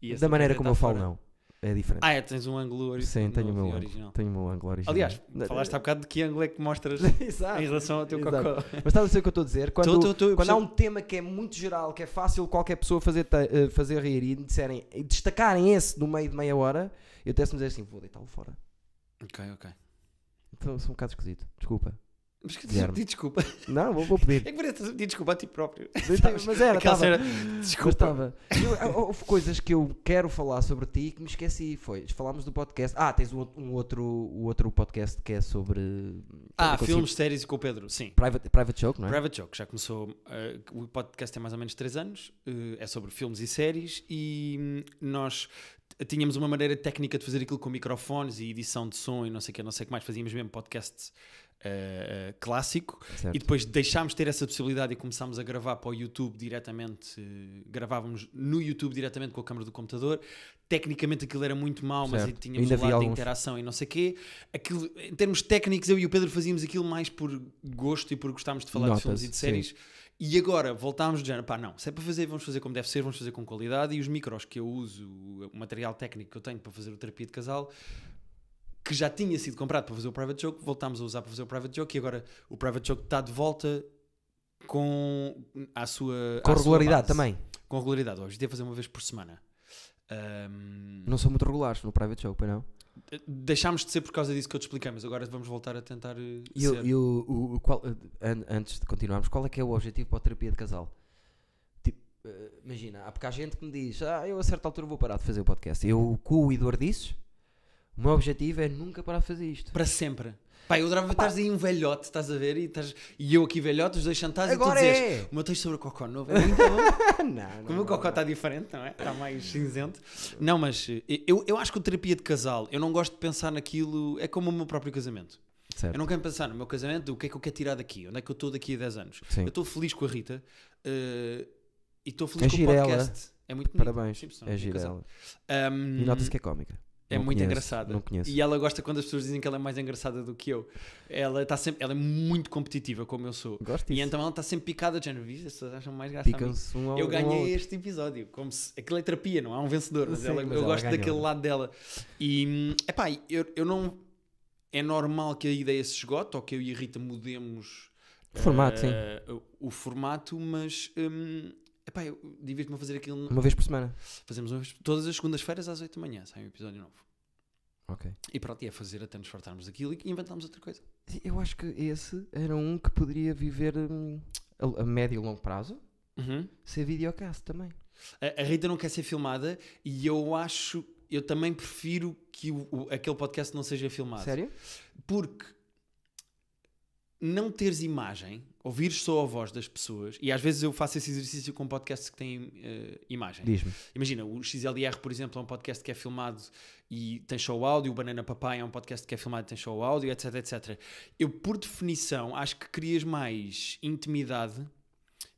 E esse
da
não
maneira
tem
como eu
tanto
falo,
fora.
não. É diferente.
Ah, é, tens um ângulo ori-
Sim, tenho o meu
original.
ângulo. Tenho o meu ângulo original.
Aliás,
Não-
falaste há bocado de que ângulo é que mostras
Exato.
em relação ao teu
Ah, Exato.
cocó. Então,
Mas estás a ver o que eu estou a dizer? Quando,
Tô, tô, tô, eu
quando há
percebo.
um tema que é muito geral, que é fácil qualquer pessoa fazer, te- eh, fazer rir e disserem, e destacarem esse no meio de meia hora, eu até se me dizer assim, vou deitá-lo fora.
Ok, ok.
Então sou um bocado esquisito, desculpa.
Mas que
Guilherme.
pedir desculpa.
Não, vou, vou pedir.
É que parece pedir desculpa a ti próprio. tá.
Deitei- mas era,
Aquela
estava.
cena,
Mas
Desculpa.
estava. Eu- hou- Houve coisas que eu quero falar sobre ti que me esqueci. Foi, falámos do podcast. Ah, tens um, outro- um outro, o outro podcast que é sobre.
Ah,
Eu tá, consigo-
filmes, séries e com o Pedro, sim.
Private, private Joke, não é?
Private Joke, já começou. eh, o podcast tem mais ou menos 3 anos, eh, é sobre filmes e séries e hum, nós t- tínhamos uma maneira técnica de fazer aquilo com microfones e edição de som e não sei o que, não sei o que mais. Fazíamos mesmo podcast eh, eh, clássico
Certo.
e depois deixámos ter essa possibilidade e começámos a gravar para o YouTube diretamente. eh, gravávamos no YouTube diretamente com a câmera do computador. Tecnicamente aquilo era muito mau, mas
Certo.
tínhamos
Ainda
o
vi
lado da
alguns.
interação e não sei o quê. Aquilo, em termos técnicos, eu e o Pedro fazíamos aquilo mais por gosto e por gostarmos de falar
Notas,
de filmes e de séries. E agora voltámos de género, pá, não, se é para fazer, vamos fazer como deve ser, vamos fazer com qualidade. E os micros que eu uso, o material técnico que eu tenho para fazer o terapia de casal, que já tinha sido comprado para fazer o private joke, voltámos a usar para fazer o private joke. E agora o private joke está de volta com a sua.
Com
à sua
regularidade
base.
também.
Com regularidade, hoje devo fazer uma vez por semana. Ahm,
Não são muito regulares no Private Joke, pois não?
Deixámos de ser por causa disso que eu te expliquei, mas agora vamos voltar a tentar. eh,
E, o-
ser.
e o, o- o qual- eh, an- antes de continuarmos, qual é que é o objetivo para a terapia de casal? Tipo, eh, imagina, há porque há gente que me diz, ah, eu a certa altura vou parar de fazer o podcast. Eu, com o Eduardo disse, o meu objetivo é nunca parar de fazer isto.
Para sempre. Pá, eu adorava estás aí um velhote, estás a ver? E, estás- e eu aqui velhote, os dois chantados
Agora
e tu dizes,
é!
o meu texto sobre o cocó novo é muito bom.
não,
Como o cocó está diferente, não é? Está mais cinzento. Não, mas eh, eu, eu acho que a terapia de casal, eu não gosto de pensar naquilo, é como o meu próprio casamento. Eu
Certo.
não quero pensar no meu casamento, o que é que eu quero tirar daqui, onde é que eu estou daqui a 10 anos.
Sim.
Eu estou feliz com a Rita eh, e estou feliz
É
com o
gira ela.
podcast. É muito bonito.
Parabéns,
Sim, senão
é
não tinha
gira
casado.
ela.
Ahm,
E nota-se que é cómica.
é
Não
muito
conheço,
engraçada.
Não conheço.
E ela gosta quando as pessoas dizem que ela é mais engraçada do que eu. Ela, está sempre, ela é muito competitiva, como eu sou.
Gosto
E
disso.
então ela está sempre picada, de género, "Viste, as pessoas acham mais graça. a mim."
Picam-se um ao
Eu
um ao
ganhei
outro.
este episódio. Como se, aquilo é terapia, não há um vencedor, mas,
Sim,
ela-
mas
eu
ela
gosto
ganhou. né?
daquele lado dela. E é pá, eu, eu não. É normal que a ideia se esgote ou que eu e a Rita mudemos
O formato, sim.
eh, o, o formato, mas hum, epá, eu divirto-me a fazer aquilo.
Uma vez por semana.
Fazemos uma vez- todas as segundas-feiras às 8 da manhã, sai um episódio novo.
Ok.
E pronto, e é fazer até nos fartarmos daquilo e inventarmos outra coisa.
Eu acho que esse era um que poderia viver hum, a, a médio e longo prazo. Ser videocast também.
A, a Rita não quer ser filmada e eu acho, eu também prefiro que o- o- aquele podcast não seja filmado.
Sério?
Porque não teres imagem, ouvires só a voz das pessoas, e às vezes eu faço esse exercício com podcasts que têm eh, imagem.
Diz-me.
Imagina, o XLR, por exemplo, é um podcast que é filmado e tem só o áudio, o Banana Papai é um podcast que é filmado e tem só o áudio, etc, etc. Eu, por definição, acho que crias mais intimidade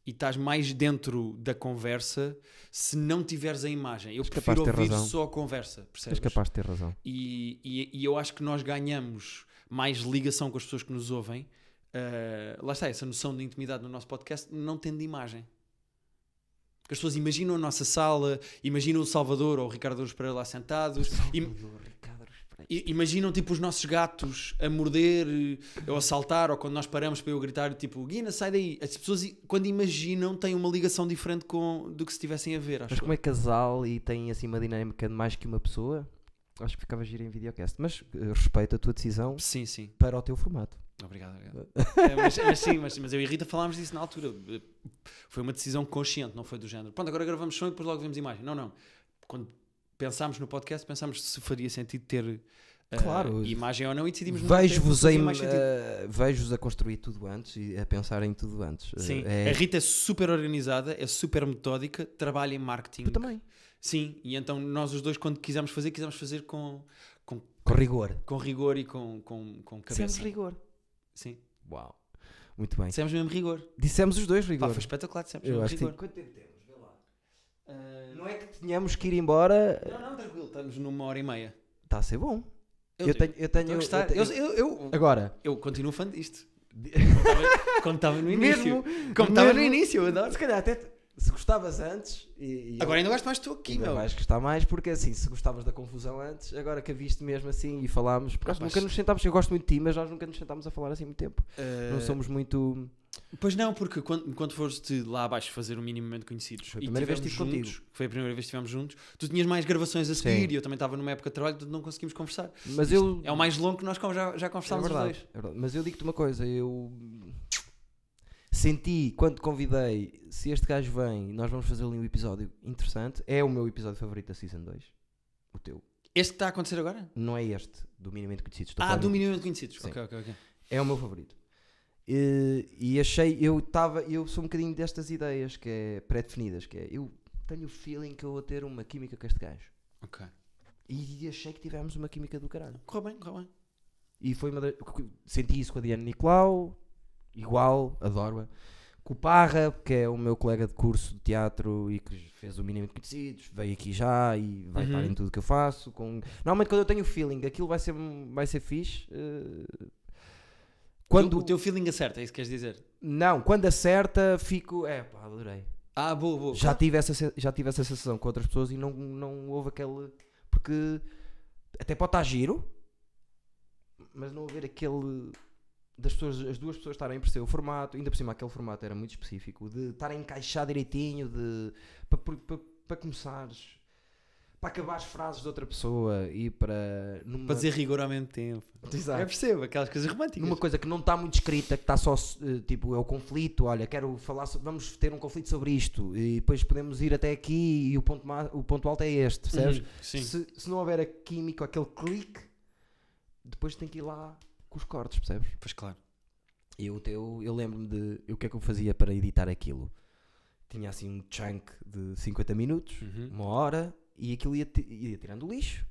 e estás mais dentro da conversa se não tiveres a imagem. Eu
És é capaz
prefiro
de ter
ouvir
razão.
só a conversa,
És
percebes?
capaz de ter razão.
E, e, e eu acho que nós ganhamos mais ligação com as pessoas que nos ouvem. Ah, lá está, essa noção de intimidade no nosso podcast não tendo imagem. Porque as pessoas imaginam a nossa sala, imaginam o Salvador ou o Ricardo Aruz Pereira lá sentados, im- i- imaginam tipo os nossos gatos a morder eh, ou a saltar, ou quando nós paramos para eu gritar tipo Guina, sai daí. As pessoas, i- quando imaginam, têm uma ligação diferente com, do que se estivessem a ver. Acho
Mas como é casal e tem assim uma dinâmica de mais que uma pessoa, acho que ficava giro em videocast. Mas eh, respeito a tua decisão
eu. Sim, sim.
para o teu formato.
Obrigado, obrigado. É, mas, mas sim, mas, mas eu e a Rita falámos disso na altura. Foi uma decisão consciente, não foi do género. Pronto, agora gravamos som e depois logo vemos imagem. Não, não. Quando pensámos no podcast, pensámos se faria sentido ter eh,
Claro.
imagem ou não e decidimos não ter,
Vejo-vos eh,
porque
a,
fazia mais sentido.
vejo a construir tudo antes e a pensar em tudo antes. Eh,
Sim,
é-
a Rita é super organizada, é super metódica, trabalha em marketing.
Tu também.
Sim, e então nós os dois, quando quisemos fazer, quisemos fazer com, com,
Com rigor.
com rigor e com, com, com
Dissemos
cabeça.
rigor.
Sim,
Uau. Muito bem.
dissemos mesmo rigor.
Dissemos os dois
Pá,
rigor.
foi espetacular, dissemos
Eu
mesmo
acho que
rigor.
Quanto tempo temos? Vê lá.
Eh,
Não é que tínhamos que ir embora.
Não, não, tranquilo, estamos numa hora e meia.
Está Tá a ser bom. Eu,
estou
tenho, eu tenho.
a
eu
gostar.
tenho-
Eu, eu, eu,
Agora,
eu continuo fã disto. Como estava- Como estava no início.
mesmo.
Como estava no
mesmo-
início, eu adoro.
Se calhar até te- se gostavas antes. E, e
Agora é ainda gosto mais de tu aqui,
ainda
meu.
vais gostar mais, porque assim, se gostavas da confusão antes, agora que a viste mesmo assim e falámos. Porque nós
Rapaz.
nunca nos sentámos. Eu gosto muito de ti, mas nós nunca nos sentámos a falar assim muito tempo.
Eh,
Não somos muito.
Pois não, porque quando, quando fores de lá abaixo fazer o minimamente conhecidos
Foi a
e
primeira vez que
tivemos
estive
juntos, que foi a primeira vez que estivemos juntos, tu tinhas mais gravações a
Sim.
seguir e eu também estava numa época de trabalho, portanto não conseguimos conversar.
Mas eu.
É o mais longo que nós con- já, já
É
conversámos os
verdade,
dois.
é verdade. Mas eu digo-te uma coisa, eu senti quando convidei, se este gajo vem, nós vamos fazer ali um episódio interessante. É o meu episódio favorito da Season 2. O teu.
Este que está a acontecer agora?
Não é este, do Minimamente Conhecidos. Estou a
Ah,
falar
do
do-
minimamente conhecidos.
Sim.
Ok, ok, ok.
É o meu favorito. E, e achei, eu estava, eu sou um bocadinho destas ideias que é pré-definidas, que é, eu tenho o feeling que eu vou ter uma química com este gajo.
Ok.
E achei que tivemos uma química do caralho.
Correu bem, correu bem.
E foi uma da- Senti isso com a Diana Nicolau, igual, adoro-a. Com o Parra, que é o meu colega de curso de teatro e que fez o Minimamente Conhecidos, veio aqui já e vai
Uhum.
estar em tudo que eu faço. Com... Normalmente, quando eu tenho o feeling daquilo vai ser, vai ser fixe. eh, Quando,
O teu feeling acerta, é isso que queres dizer?
Não, quando acerta, fico. É, pá, adorei.
Ah, boa, boa.
Já tive, essa, sen- já tive essa sensação com outras pessoas e não, não houve aquele. Porque até pode estar giro, mas não haver aquele. Das pessoas, as duas pessoas estarem a perceber o formato, ainda por cima aquele formato era muito específico, de estar a encaixar direitinho, de para, para, para, para começares, para acabar as frases de outra pessoa e para. Numa,
Para dizer rigor ao mesmo tempo.
Exato.
Eu percebo, aquelas coisas românticas.
numa coisa que não está muito escrita, que está só eh, tipo, é o conflito, olha, quero falar, so- vamos ter um conflito sobre isto e depois podemos ir até aqui e o ponto, ma- o ponto alto é este, percebes?
Uhum, Sim.
Se, se não houver a química, aquele clique, depois tem que ir lá com os cortes, percebes?
Pois claro.
E o teu, eu lembro-me de eu, o que é que eu fazia para editar aquilo. Tinha assim um chunk de 50 minutos,
Uhum.
uma hora e aquilo ia, ti- ia tirando lixo.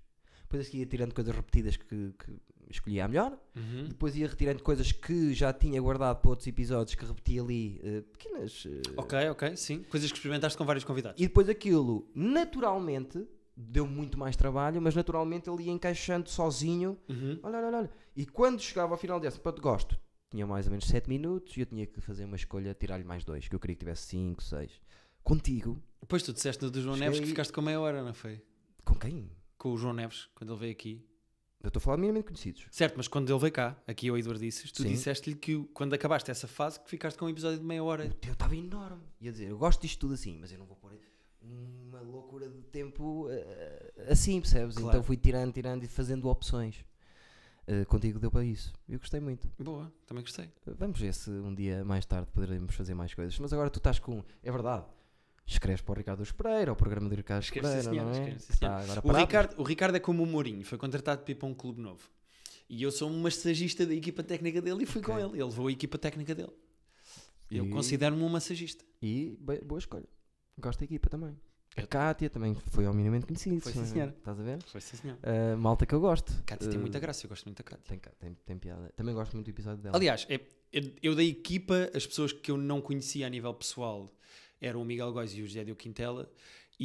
Depois aqui ia tirando coisas repetidas que, que escolhia a melhor.
Uhum.
Depois ia retirando coisas que já tinha guardado para outros episódios que repeti ali, eh, pequenas. eh,
Ok, ok, sim. Coisas que experimentaste com vários convidados.
E depois aquilo, naturalmente, deu muito mais trabalho, mas naturalmente ele ia encaixando sozinho.
Uhum.
Olha, olha, olha. E quando chegava ao final, disse: Pronto, gosto. Tinha mais ou menos 7 minutos e eu tinha que fazer uma escolha, tirar-lhe mais dois, que eu queria que tivesse 5, 6. Contigo,
Depois tu disseste no do João Neves que
Cheguei-
ficaste com meia hora, não foi?
com quem?
Com o João Neves, quando ele veio aqui.
Eu estou a falar de minimamente conhecidos.
Certo, mas quando ele veio cá, aqui ao Eduardo disse, tu
Sim.
disseste-lhe que o- quando acabaste essa fase que ficaste com um episódio de meia hora.
O teu estava enorme. Ia dizer, eu gosto disto tudo assim, mas eu não vou pôr uma loucura de tempo eh, assim, percebes?
Claro.
Então fui tirando, tirando e fazendo opções. Eh, contigo deu para isso. Eu gostei muito.
Boa, também gostei.
Vamos ver se um dia mais tarde poderemos fazer mais coisas. Mas agora tu estás com. É verdade. Escreves para o Ricardo Dos Pereira, o programa do Ricardo Dos
Esquece,
Pereira,
sim, senhora,
não é?
esquece, sim,
Está
senhora.
agora
O
parado.
Ricardo, o Ricardo é como o Mourinho, foi contratado para ir para um clube novo. E eu sou um massagista da equipa técnica dele e fui com
Ok.
ele. Ele levou a equipa técnica dele. Eu
E-
considero-me um massagista.
E be- boa escolha. Gosto da equipa também. A Kátia também foi ao minimamente conhecida. é?
Foi, sim, senhora.
Estás a ver?
Foi sim, senhor.
Ah, malta que eu gosto.
Cátia tem
Ah,
muita graça, eu gosto muito da Cátia.
Tem, ca- tem, tem piada. Também gosto muito do episódio dela.
Aliás, é- é- eu da equipa, as pessoas que eu não conhecia a nível pessoal eram o Miguel Góis e o José Deu Quintela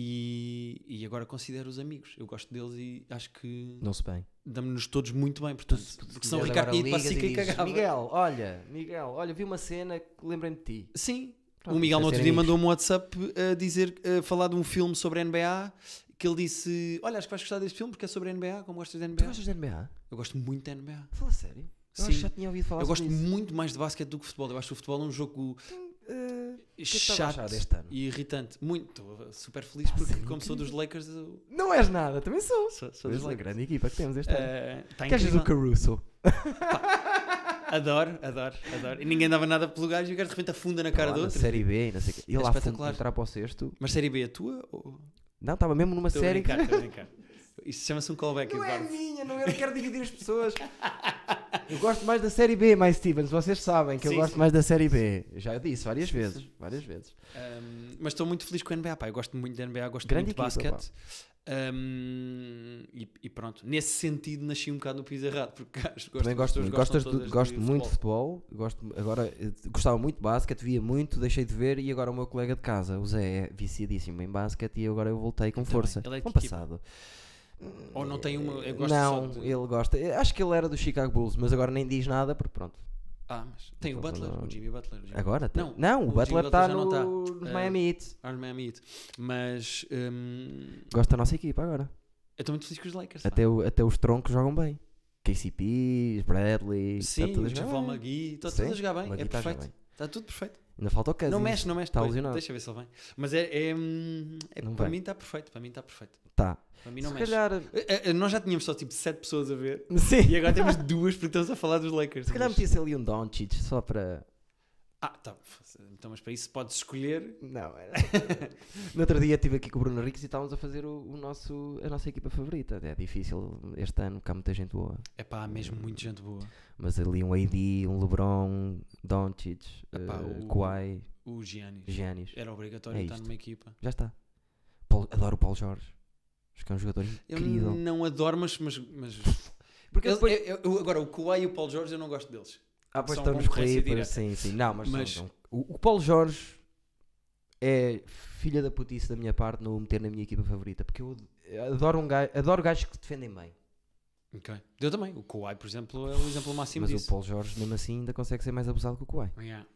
e, e agora considero-os amigos. Eu gosto deles e acho que
Não se bem.
damos-nos todos muito bem, portanto, porque são
Aliás,
Ricardo
agora
e
ligas e
Passica e
dizes,
cagava.
Miguel, olha, Miguel, olha, vi uma cena que lembrei-me de ti.
Sim,
Pronto,
o Miguel
isso é
no outro
ser
dia
amigos.
mandou-me um WhatsApp a dizer, a falar de um filme sobre a NBA que ele disse, olha, acho que vais gostar deste filme porque é sobre a NBA, como gostas da
Tu
NBA?
gostas de NBA?
Eu gosto muito da NBA.
Fala sério. Eu acho que
Sim.
já tinha ouvido falar
Eu gosto
sobre isso.
muito mais de basquete do que futebol. Eu acho que o futebol é um jogo
Eh, que é que estás a achar
chato
deste ano?
e irritante. Muito, Estou super feliz
Pá, um
porque,
sério,
como sou dos Lakers, eu
Não és nada, também sou.
sou, sou dos
És uma
Lakers.
grande equipa que temos este ano.
Eh, tá
Que achas
incrível.
do Caruso?
Adoro, adoro, adoro. E ninguém dava nada pelo gajo e o gajo de repente afunda na cara
Lá
do
na
outro.
Série B, e não sei o quê. E
É
lá
espetacular.
fundo, entrar para o sexto.
Mas série B é tua? Ou...
Não, estava mesmo numa
Estou a
série.
brincar, estou a brincar. Isto chama-se um callback,
Não é
Eduardo.
minha, não, eu não quero dividir as pessoas. Eu gosto mais da série B, mais Stevens. Vocês sabem que eu
Sim,
gosto
sim.
mais da série B. Eu Já disse várias vezes. Várias vezes.
Um, mas estou muito feliz com a NBA, pá. Eu gosto muito da NBA, gosto
Grande
muito de
equipa,
basquete. Um, e, e pronto, nesse sentido nasci um bocado no piso errado, porque gajo, gosto
Também gosto,
pessoas
muito.
gostam
Gostas do-
todas de
gosto muito de futebol. Gosto, agora, eh, gostava muito de basquete, via muito, deixei de ver. E agora o meu colega de casa, o Zé, é viciadíssimo em basquete. E agora eu voltei com
Muito
força.
bem. Ele é de
Com
que equipa?
passado.
Ou não tem uma. Eu gosto
não,
só de...
ele gosta. Eu Acho que ele era do Chicago Bulls, mas agora nem diz nada porque pronto.
Ah, mas tem o
Então,
Butler,
não.
o Jimmy Butler. o Jimmy
Agora tem-
Não,
não, o,
o Jimmy
Butler
Butler
está
já
no,
não tá.
nos
Eh,
Miami Heat.
Iron Miami Heat. Mas hum,
Gosta da nossa equipa agora.
eu estou muito feliz com os Lakers. pá.
Até, o- até os troncos jogam bem. KCP, Bradley, tá
Sim,
tudo a
o
jogar
Javon
bem.
McGee, está
Sim,
tudo a jogar bem.
McGee
É
tá a jogar
perfeito.
bem.
Está tudo perfeito.
Ainda falta o Cousins.
Não mexe, não mexe.
Está
pois.
lesionado.
Deixa ver se ele vem. Mas é. é, hum, é-
Não
para
vai.
mim está perfeito. Para mim está perfeito.
Tá.
Para mim não
Se
mexe.
calhar.
Eh, eh, Nós já tínhamos só tipo 7 pessoas a ver
Sim.
e é agora temos duas porque estamos a falar dos Lakers.
Se calhar
Mas-
metisse ali um Doncic só para.
Ah, tá. Então, mas para isso podes escolher.
Não, era. no outro dia estive aqui com o Bruno Henriques e estávamos a fazer o, o nosso, a nossa equipa favorita. É difícil este ano, porque há muita gente boa.
É pá, há mesmo
Hum.
muita gente boa.
Mas ali um AD, um LeBron, um Doncic,
Epá,
eh,
o-
Kawhi,
O Giannis.
Giannis.
Era obrigatório
É
estar
isto.
numa equipa.
Já está. Paulo- adoro o Paulo Jorge. Acho que é um jogador
Eu
incrível.
não adoro, mas. mas, mas...
Porque
Ele-
depois-
eu- eu- agora, o Kawhi e o Paulo Jorge eu não gosto deles.
Ah, pois
são
estamos
concorrência
corridos.
direta.
Sim, sim. Não, mas, são-
Mas-
são- o, o Paulo Jorge é filha da putice da minha parte no meter na minha equipa favorita. Porque eu adoro, um gajo, adoro gajos que defendem bem.
Ok. Eu também. O Kawhi, por exemplo, é o exemplo máximo
mas o
disso.
Paulo Jorge, mesmo assim, ainda consegue ser mais abusado que o Kawhi.
Yeah.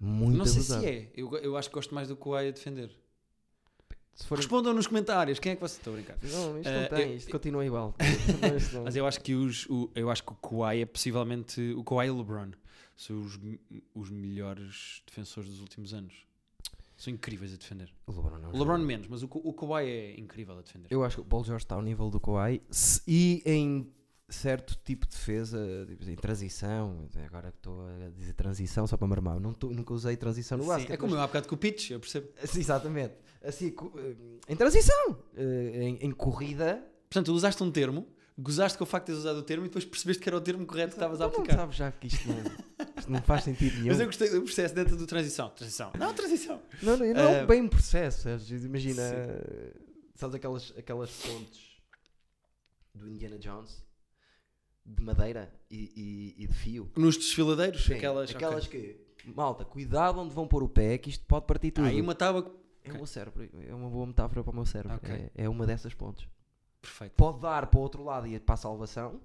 Muito
Não sei
abusado.
se é. Eu, go- eu acho que gosto mais do Kawhi a defender.
Se for...
Respondam nos comentários. Quem é que vocês estão a brincar?
Não, isto não
Eh,
tem.
eu-
Isto continua igual. Isto não-
Mas é- eu acho que os, o, eu acho que o Kawhi é possivelmente o Kawhi e o LeBron são os, m- os melhores defensores dos últimos anos. São incríveis a defender.
O LeBron não
O LeBron menos, mas o, Ka- o Kawhi é incrível a defender.
Eu acho que o Paulo Jorge está ao nível do Kawhi se- e em certo tipo de defesa, tipo, em transição. Agora que estou a dizer transição só para marmar, não tô- nunca usei transição no
Sim,
basquete.
é como eu há bocado com o Pitch, eu percebo.
mas- Sim, exatamente. Assim, co- em transição, eh, em, em corrida,
Portanto, tu usaste um termo, gozaste com o facto de teres usado o termo e depois percebeste que era o termo correto que estavas a
tu não
aplicar.
sabes já que isto não, isto não faz sentido nenhum.
Mas eu gostei do processo dentro do transição. Transição. Não, transição.
Não, não, não é
Ah,
bem um processo. às vezes, Imagina,
sim.
eh, sabes aquelas, aquelas pontes do Indiana Jones de madeira e- e- e de fio.
Nos desfiladeiros,
Sim,
aquelas. ok.
que. Malta, cuidado onde vão pôr o pé, que isto pode partir tudo.
Há aí Ah, uma tábua.
É o meu cérebro, é uma boa metáfora para o meu cérebro.
Ok.
É, é uma dessas pontes.
Perfeito.
Pode dar para o outro lado e para a salvação.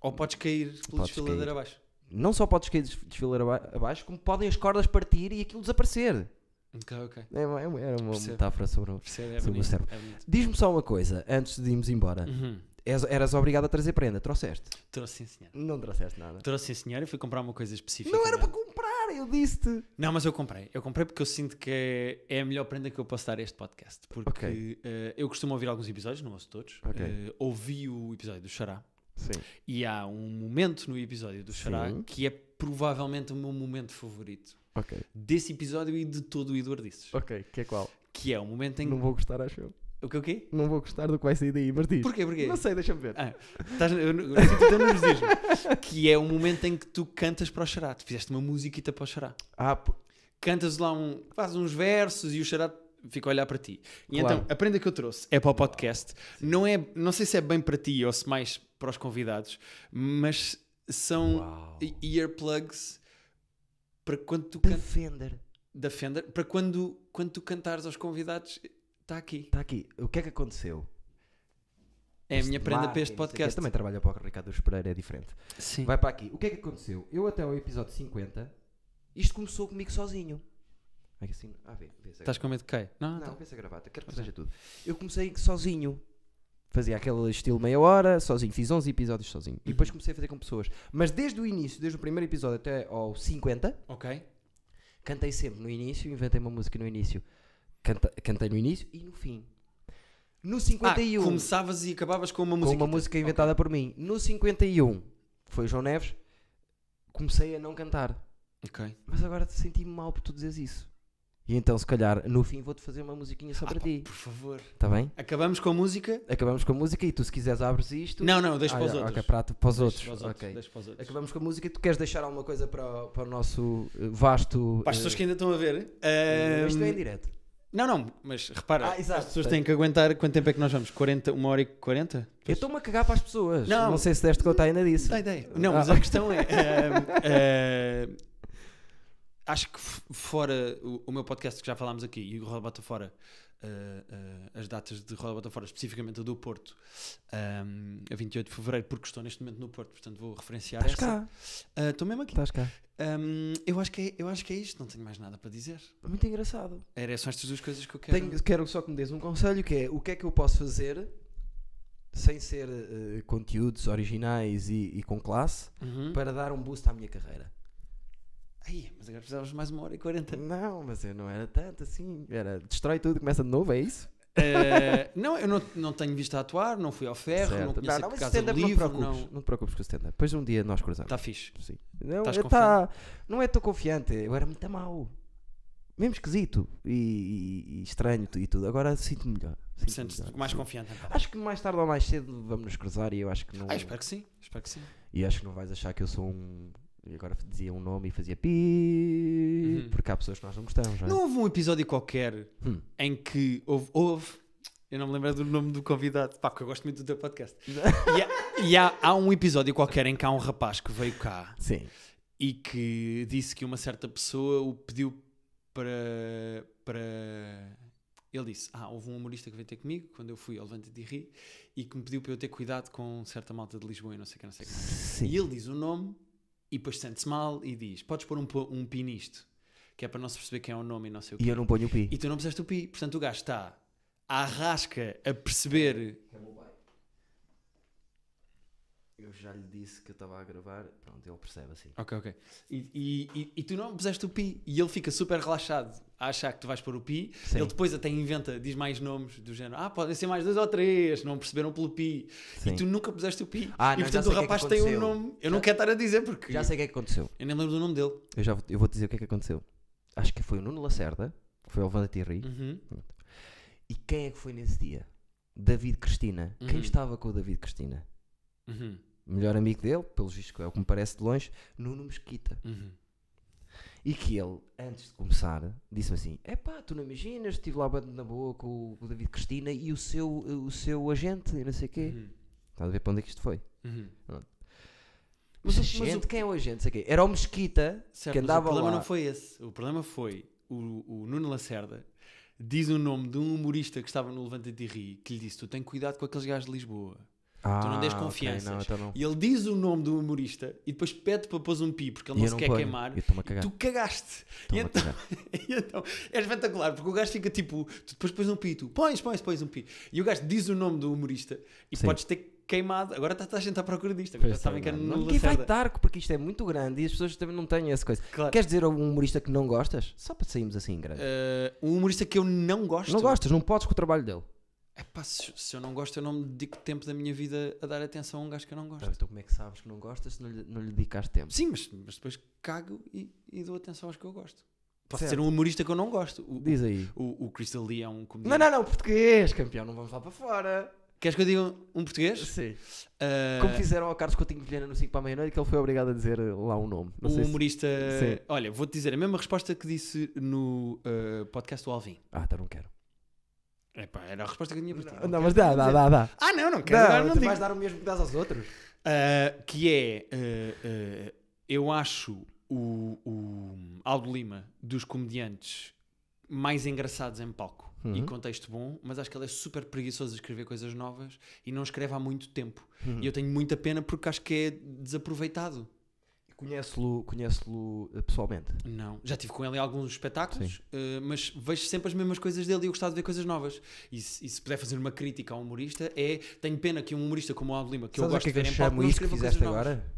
Ou podes cair pelo
Podes
desfiladeiro
cair.
abaixo.
Não só podes cair des- desfilar aba- abaixo, como podem as cordas partir e aquilo desaparecer.
Ok, ok.
É uma- é uma- era uma
Percebo.
metáfora sobre. o-
Percebe? É
Sobre o
bonito.
cérebro.
É bonito.
Diz-me só uma coisa, antes de irmos embora.
Uhum.
És- eras obrigado a trazer prenda, trouxeste?
Trouxe sim, senhora.
Não trouxeste nada.
Trouxe sim, senhora. Eu fui comprar uma coisa específica.
Não era
dela.
para comprar, eu disse-te.
Não, mas eu comprei. Eu comprei porque eu sinto que é é a melhor prenda que eu posso dar a este podcast. Porque
Ok.
eh, eu costumo ouvir alguns episódios, não ouço todos.
Ok.
Eh, ouvi o episódio do Xará
Sim.
e há um momento no episódio do Xará
Sim.
que é provavelmente o meu momento favorito
Ok.
desse episódio e de todo o Eduardices.
Ok, que é qual?
Que é o momento em que
vou gostar, acho eu.
O que o quê?
Não vou gostar do que vai sair daí, mas diz.
Porquê? Porquê?
Não sei, deixa-me ver.
Ah, estás, eu, eu sinto tão nervosismo. Que é o momento em que tu cantas para o xará. Tu fizeste uma musiquita para o xará.
Ah, p-
Cantas lá um. Faz uns versos e o xará fica a olhar para ti. E
Claro.
então, a prenda que eu trouxe é para o podcast. Não, é, não sei se é bem para ti ou se mais para os convidados, mas são
Uau.
earplugs para quando tu
The
cantas.
Fender.
Da Fender. Para quando, quando tu cantares aos convidados, está aqui.
Está aqui. O que é que aconteceu?
É a minha prenda
Marketing,
para este
não sei o quê.
podcast.
Também trabalha para o Ricardo Dos Pereira, é diferente.
Sim.
Vai para aqui. O que é que aconteceu? Eu até ao episódio 50, isto começou comigo sozinho. É que assim, ah, vê, vê se
Estás com medo de cair? Não,
Não,
tá.
pensa a gravata, quero que
Ok.
seja tudo. Eu comecei sozinho. Fazia aquele estilo meia hora, sozinho. Fiz 11 episódios sozinho. E
Uhum.
depois comecei a fazer com pessoas. Mas desde o início, desde o primeiro episódio até ao 50,
Ok.
cantei sempre no início, inventei uma música no início. Canta- cantei no início e no fim. No 51,
Ah, começavas e acabavas com uma
com
música.
uma música inventada por mim. No 51, foi o João Neves, comecei a não cantar.
Ok.
Mas agora senti-me mal por tu dizeres isso. E então, se calhar, no fim vou-te fazer uma musiquinha só
Ah,
para
pá,
ti.
Por favor.
Está bem?
Acabamos com a música?
Acabamos com a música e tu, se quiseres, abres isto.
Não, não, deixa
Ah,
para os
é,
outros.
Ok, para, para os
Deixa
outros.
para os outros,
ok.
Deixa para os outros.
Acabamos com a música e tu queres deixar alguma coisa para, o- para o nosso eh, vasto.
Para as pessoas
eh,
que ainda estão a ver.
eh, Isto é em
ehm,
direto.
Não, não, mas repara,
Ah, exato.
as pessoas têm que aguentar quanto tempo é que nós vamos? 40, uma hora e 40?
Eu estou-me a cagar para as pessoas.
Não.
Não, sei se deste conta ainda disso.
Dá ideia. Não, mas
Ah.
a questão é. ehm, ehm, acho que f- fora o, o meu podcast que já falámos aqui e o Roda Bota Fora, eh, eh, as datas de Roda Bota Fora, especificamente a do Porto, ehm, a 28 de Fevereiro, porque estou neste momento no Porto, portanto vou referenciar
Estás
essa.
cá.
Ah, Estou mesmo aqui.
Estás cá.
Hum, eu, acho que é, eu acho que é isto, não tenho mais nada para dizer.
Muito engraçado.
Era só estas duas coisas que eu quero.
Tenho- quero só que me dês um conselho que é o que é que eu posso fazer sem ser eh, conteúdos originais e, e com classe
Uhum.
para dar um boost à minha carreira.
Ai, mas agora precisávamos de mais uma hora e quarenta.
Não, mas eu não era tanto assim. Era destrói tudo, começa de novo, é isso?
Eh, não, eu não, não tenho visto a atuar, não fui ao ferro, não
Certo.
conheço
não,
a
mas
casa do
stand-up não te
livro.
preocupes. Não...
Não
te preocupes com o stand-up. Depois um dia nós cruzamos.
Está fixe.
Sim. Não,
Tipo assim, Estás
eu tá- não é tão confiante, eu era muito mau. Mesmo esquisito e, e- e estranho e tudo. Agora sinto-me melhor. Sinto-me
Sentes-te
melhor.
mais confiante. então.
Acho que mais tarde ou mais cedo vamos nos cruzar e eu acho que não.
Ah, espero que sim. Espero que sim.
E acho que não vais achar que eu sou um. E agora dizia um nome e fazia pi.
Uhum.
Porque há pessoas que nós não gostamos, não é?
Não houve um episódio qualquer
Hum.
em que houve. houve- eu não me lembro do nome do convidado, pá, porque eu gosto muito do teu podcast. e há, e há- há um episódio qualquer em que há um rapaz que veio cá
Sim.
e que disse que uma certa pessoa o pediu para. para... Ele disse: Ah, houve um humorista que veio ter comigo quando eu fui ao Levante de Ri e que me pediu para eu ter cuidado com certa malta de Lisboa e não sei o que, não sei o que.
Sim.
E ele diz o nome e depois sente-se mal e diz: Podes pôr um, po- um pi nisto, que é para não se perceber quem é o nome e não sei o que.
E eu não ponho o pi.
E tu não puseste o pi, portanto o gajo está à rasca a perceber.
Eu já lhe disse que eu estava a gravar. Pronto, ele percebe assim.
Ok, ok. E, e- e- e tu não puseste o pi e ele fica super relaxado a achar que tu vais pôr o pi
Sim.
Ele depois até inventa, diz mais nomes do género. Ah, podem ser mais dois ou três, não perceberam pelo pi.
Sim.
E tu nunca puseste o pi.
Ah,
e
não, já
portanto
sei
o
o que é que
rapaz tem um
aconteceu.
nome. Eu
Já-
não quero estar a dizer porque
Já sei o que é que aconteceu.
eu nem lembro do nome dele.
Eu já vou, eu vou dizer o que é que aconteceu. Acho que foi o Nuno Lacerda, que foi ao Vandati Ri.
Uhum.
E quem é que foi nesse dia? David Cristina. Quem
Uhum.
estava com o David Cristina?
Uhum.
Melhor amigo dele, pelos vistos que é o que me parece de longe, Nuno Mesquita.
Uhum.
E que ele, antes de começar, disse-me assim: é pá, tu não imaginas, estive lá bando na boa com o- com o David Cristina e o seu, o seu agente, e não sei o quê.
Uhum.
Estás a ver para onde é que isto foi?
Uhum.
Pronto. Mas,
Mas, o-
agente,
mas o,
quem é o agente? Sei o quê. Era o Mesquita
certo,
que
mas o
andava
problema
lá.
não foi esse. O problema foi o, o Nuno Lacerda diz o nome de um humorista que estava no Levante de Ri que lhe disse: Tu tem cuidado com aqueles gajos de Lisboa. tu não
Ah,
dês
ok,
confianças.
não, então não.
E ele diz o nome do humorista e depois pede para pôr um pi porque ele
E
não
eu
se
não
quer
ponho.
queimar.
Eu estou-me a
E
cagar.
tu cagaste.
Estou-me
E
a
então,
cagar.
e então é espetacular porque o gajo fica tipo, tu depois pões um pi, tu pões, pões, pões um pi. E o gajo diz o nome do humorista e
Sim.
podes ter queimado. Agora está toda a gente à procura disto. Agora
Pois
já sabem
é,
que é
não,
no
Ninguém vai
Lacerda.
dar, porque isto é muito grande e as pessoas também não têm essa coisa.
Claro.
Queres dizer a um humorista que não gostas? Só para sairmos assim, grande.
Eh, um humorista que eu não gosto.
não gostas, não podes com o trabalho dele.
Epá, se, se eu não gosto, eu não me dedico tempo da minha vida a dar atenção a um gajo que eu não gosto.
Então como é que sabes que não gostas se não lhe, não lhe dedicaste tempo?
Sim, mas, mas depois cago e, e dou atenção aos que eu gosto. Posso
Certo.
ser um humorista que eu não gosto. O,
Diz aí.
o, o Crystal Lee é um
Não,
comediante.
não, não, português, campeão, não vamos lá para fora.
Queres que eu diga um, um português?
Sim.
Ah,
Como fizeram ao Carlos Coutinho Vilhena no 5 para a meia-noite, que ele foi obrigado a dizer eh, lá o nome. Não
o
sei se...
humorista.
Sim.
Olha, vou-te dizer a mesma resposta que disse no ah, podcast do Alvin.
Ah, então não quero.
Epá, era a resposta que eu tinha para ti.
Não, mas dá, dá, dá, dá.
Ah, não, não quero. agora
Não,
não
tu
digo.
vais dar o mesmo que dás aos outros.
Uh, que é, uh, uh, eu acho o, o Aldo Lima dos comediantes mais engraçados em palco e
Uhum.
contexto bom, mas acho que ele é super preguiçoso a escrever coisas novas e não escreve há muito tempo.
Uhum.
E eu tenho muita pena porque acho que é desaproveitado.
Conhece-lo conhece
eh,
pessoalmente.
Não, já tive com ele em alguns espetáculos, uh, mas vejo sempre as mesmas coisas dele e eu gostava de ver coisas novas. E se, e se puder fazer uma crítica a um humorista, é tenho pena que um humorista como o Aldo Lima, que eu
Sabes
gosto
o que é que
de
eu
ver em palco,
chamo
não
isso que
escreva coisas
fizeste
novas.
agora?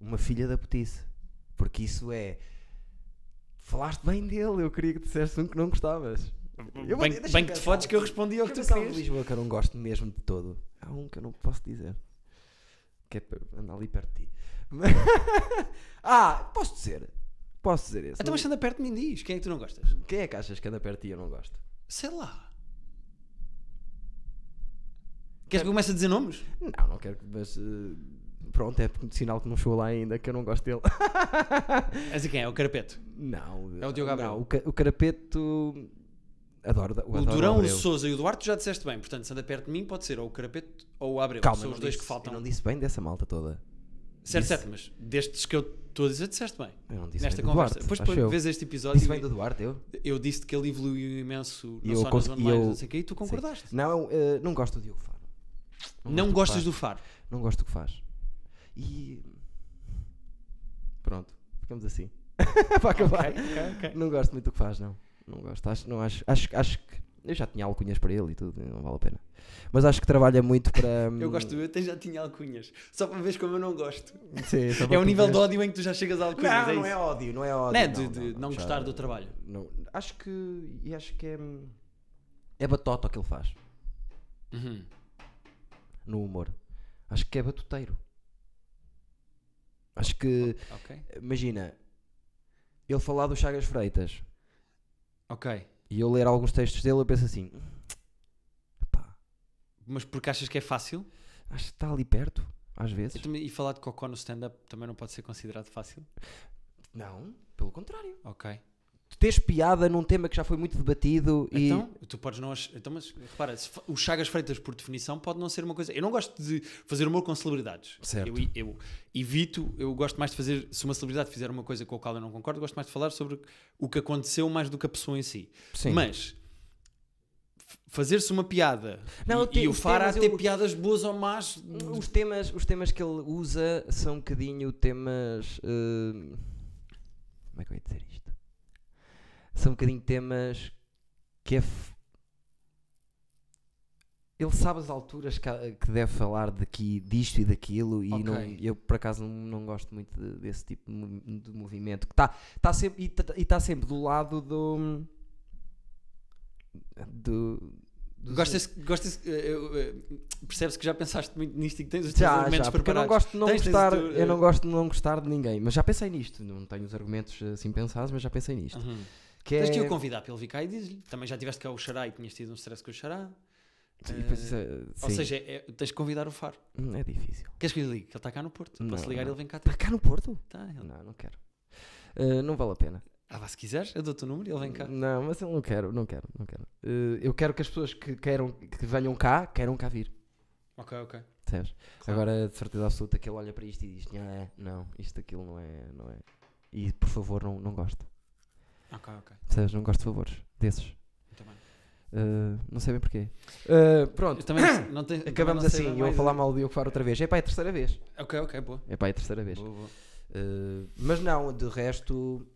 Uma filha da putice. Porque isso é. Falaste bem dele, eu queria que dissesse um que não gostavas. Eu vou-
bem,
deixa-me
bem que te
pensar.
fodes que eu respondi ao que tu
Cabeça de
querias.
Lisboa que eu não gosto mesmo de todo. Há um que eu não posso dizer. Que é para andar ali perto de ti. Mas- ah, posso dizer. Posso dizer esse.
Então, mas anda perto de mim, diz. Quem é que tu não gostas?
Quem é que achas que anda perto de ti e eu não gosto?
Sei lá. Queres que eu comece a dizer nomes?
Não, não quero, mas eh, pronto, é porque sinal que não chegou lá ainda, que eu não gosto dele.
É assim quem é? O Carapeto.
não,
É o Diogo Abreu.
não, o, ca- o Carapeto adoro, o
O
adoro
Durão, o
Abreu.
Souza e o Duarte tu já disseste bem. Portanto, se anda perto de mim, pode ser ou o Carapeto ou o Abreu.
Calma, eu
São os
não
dois
disse-
que
Eu
faltam.
não disse bem dessa malta toda.
Certo,
disse-
certo, mas destes que eu estou a dizer, disseste bem.
Eu não disse
Nesta
bem do
conversa.
Duarte,
Depois,
acho eu.
depois vês este episódio.
Disse bem
e-
do Duarte, eu?
Eu disse que ele evoluiu imenso,
E
não
eu
só nas
consegui-
online,
eu-
não sei o quê, e tu concordaste.
Não, eh, não gosto do Diogo Faro.
Não
gosto
gostas
do
do Faro.
que faz. Não gosto do que faz. E. Pronto, ficamos assim. Para acabar. Não gosto muito do que faz, não. Não gosto. Acho, não, acho, acho, acho que. Eu já tinha alcunhas para ele e tudo, não vale a pena. Mas acho que trabalha muito para.
Eu gosto, eu até já tinha alcunhas. Só para veres como eu não gosto.
hum, Sim, só para
É o nível de
perceber.
ódio em que tu já chegas a alcunhas.
Não,
é
não
isso.
é ódio, não é ódio.
Não é de- de não
já-
gostar do trabalho.
não. acho que. E acho que é. É batota o que ele faz
Uhum.
no humor. Acho que é batuteiro. Acho que.
Ok.
imagina, ele falar do Chagas Freitas
Ok.
e eu ler alguns textos dele, eu penso assim: pá,
Mas porque achas que é fácil?
acho que está ali perto, às
E,
vezes.
também- e falar de cocó no stand-up também não pode ser considerado fácil?
Não, pelo contrário.
Ok.
Tu tens piada num tema que já foi muito debatido e.
Então, tu podes não... ach- Então, mas repara, se fa- o Chagas Freitas, por definição, pode não ser uma coisa... Eu não gosto de fazer humor com celebridades.
Certo.
Eu, eu evito, eu gosto mais de fazer... Se uma celebridade fizer uma coisa com a qual eu não concordo, eu gosto mais de falar sobre o que aconteceu mais do que a pessoa em si.
Sim.
Mas... f- Fazer-se uma piada
Não,
e,
eu te-
e o
os
Fara
temas
ter
eu-
piadas boas ou más
Os temas, os temas que ele usa são um bocadinho temas. hum, Como é que eu ia dizer isto? São um bocadinho temas que é. f- Ele sabe as alturas que, há- que deve falar daqui, disto e daquilo, e
Ok.
não, eu por acaso não, não gosto muito de- desse tipo de mov- de movimento. Que tá, tá sempre, e está sempre do lado do. do dos-
Gostas, gostas, eh, eu, eh, percebes que já pensaste muito nisto e que tens os teus
Já,
argumentos
já, porque eu não
preparados.
gosto de não
Tens, tens
gostar,
o teu, eh,
eu não gosto de não gostar de ninguém, mas já pensei nisto, não tenho os argumentos assim pensados, mas já pensei nisto.
Uhum.
Que é...
Tens que o convidar para ele vir cá e diz-lhe. Também já tiveste cá o Xará e tinhas tido um stress com o Xará.
Sim, depois isso é-
Ou
sim.
seja, é- é- tens que convidar o Faro.
Hum, é difícil.
Queres que eu lhe ligue? Que ele está cá no Porto.
Não,
Posso ligar e
não.
ele vem cá ter.
Está cá no Porto?
Tá, ele-
Não, não quero. Uh, não vale a pena.
Ah, vá, se quiseres, eu dou-te o número e ele vem cá.
Não, mas eu não quero, não quero, não quero. Uh, eu quero que as pessoas que queiram que venham cá, queiram cá vir.
Ok, ok.
percebes?
Claro.
Agora, de certeza absoluta que ele olha para isto e diz: "Nhã, não, isto aquilo não é, não é. E por favor, não, não gosto.
Ok, ok.
Percebes? Não gosto de favores desses.
Muito bem.
Uh, não sei bem porquê. Uh, pronto,
Eu também não- não tenho- também
Acabamos
não sei
assim,
bem
eu a
mais-
falar mal do Diogo Faro outra vez. É pá, é a terceira vez.
Ok, ok, boa.
É pá, é a terceira vez.
Boa, boa.
Uh, mas não, de resto.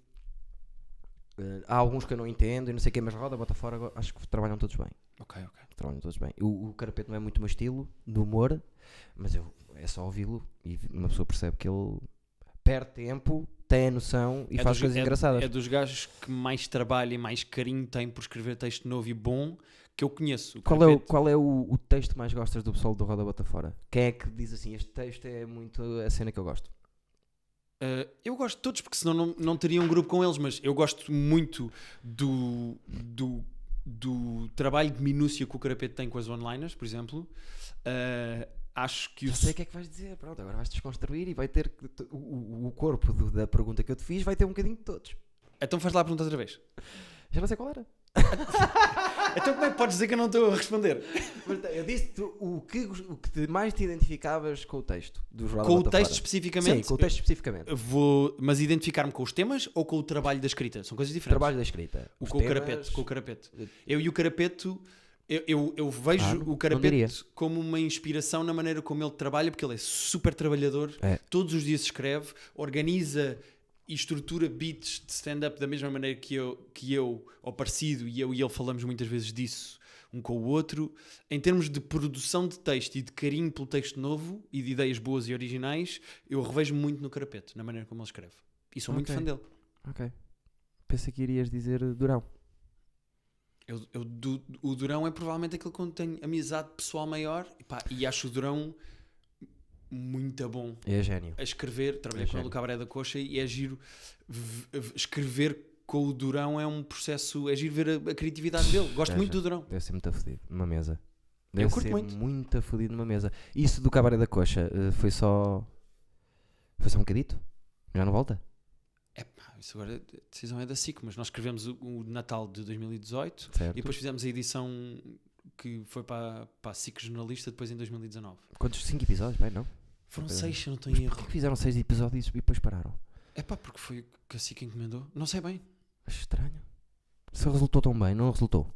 uh, há alguns que eu não entendo e não sei o quê, mas roda, bota fora, go- acho que trabalham todos bem.
Ok, ok.
Trabalham todos bem. O, o Carapeto não é muito o meu estilo, de humor, mas eu, é só ouvi-lo e uma pessoa percebe que ele perde tempo, tem a noção e
É
faz
dos-
coisas
é-
engraçadas.
É dos gajos que mais trabalho e mais carinho tem por escrever texto novo e bom que eu conheço. O
Qual é, o,
Carapeto-
qual é o, o texto que mais gostas do pessoal do Roda Bota Fora? Quem é que diz assim, este texto é muito a cena que eu gosto?
Uh, eu gosto de todos, porque senão não, não teria um grupo com eles, mas eu gosto muito do, do, do trabalho de minúcia que o Carapete tem com as onliners, por exemplo. Uh, acho que
Eu
o.
sei o que é que vais dizer, pronto, agora vais desconstruir e vai ter que tu- o, o- o corpo do- da pergunta que eu te fiz vai ter um bocadinho de todos.
Então faz lá a pergunta outra vez.
Já não sei qual era.
Então como é que podes dizer que eu não estou a responder?
Mas eu disse-te o que, gos- o que te mais te identificavas com o texto do jornal.
Com
da
o
Bota
texto
Fora.
especificamente.
Sim, com o texto especificamente.
eu Vou, mas identificar-me com os temas ou com o trabalho da escrita? São coisas diferentes.
Trabalho da escrita.
O
Os
com o
temas-
carapete, com o carapete. Eu e o carapeto, eu, eu, eu vejo
Ah, não
o carapete
diria.
como uma inspiração na maneira como ele trabalha, porque ele é super trabalhador,
É.
todos os dias escreve, organiza e estrutura beats de stand-up da mesma maneira que eu, que eu, ou parecido, e eu e ele falamos muitas vezes disso um com o outro. Em termos de produção de texto e de carinho pelo texto novo e de ideias boas e originais, eu revejo muito no carapeto, na maneira como ele escreve. E sou muito
Ok.
fã dele.
Ok. Pensei que irias dizer eh, Durão.
Eu, eu du- o Durão é provavelmente aquele que tenho amizade pessoal maior e, pá, e acho o Durão muito bom
É gênio.
a escrever. Trabalhei
É
com ele
gênio.
no Cabaré da Coxa e é giro v- v- escrever com o Durão é um processo. É giro ver a, a criatividade dele. Gosto
É
muito
giro.
do Durão.
Deve ser muito afudido numa mesa. Deve
curto
ser
muito.
muito afudido numa mesa. Isso do Cabaré da Coxa eh, foi só. Foi só um bocadito? Já não volta?
É, pá, isso agora a decisão é da SIC, mas nós escrevemos o, o Natal de 2018
Certo.
e depois fizemos a edição que foi para, para a SIC jornalista depois em 2019.
Quantos? 5 episódios? Bem, não?
Foram
Pois é.
seis, se eu não estou
Mas
em
porquê
erro.
que fizeram 6 episódios e depois pararam?
É pá, porque foi o que a SIC encomendou. Não sei bem.
Acho estranho. Se resultou tão bem, não resultou.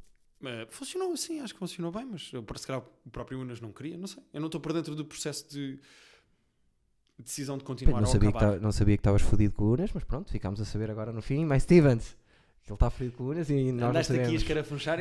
Eh, funcionou assim, acho que funcionou bem, mas eu, parece que era o próprio Unas não queria, não sei. Eu não estou por dentro do processo de decisão de
Bem,
continuar
não,
ou
sabia que tá-
acabar.
ta- não sabia que estavas fodido com o Unas, mas pronto, ficámos a saber agora no fim. Mais Stevens, que ele está fodido com o Unas e nós
Andaste
não
aqui a
sabemos.
escarafunchar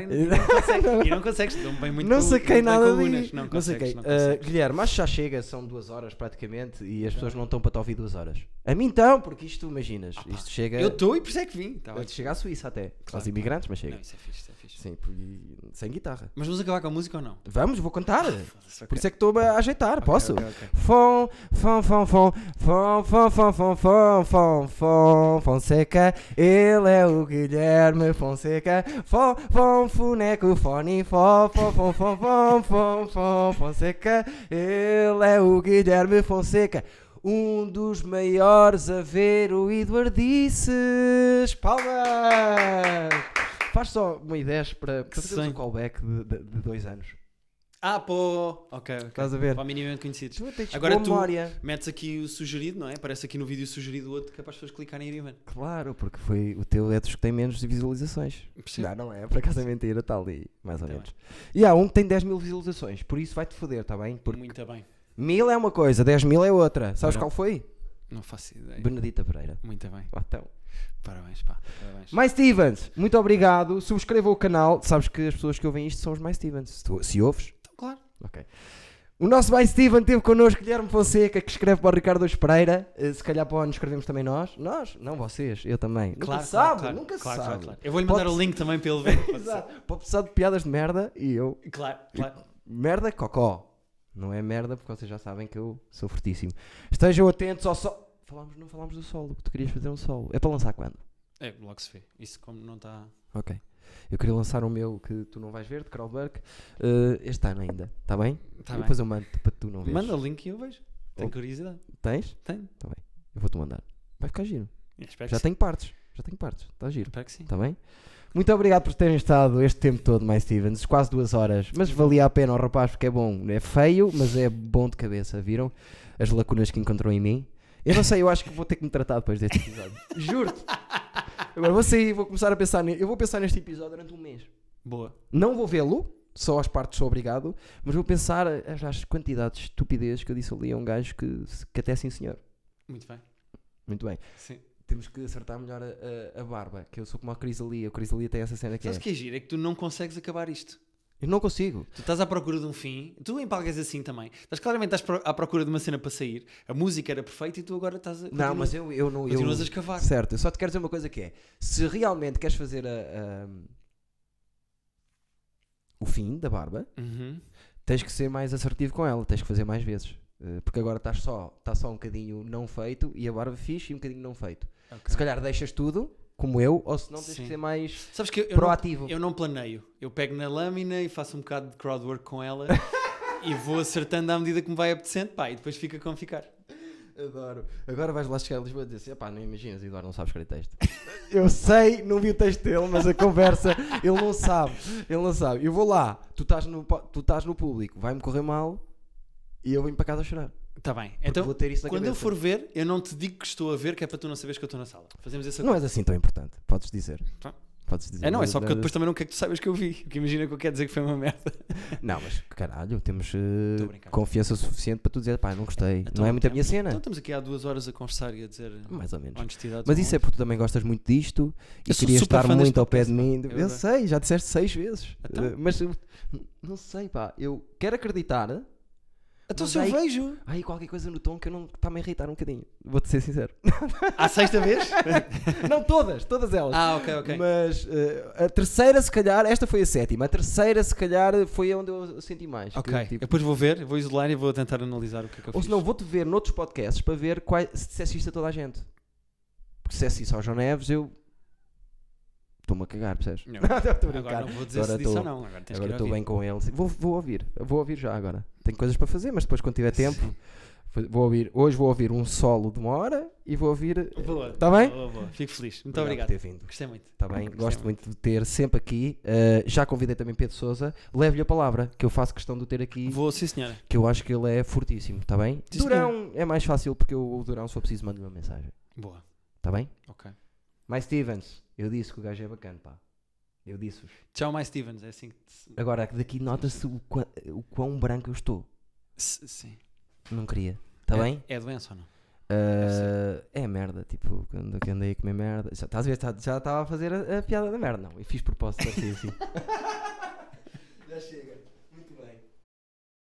e não, e não consegues. E não consegues. Dou-me bem muito
não
com-
saquei
dou-me bem
nada
com o Unas.
disso.
Não,
Não,
consegues,
saquei.
não
Ah,
consegues.
Guilherme, mas já chega, são duas horas praticamente e as pessoas não estão para te ouvir duas horas. A mim então, porque isto, imaginas, isto Eh, chega,
Ah, Eu estou e por isso é que vim. Tá ótimo.
chega à Suíça até. Aos
claro.
imigrantes, mas chega.
Não, isso é fixe, isso é fixe.
Sim, por- e- sem guitarra.
Mas vamos acabar com a música ou não?
Vamos, vou cantar.
Foda-se,
Por
ok.
isso é que estou a ajeitar, posso?
Ok, ok, ok.
Fon, fon, fon, fon, fon, fon, fon, fon, fon, fon, fon, Fonseca, ele é o Guilherme Fonseca, fon, fon, funeco, fone, fon, fon, fon, fon, fon, fon, fon, Fonseca, ele é o Guilherme Fonseca, um dos maiores a ver o Eduardices, palmas! Faz só uma ideia para para fazermos
sim.
um callback de, de- de dois anos.
Ah, pô! Ok, ok.
Estás a ver?
Para minimamente conhecidos.
Tu tens
Agora
boa
tu-
memória.
Metes aqui o sugerido, não é? Aparece aqui no vídeo sugerido outro que é para as pessoas clicarem e irem ver.
Claro, porque foi o teu é dos que tem menos visualizações.
Percebo.
Não, não é, por acaso é mentira, está ali, mais ou
Tá
menos. E há um que tem 10 mil visualizações, por isso vai-te foder, está bem? Porque
Muito bem.
mil é uma coisa, 10 mil é outra. Sabes
Ora.
qual foi?
Não faço ideia.
Benedita Pereira.
Muito bem.
Ah, Então.
Parabéns, pá. Parabéns.
Mais Stevens, muito obrigado. Subscreva o canal. Sabes que as pessoas que ouvem isto são os mais Stevens. Se, tu- se ouves,
claro.
ok. O nosso mais Steven teve connosco Guilherme Fonseca, que escreve para o Ricardo Luís Pereira. Eh, Se calhar para onde escrevemos também nós. Nós? Não, vocês. Eu também. nunca se sabe, nunca se sabe.
Eu vou-lhe mandar
Pode
o link também para ele ver. Pode
Exato. Pode precisar de piadas de merda e eu.
ser. Claro, claro.
Merda, cocó. Não é merda, porque vocês já sabem que eu sou fortíssimo. Estejam atentos ao sol. Falámos, não falámos do solo, que tu querias fazer um solo. É para lançar quando?
É, logo se vê. Isso como não
tá-
está.
Ok. Eu queria lançar o meu que tu não vais ver, de Carl Burke, eh, este ano ainda. Está bem?
Tá
E
bem.
Depois eu mando para tu não veres.
Manda o link e eu vejo. Tenho
Oh.
curiosidade.
Tens?
Tenho.
Eu vou-te mandar. Vai ficar
É
giro.
Espero
Já
que sim.
tenho partes. Já tenho partes. Está giro.
Espero que sim.
Está Tá bem? Muito obrigado por terem estado este tempo todo, mais Stevens, quase duas horas. Mas valia a pena ao rapaz porque é bom. É feio, mas é bom de cabeça. Viram as lacunas que encontrou em mim? Eu não sei, eu acho que vou ter que me tratar depois deste episódio. Juro-te. Agora vou sair e vou começar a pensar nele. Eu vou pensar neste episódio durante um mês.
Boa.
Não vou vê-lo, só às partes sou obrigado, mas vou pensar as, as quantidades de estupidez que eu disse ali a um gajo que, que até é sim senhor.
Muito bem.
Muito bem.
Sim.
Temos que acertar melhor a, a- a barba, que eu sou como a Crisalia. A Crisalia tem essa cena que é.
Sabes o que é giro? É que tu não consegues acabar isto.
Eu não consigo.
Tu estás à procura de um fim, tu empalgas assim também. Estás claramente estás pro- à procura de uma cena para sair. A música era perfeita e tu agora estás a.
Não, mas eu, eu não. Eu,
Continuas a escavar.
certo, eu só te quero dizer uma coisa que é: se realmente queres fazer a- a- o fim da barba,
Uhum.
tens que ser mais assertivo com ela, tens que fazer mais vezes. Eh, Porque agora estás só, está só um bocadinho não feito e a barba fixe e um bocadinho não feito.
Ok.
Se calhar deixas tudo, como eu, ou se não tens
Sim.
que ser mais
Sabes que eu, eu não,
proativo.
eu não planeio. Eu pego na lâmina e faço um bocado de crowdwork com ela e vou acertando à medida que me vai apetecendo, pá, e depois fica como ficar.
Adoro. Agora vais lá chegar a Lisboa e dizer assim: "Epá, não imaginas, Eduardo não sabe escrever texto. eu sei, não vi o texto dele, mas a conversa, ele não sabe. Ele não sabe. Eu vou lá, tu estás no, pa- tu estás no público, vai-me correr mal e eu venho para casa a chorar.
Está bem.
Então,
Então,
vou ter isso na
quando eu
cabeça.
for ver, eu não te digo que estou a ver, que é para tu não saberes que eu estou na sala. Fazemos esse
Não és assim tão importante, podes dizer.
Tá.
Podes dizer.
É, não, é
mas- eh,
só porque eu depois também não quero que tu saibas que eu vi. Porque imagina que eu quero dizer que foi uma merda.
Não, mas caralho, temos eh,
Tô a brincar.
confiança suficiente para tu dizer, pá, não gostei.
Então,
não é muito a minha cena.
Então estamos aqui há duas horas a conversar e a dizer
Mais ou menos.
honestidade.
Mas isso é porque tu também gostas muito disto e
Eu sou
querias
super
estar
fã deste
muito ao pé de
podcast,
mim.
pá.
Eu,
Eu adoro.
sei, já disseste seis vezes.
Então?
Eh, Mas eu- não sei, pá. Eu quero acreditar.
Então
Mas
se eu
aí-
vejo.
Ai, qualquer coisa no tom que eu não está-me a irritar um bocadinho. Vou-te ser sincero.
À sexta vez?
não todas, todas elas.
ah, ok, ok.
Mas eh, a terceira, se calhar, esta foi a sétima. A terceira, se calhar, foi onde eu senti mais. que,
Ok,
tipo,
depois vou ver, vou isolar e vou tentar analisar o que é que eu
Ou
fiz.
se não, vou-te ver noutros podcasts para ver quais, se dissesse isto a toda a gente. Porque se dissesse isso ao João Neves, eu estou-me a cagar, percebes?
Não.
Estou a
Agora
brincar.
não é vou dizer
Agora
se disse
tô-
ou não. Agora tens
Agora
que
estou
ir
bem com ele. Vou, vou ouvir, vou ouvir já agora. Tenho coisas para fazer, mas depois quando tiver tempo, vou ouvir. Hoje vou ouvir um solo de uma hora e vou ouvir.
Boa.
Está Tá bem?
Boa, boa. Fico feliz. Muito
por
obrigado.
ter vindo.
Gostei muito.
Está bem?
Gostei
Gosto muito de ter sempre aqui. Uh, já convidei também Pedro Souza. Leve-lhe a palavra, que eu faço questão de o ter aqui.
Vou, sim senhora.
Que eu acho que ele é fortíssimo, está bem?
Sim,
Durão é mais fácil porque eu, o Durão só preciso mandar uma mensagem,
Boa.
está Tá bem?
Ok.
Mais Stevens, eu disse que o gajo é bacana, pá. Eu disse-vos.
Tchau, mais Stevens. É assim que. te-
Agora, daqui nota-se o, qua- o quão branco eu estou.
S- Sim.
Não queria, está
É-
Tá bem?
É assim. doença ou não?
Ah, é merda, tipo, quando que andei a comer merda. Já estás a ver, tá- já estava a fazer a, a piada da merda, não. Eu fiz propósito para ser assim. já chega.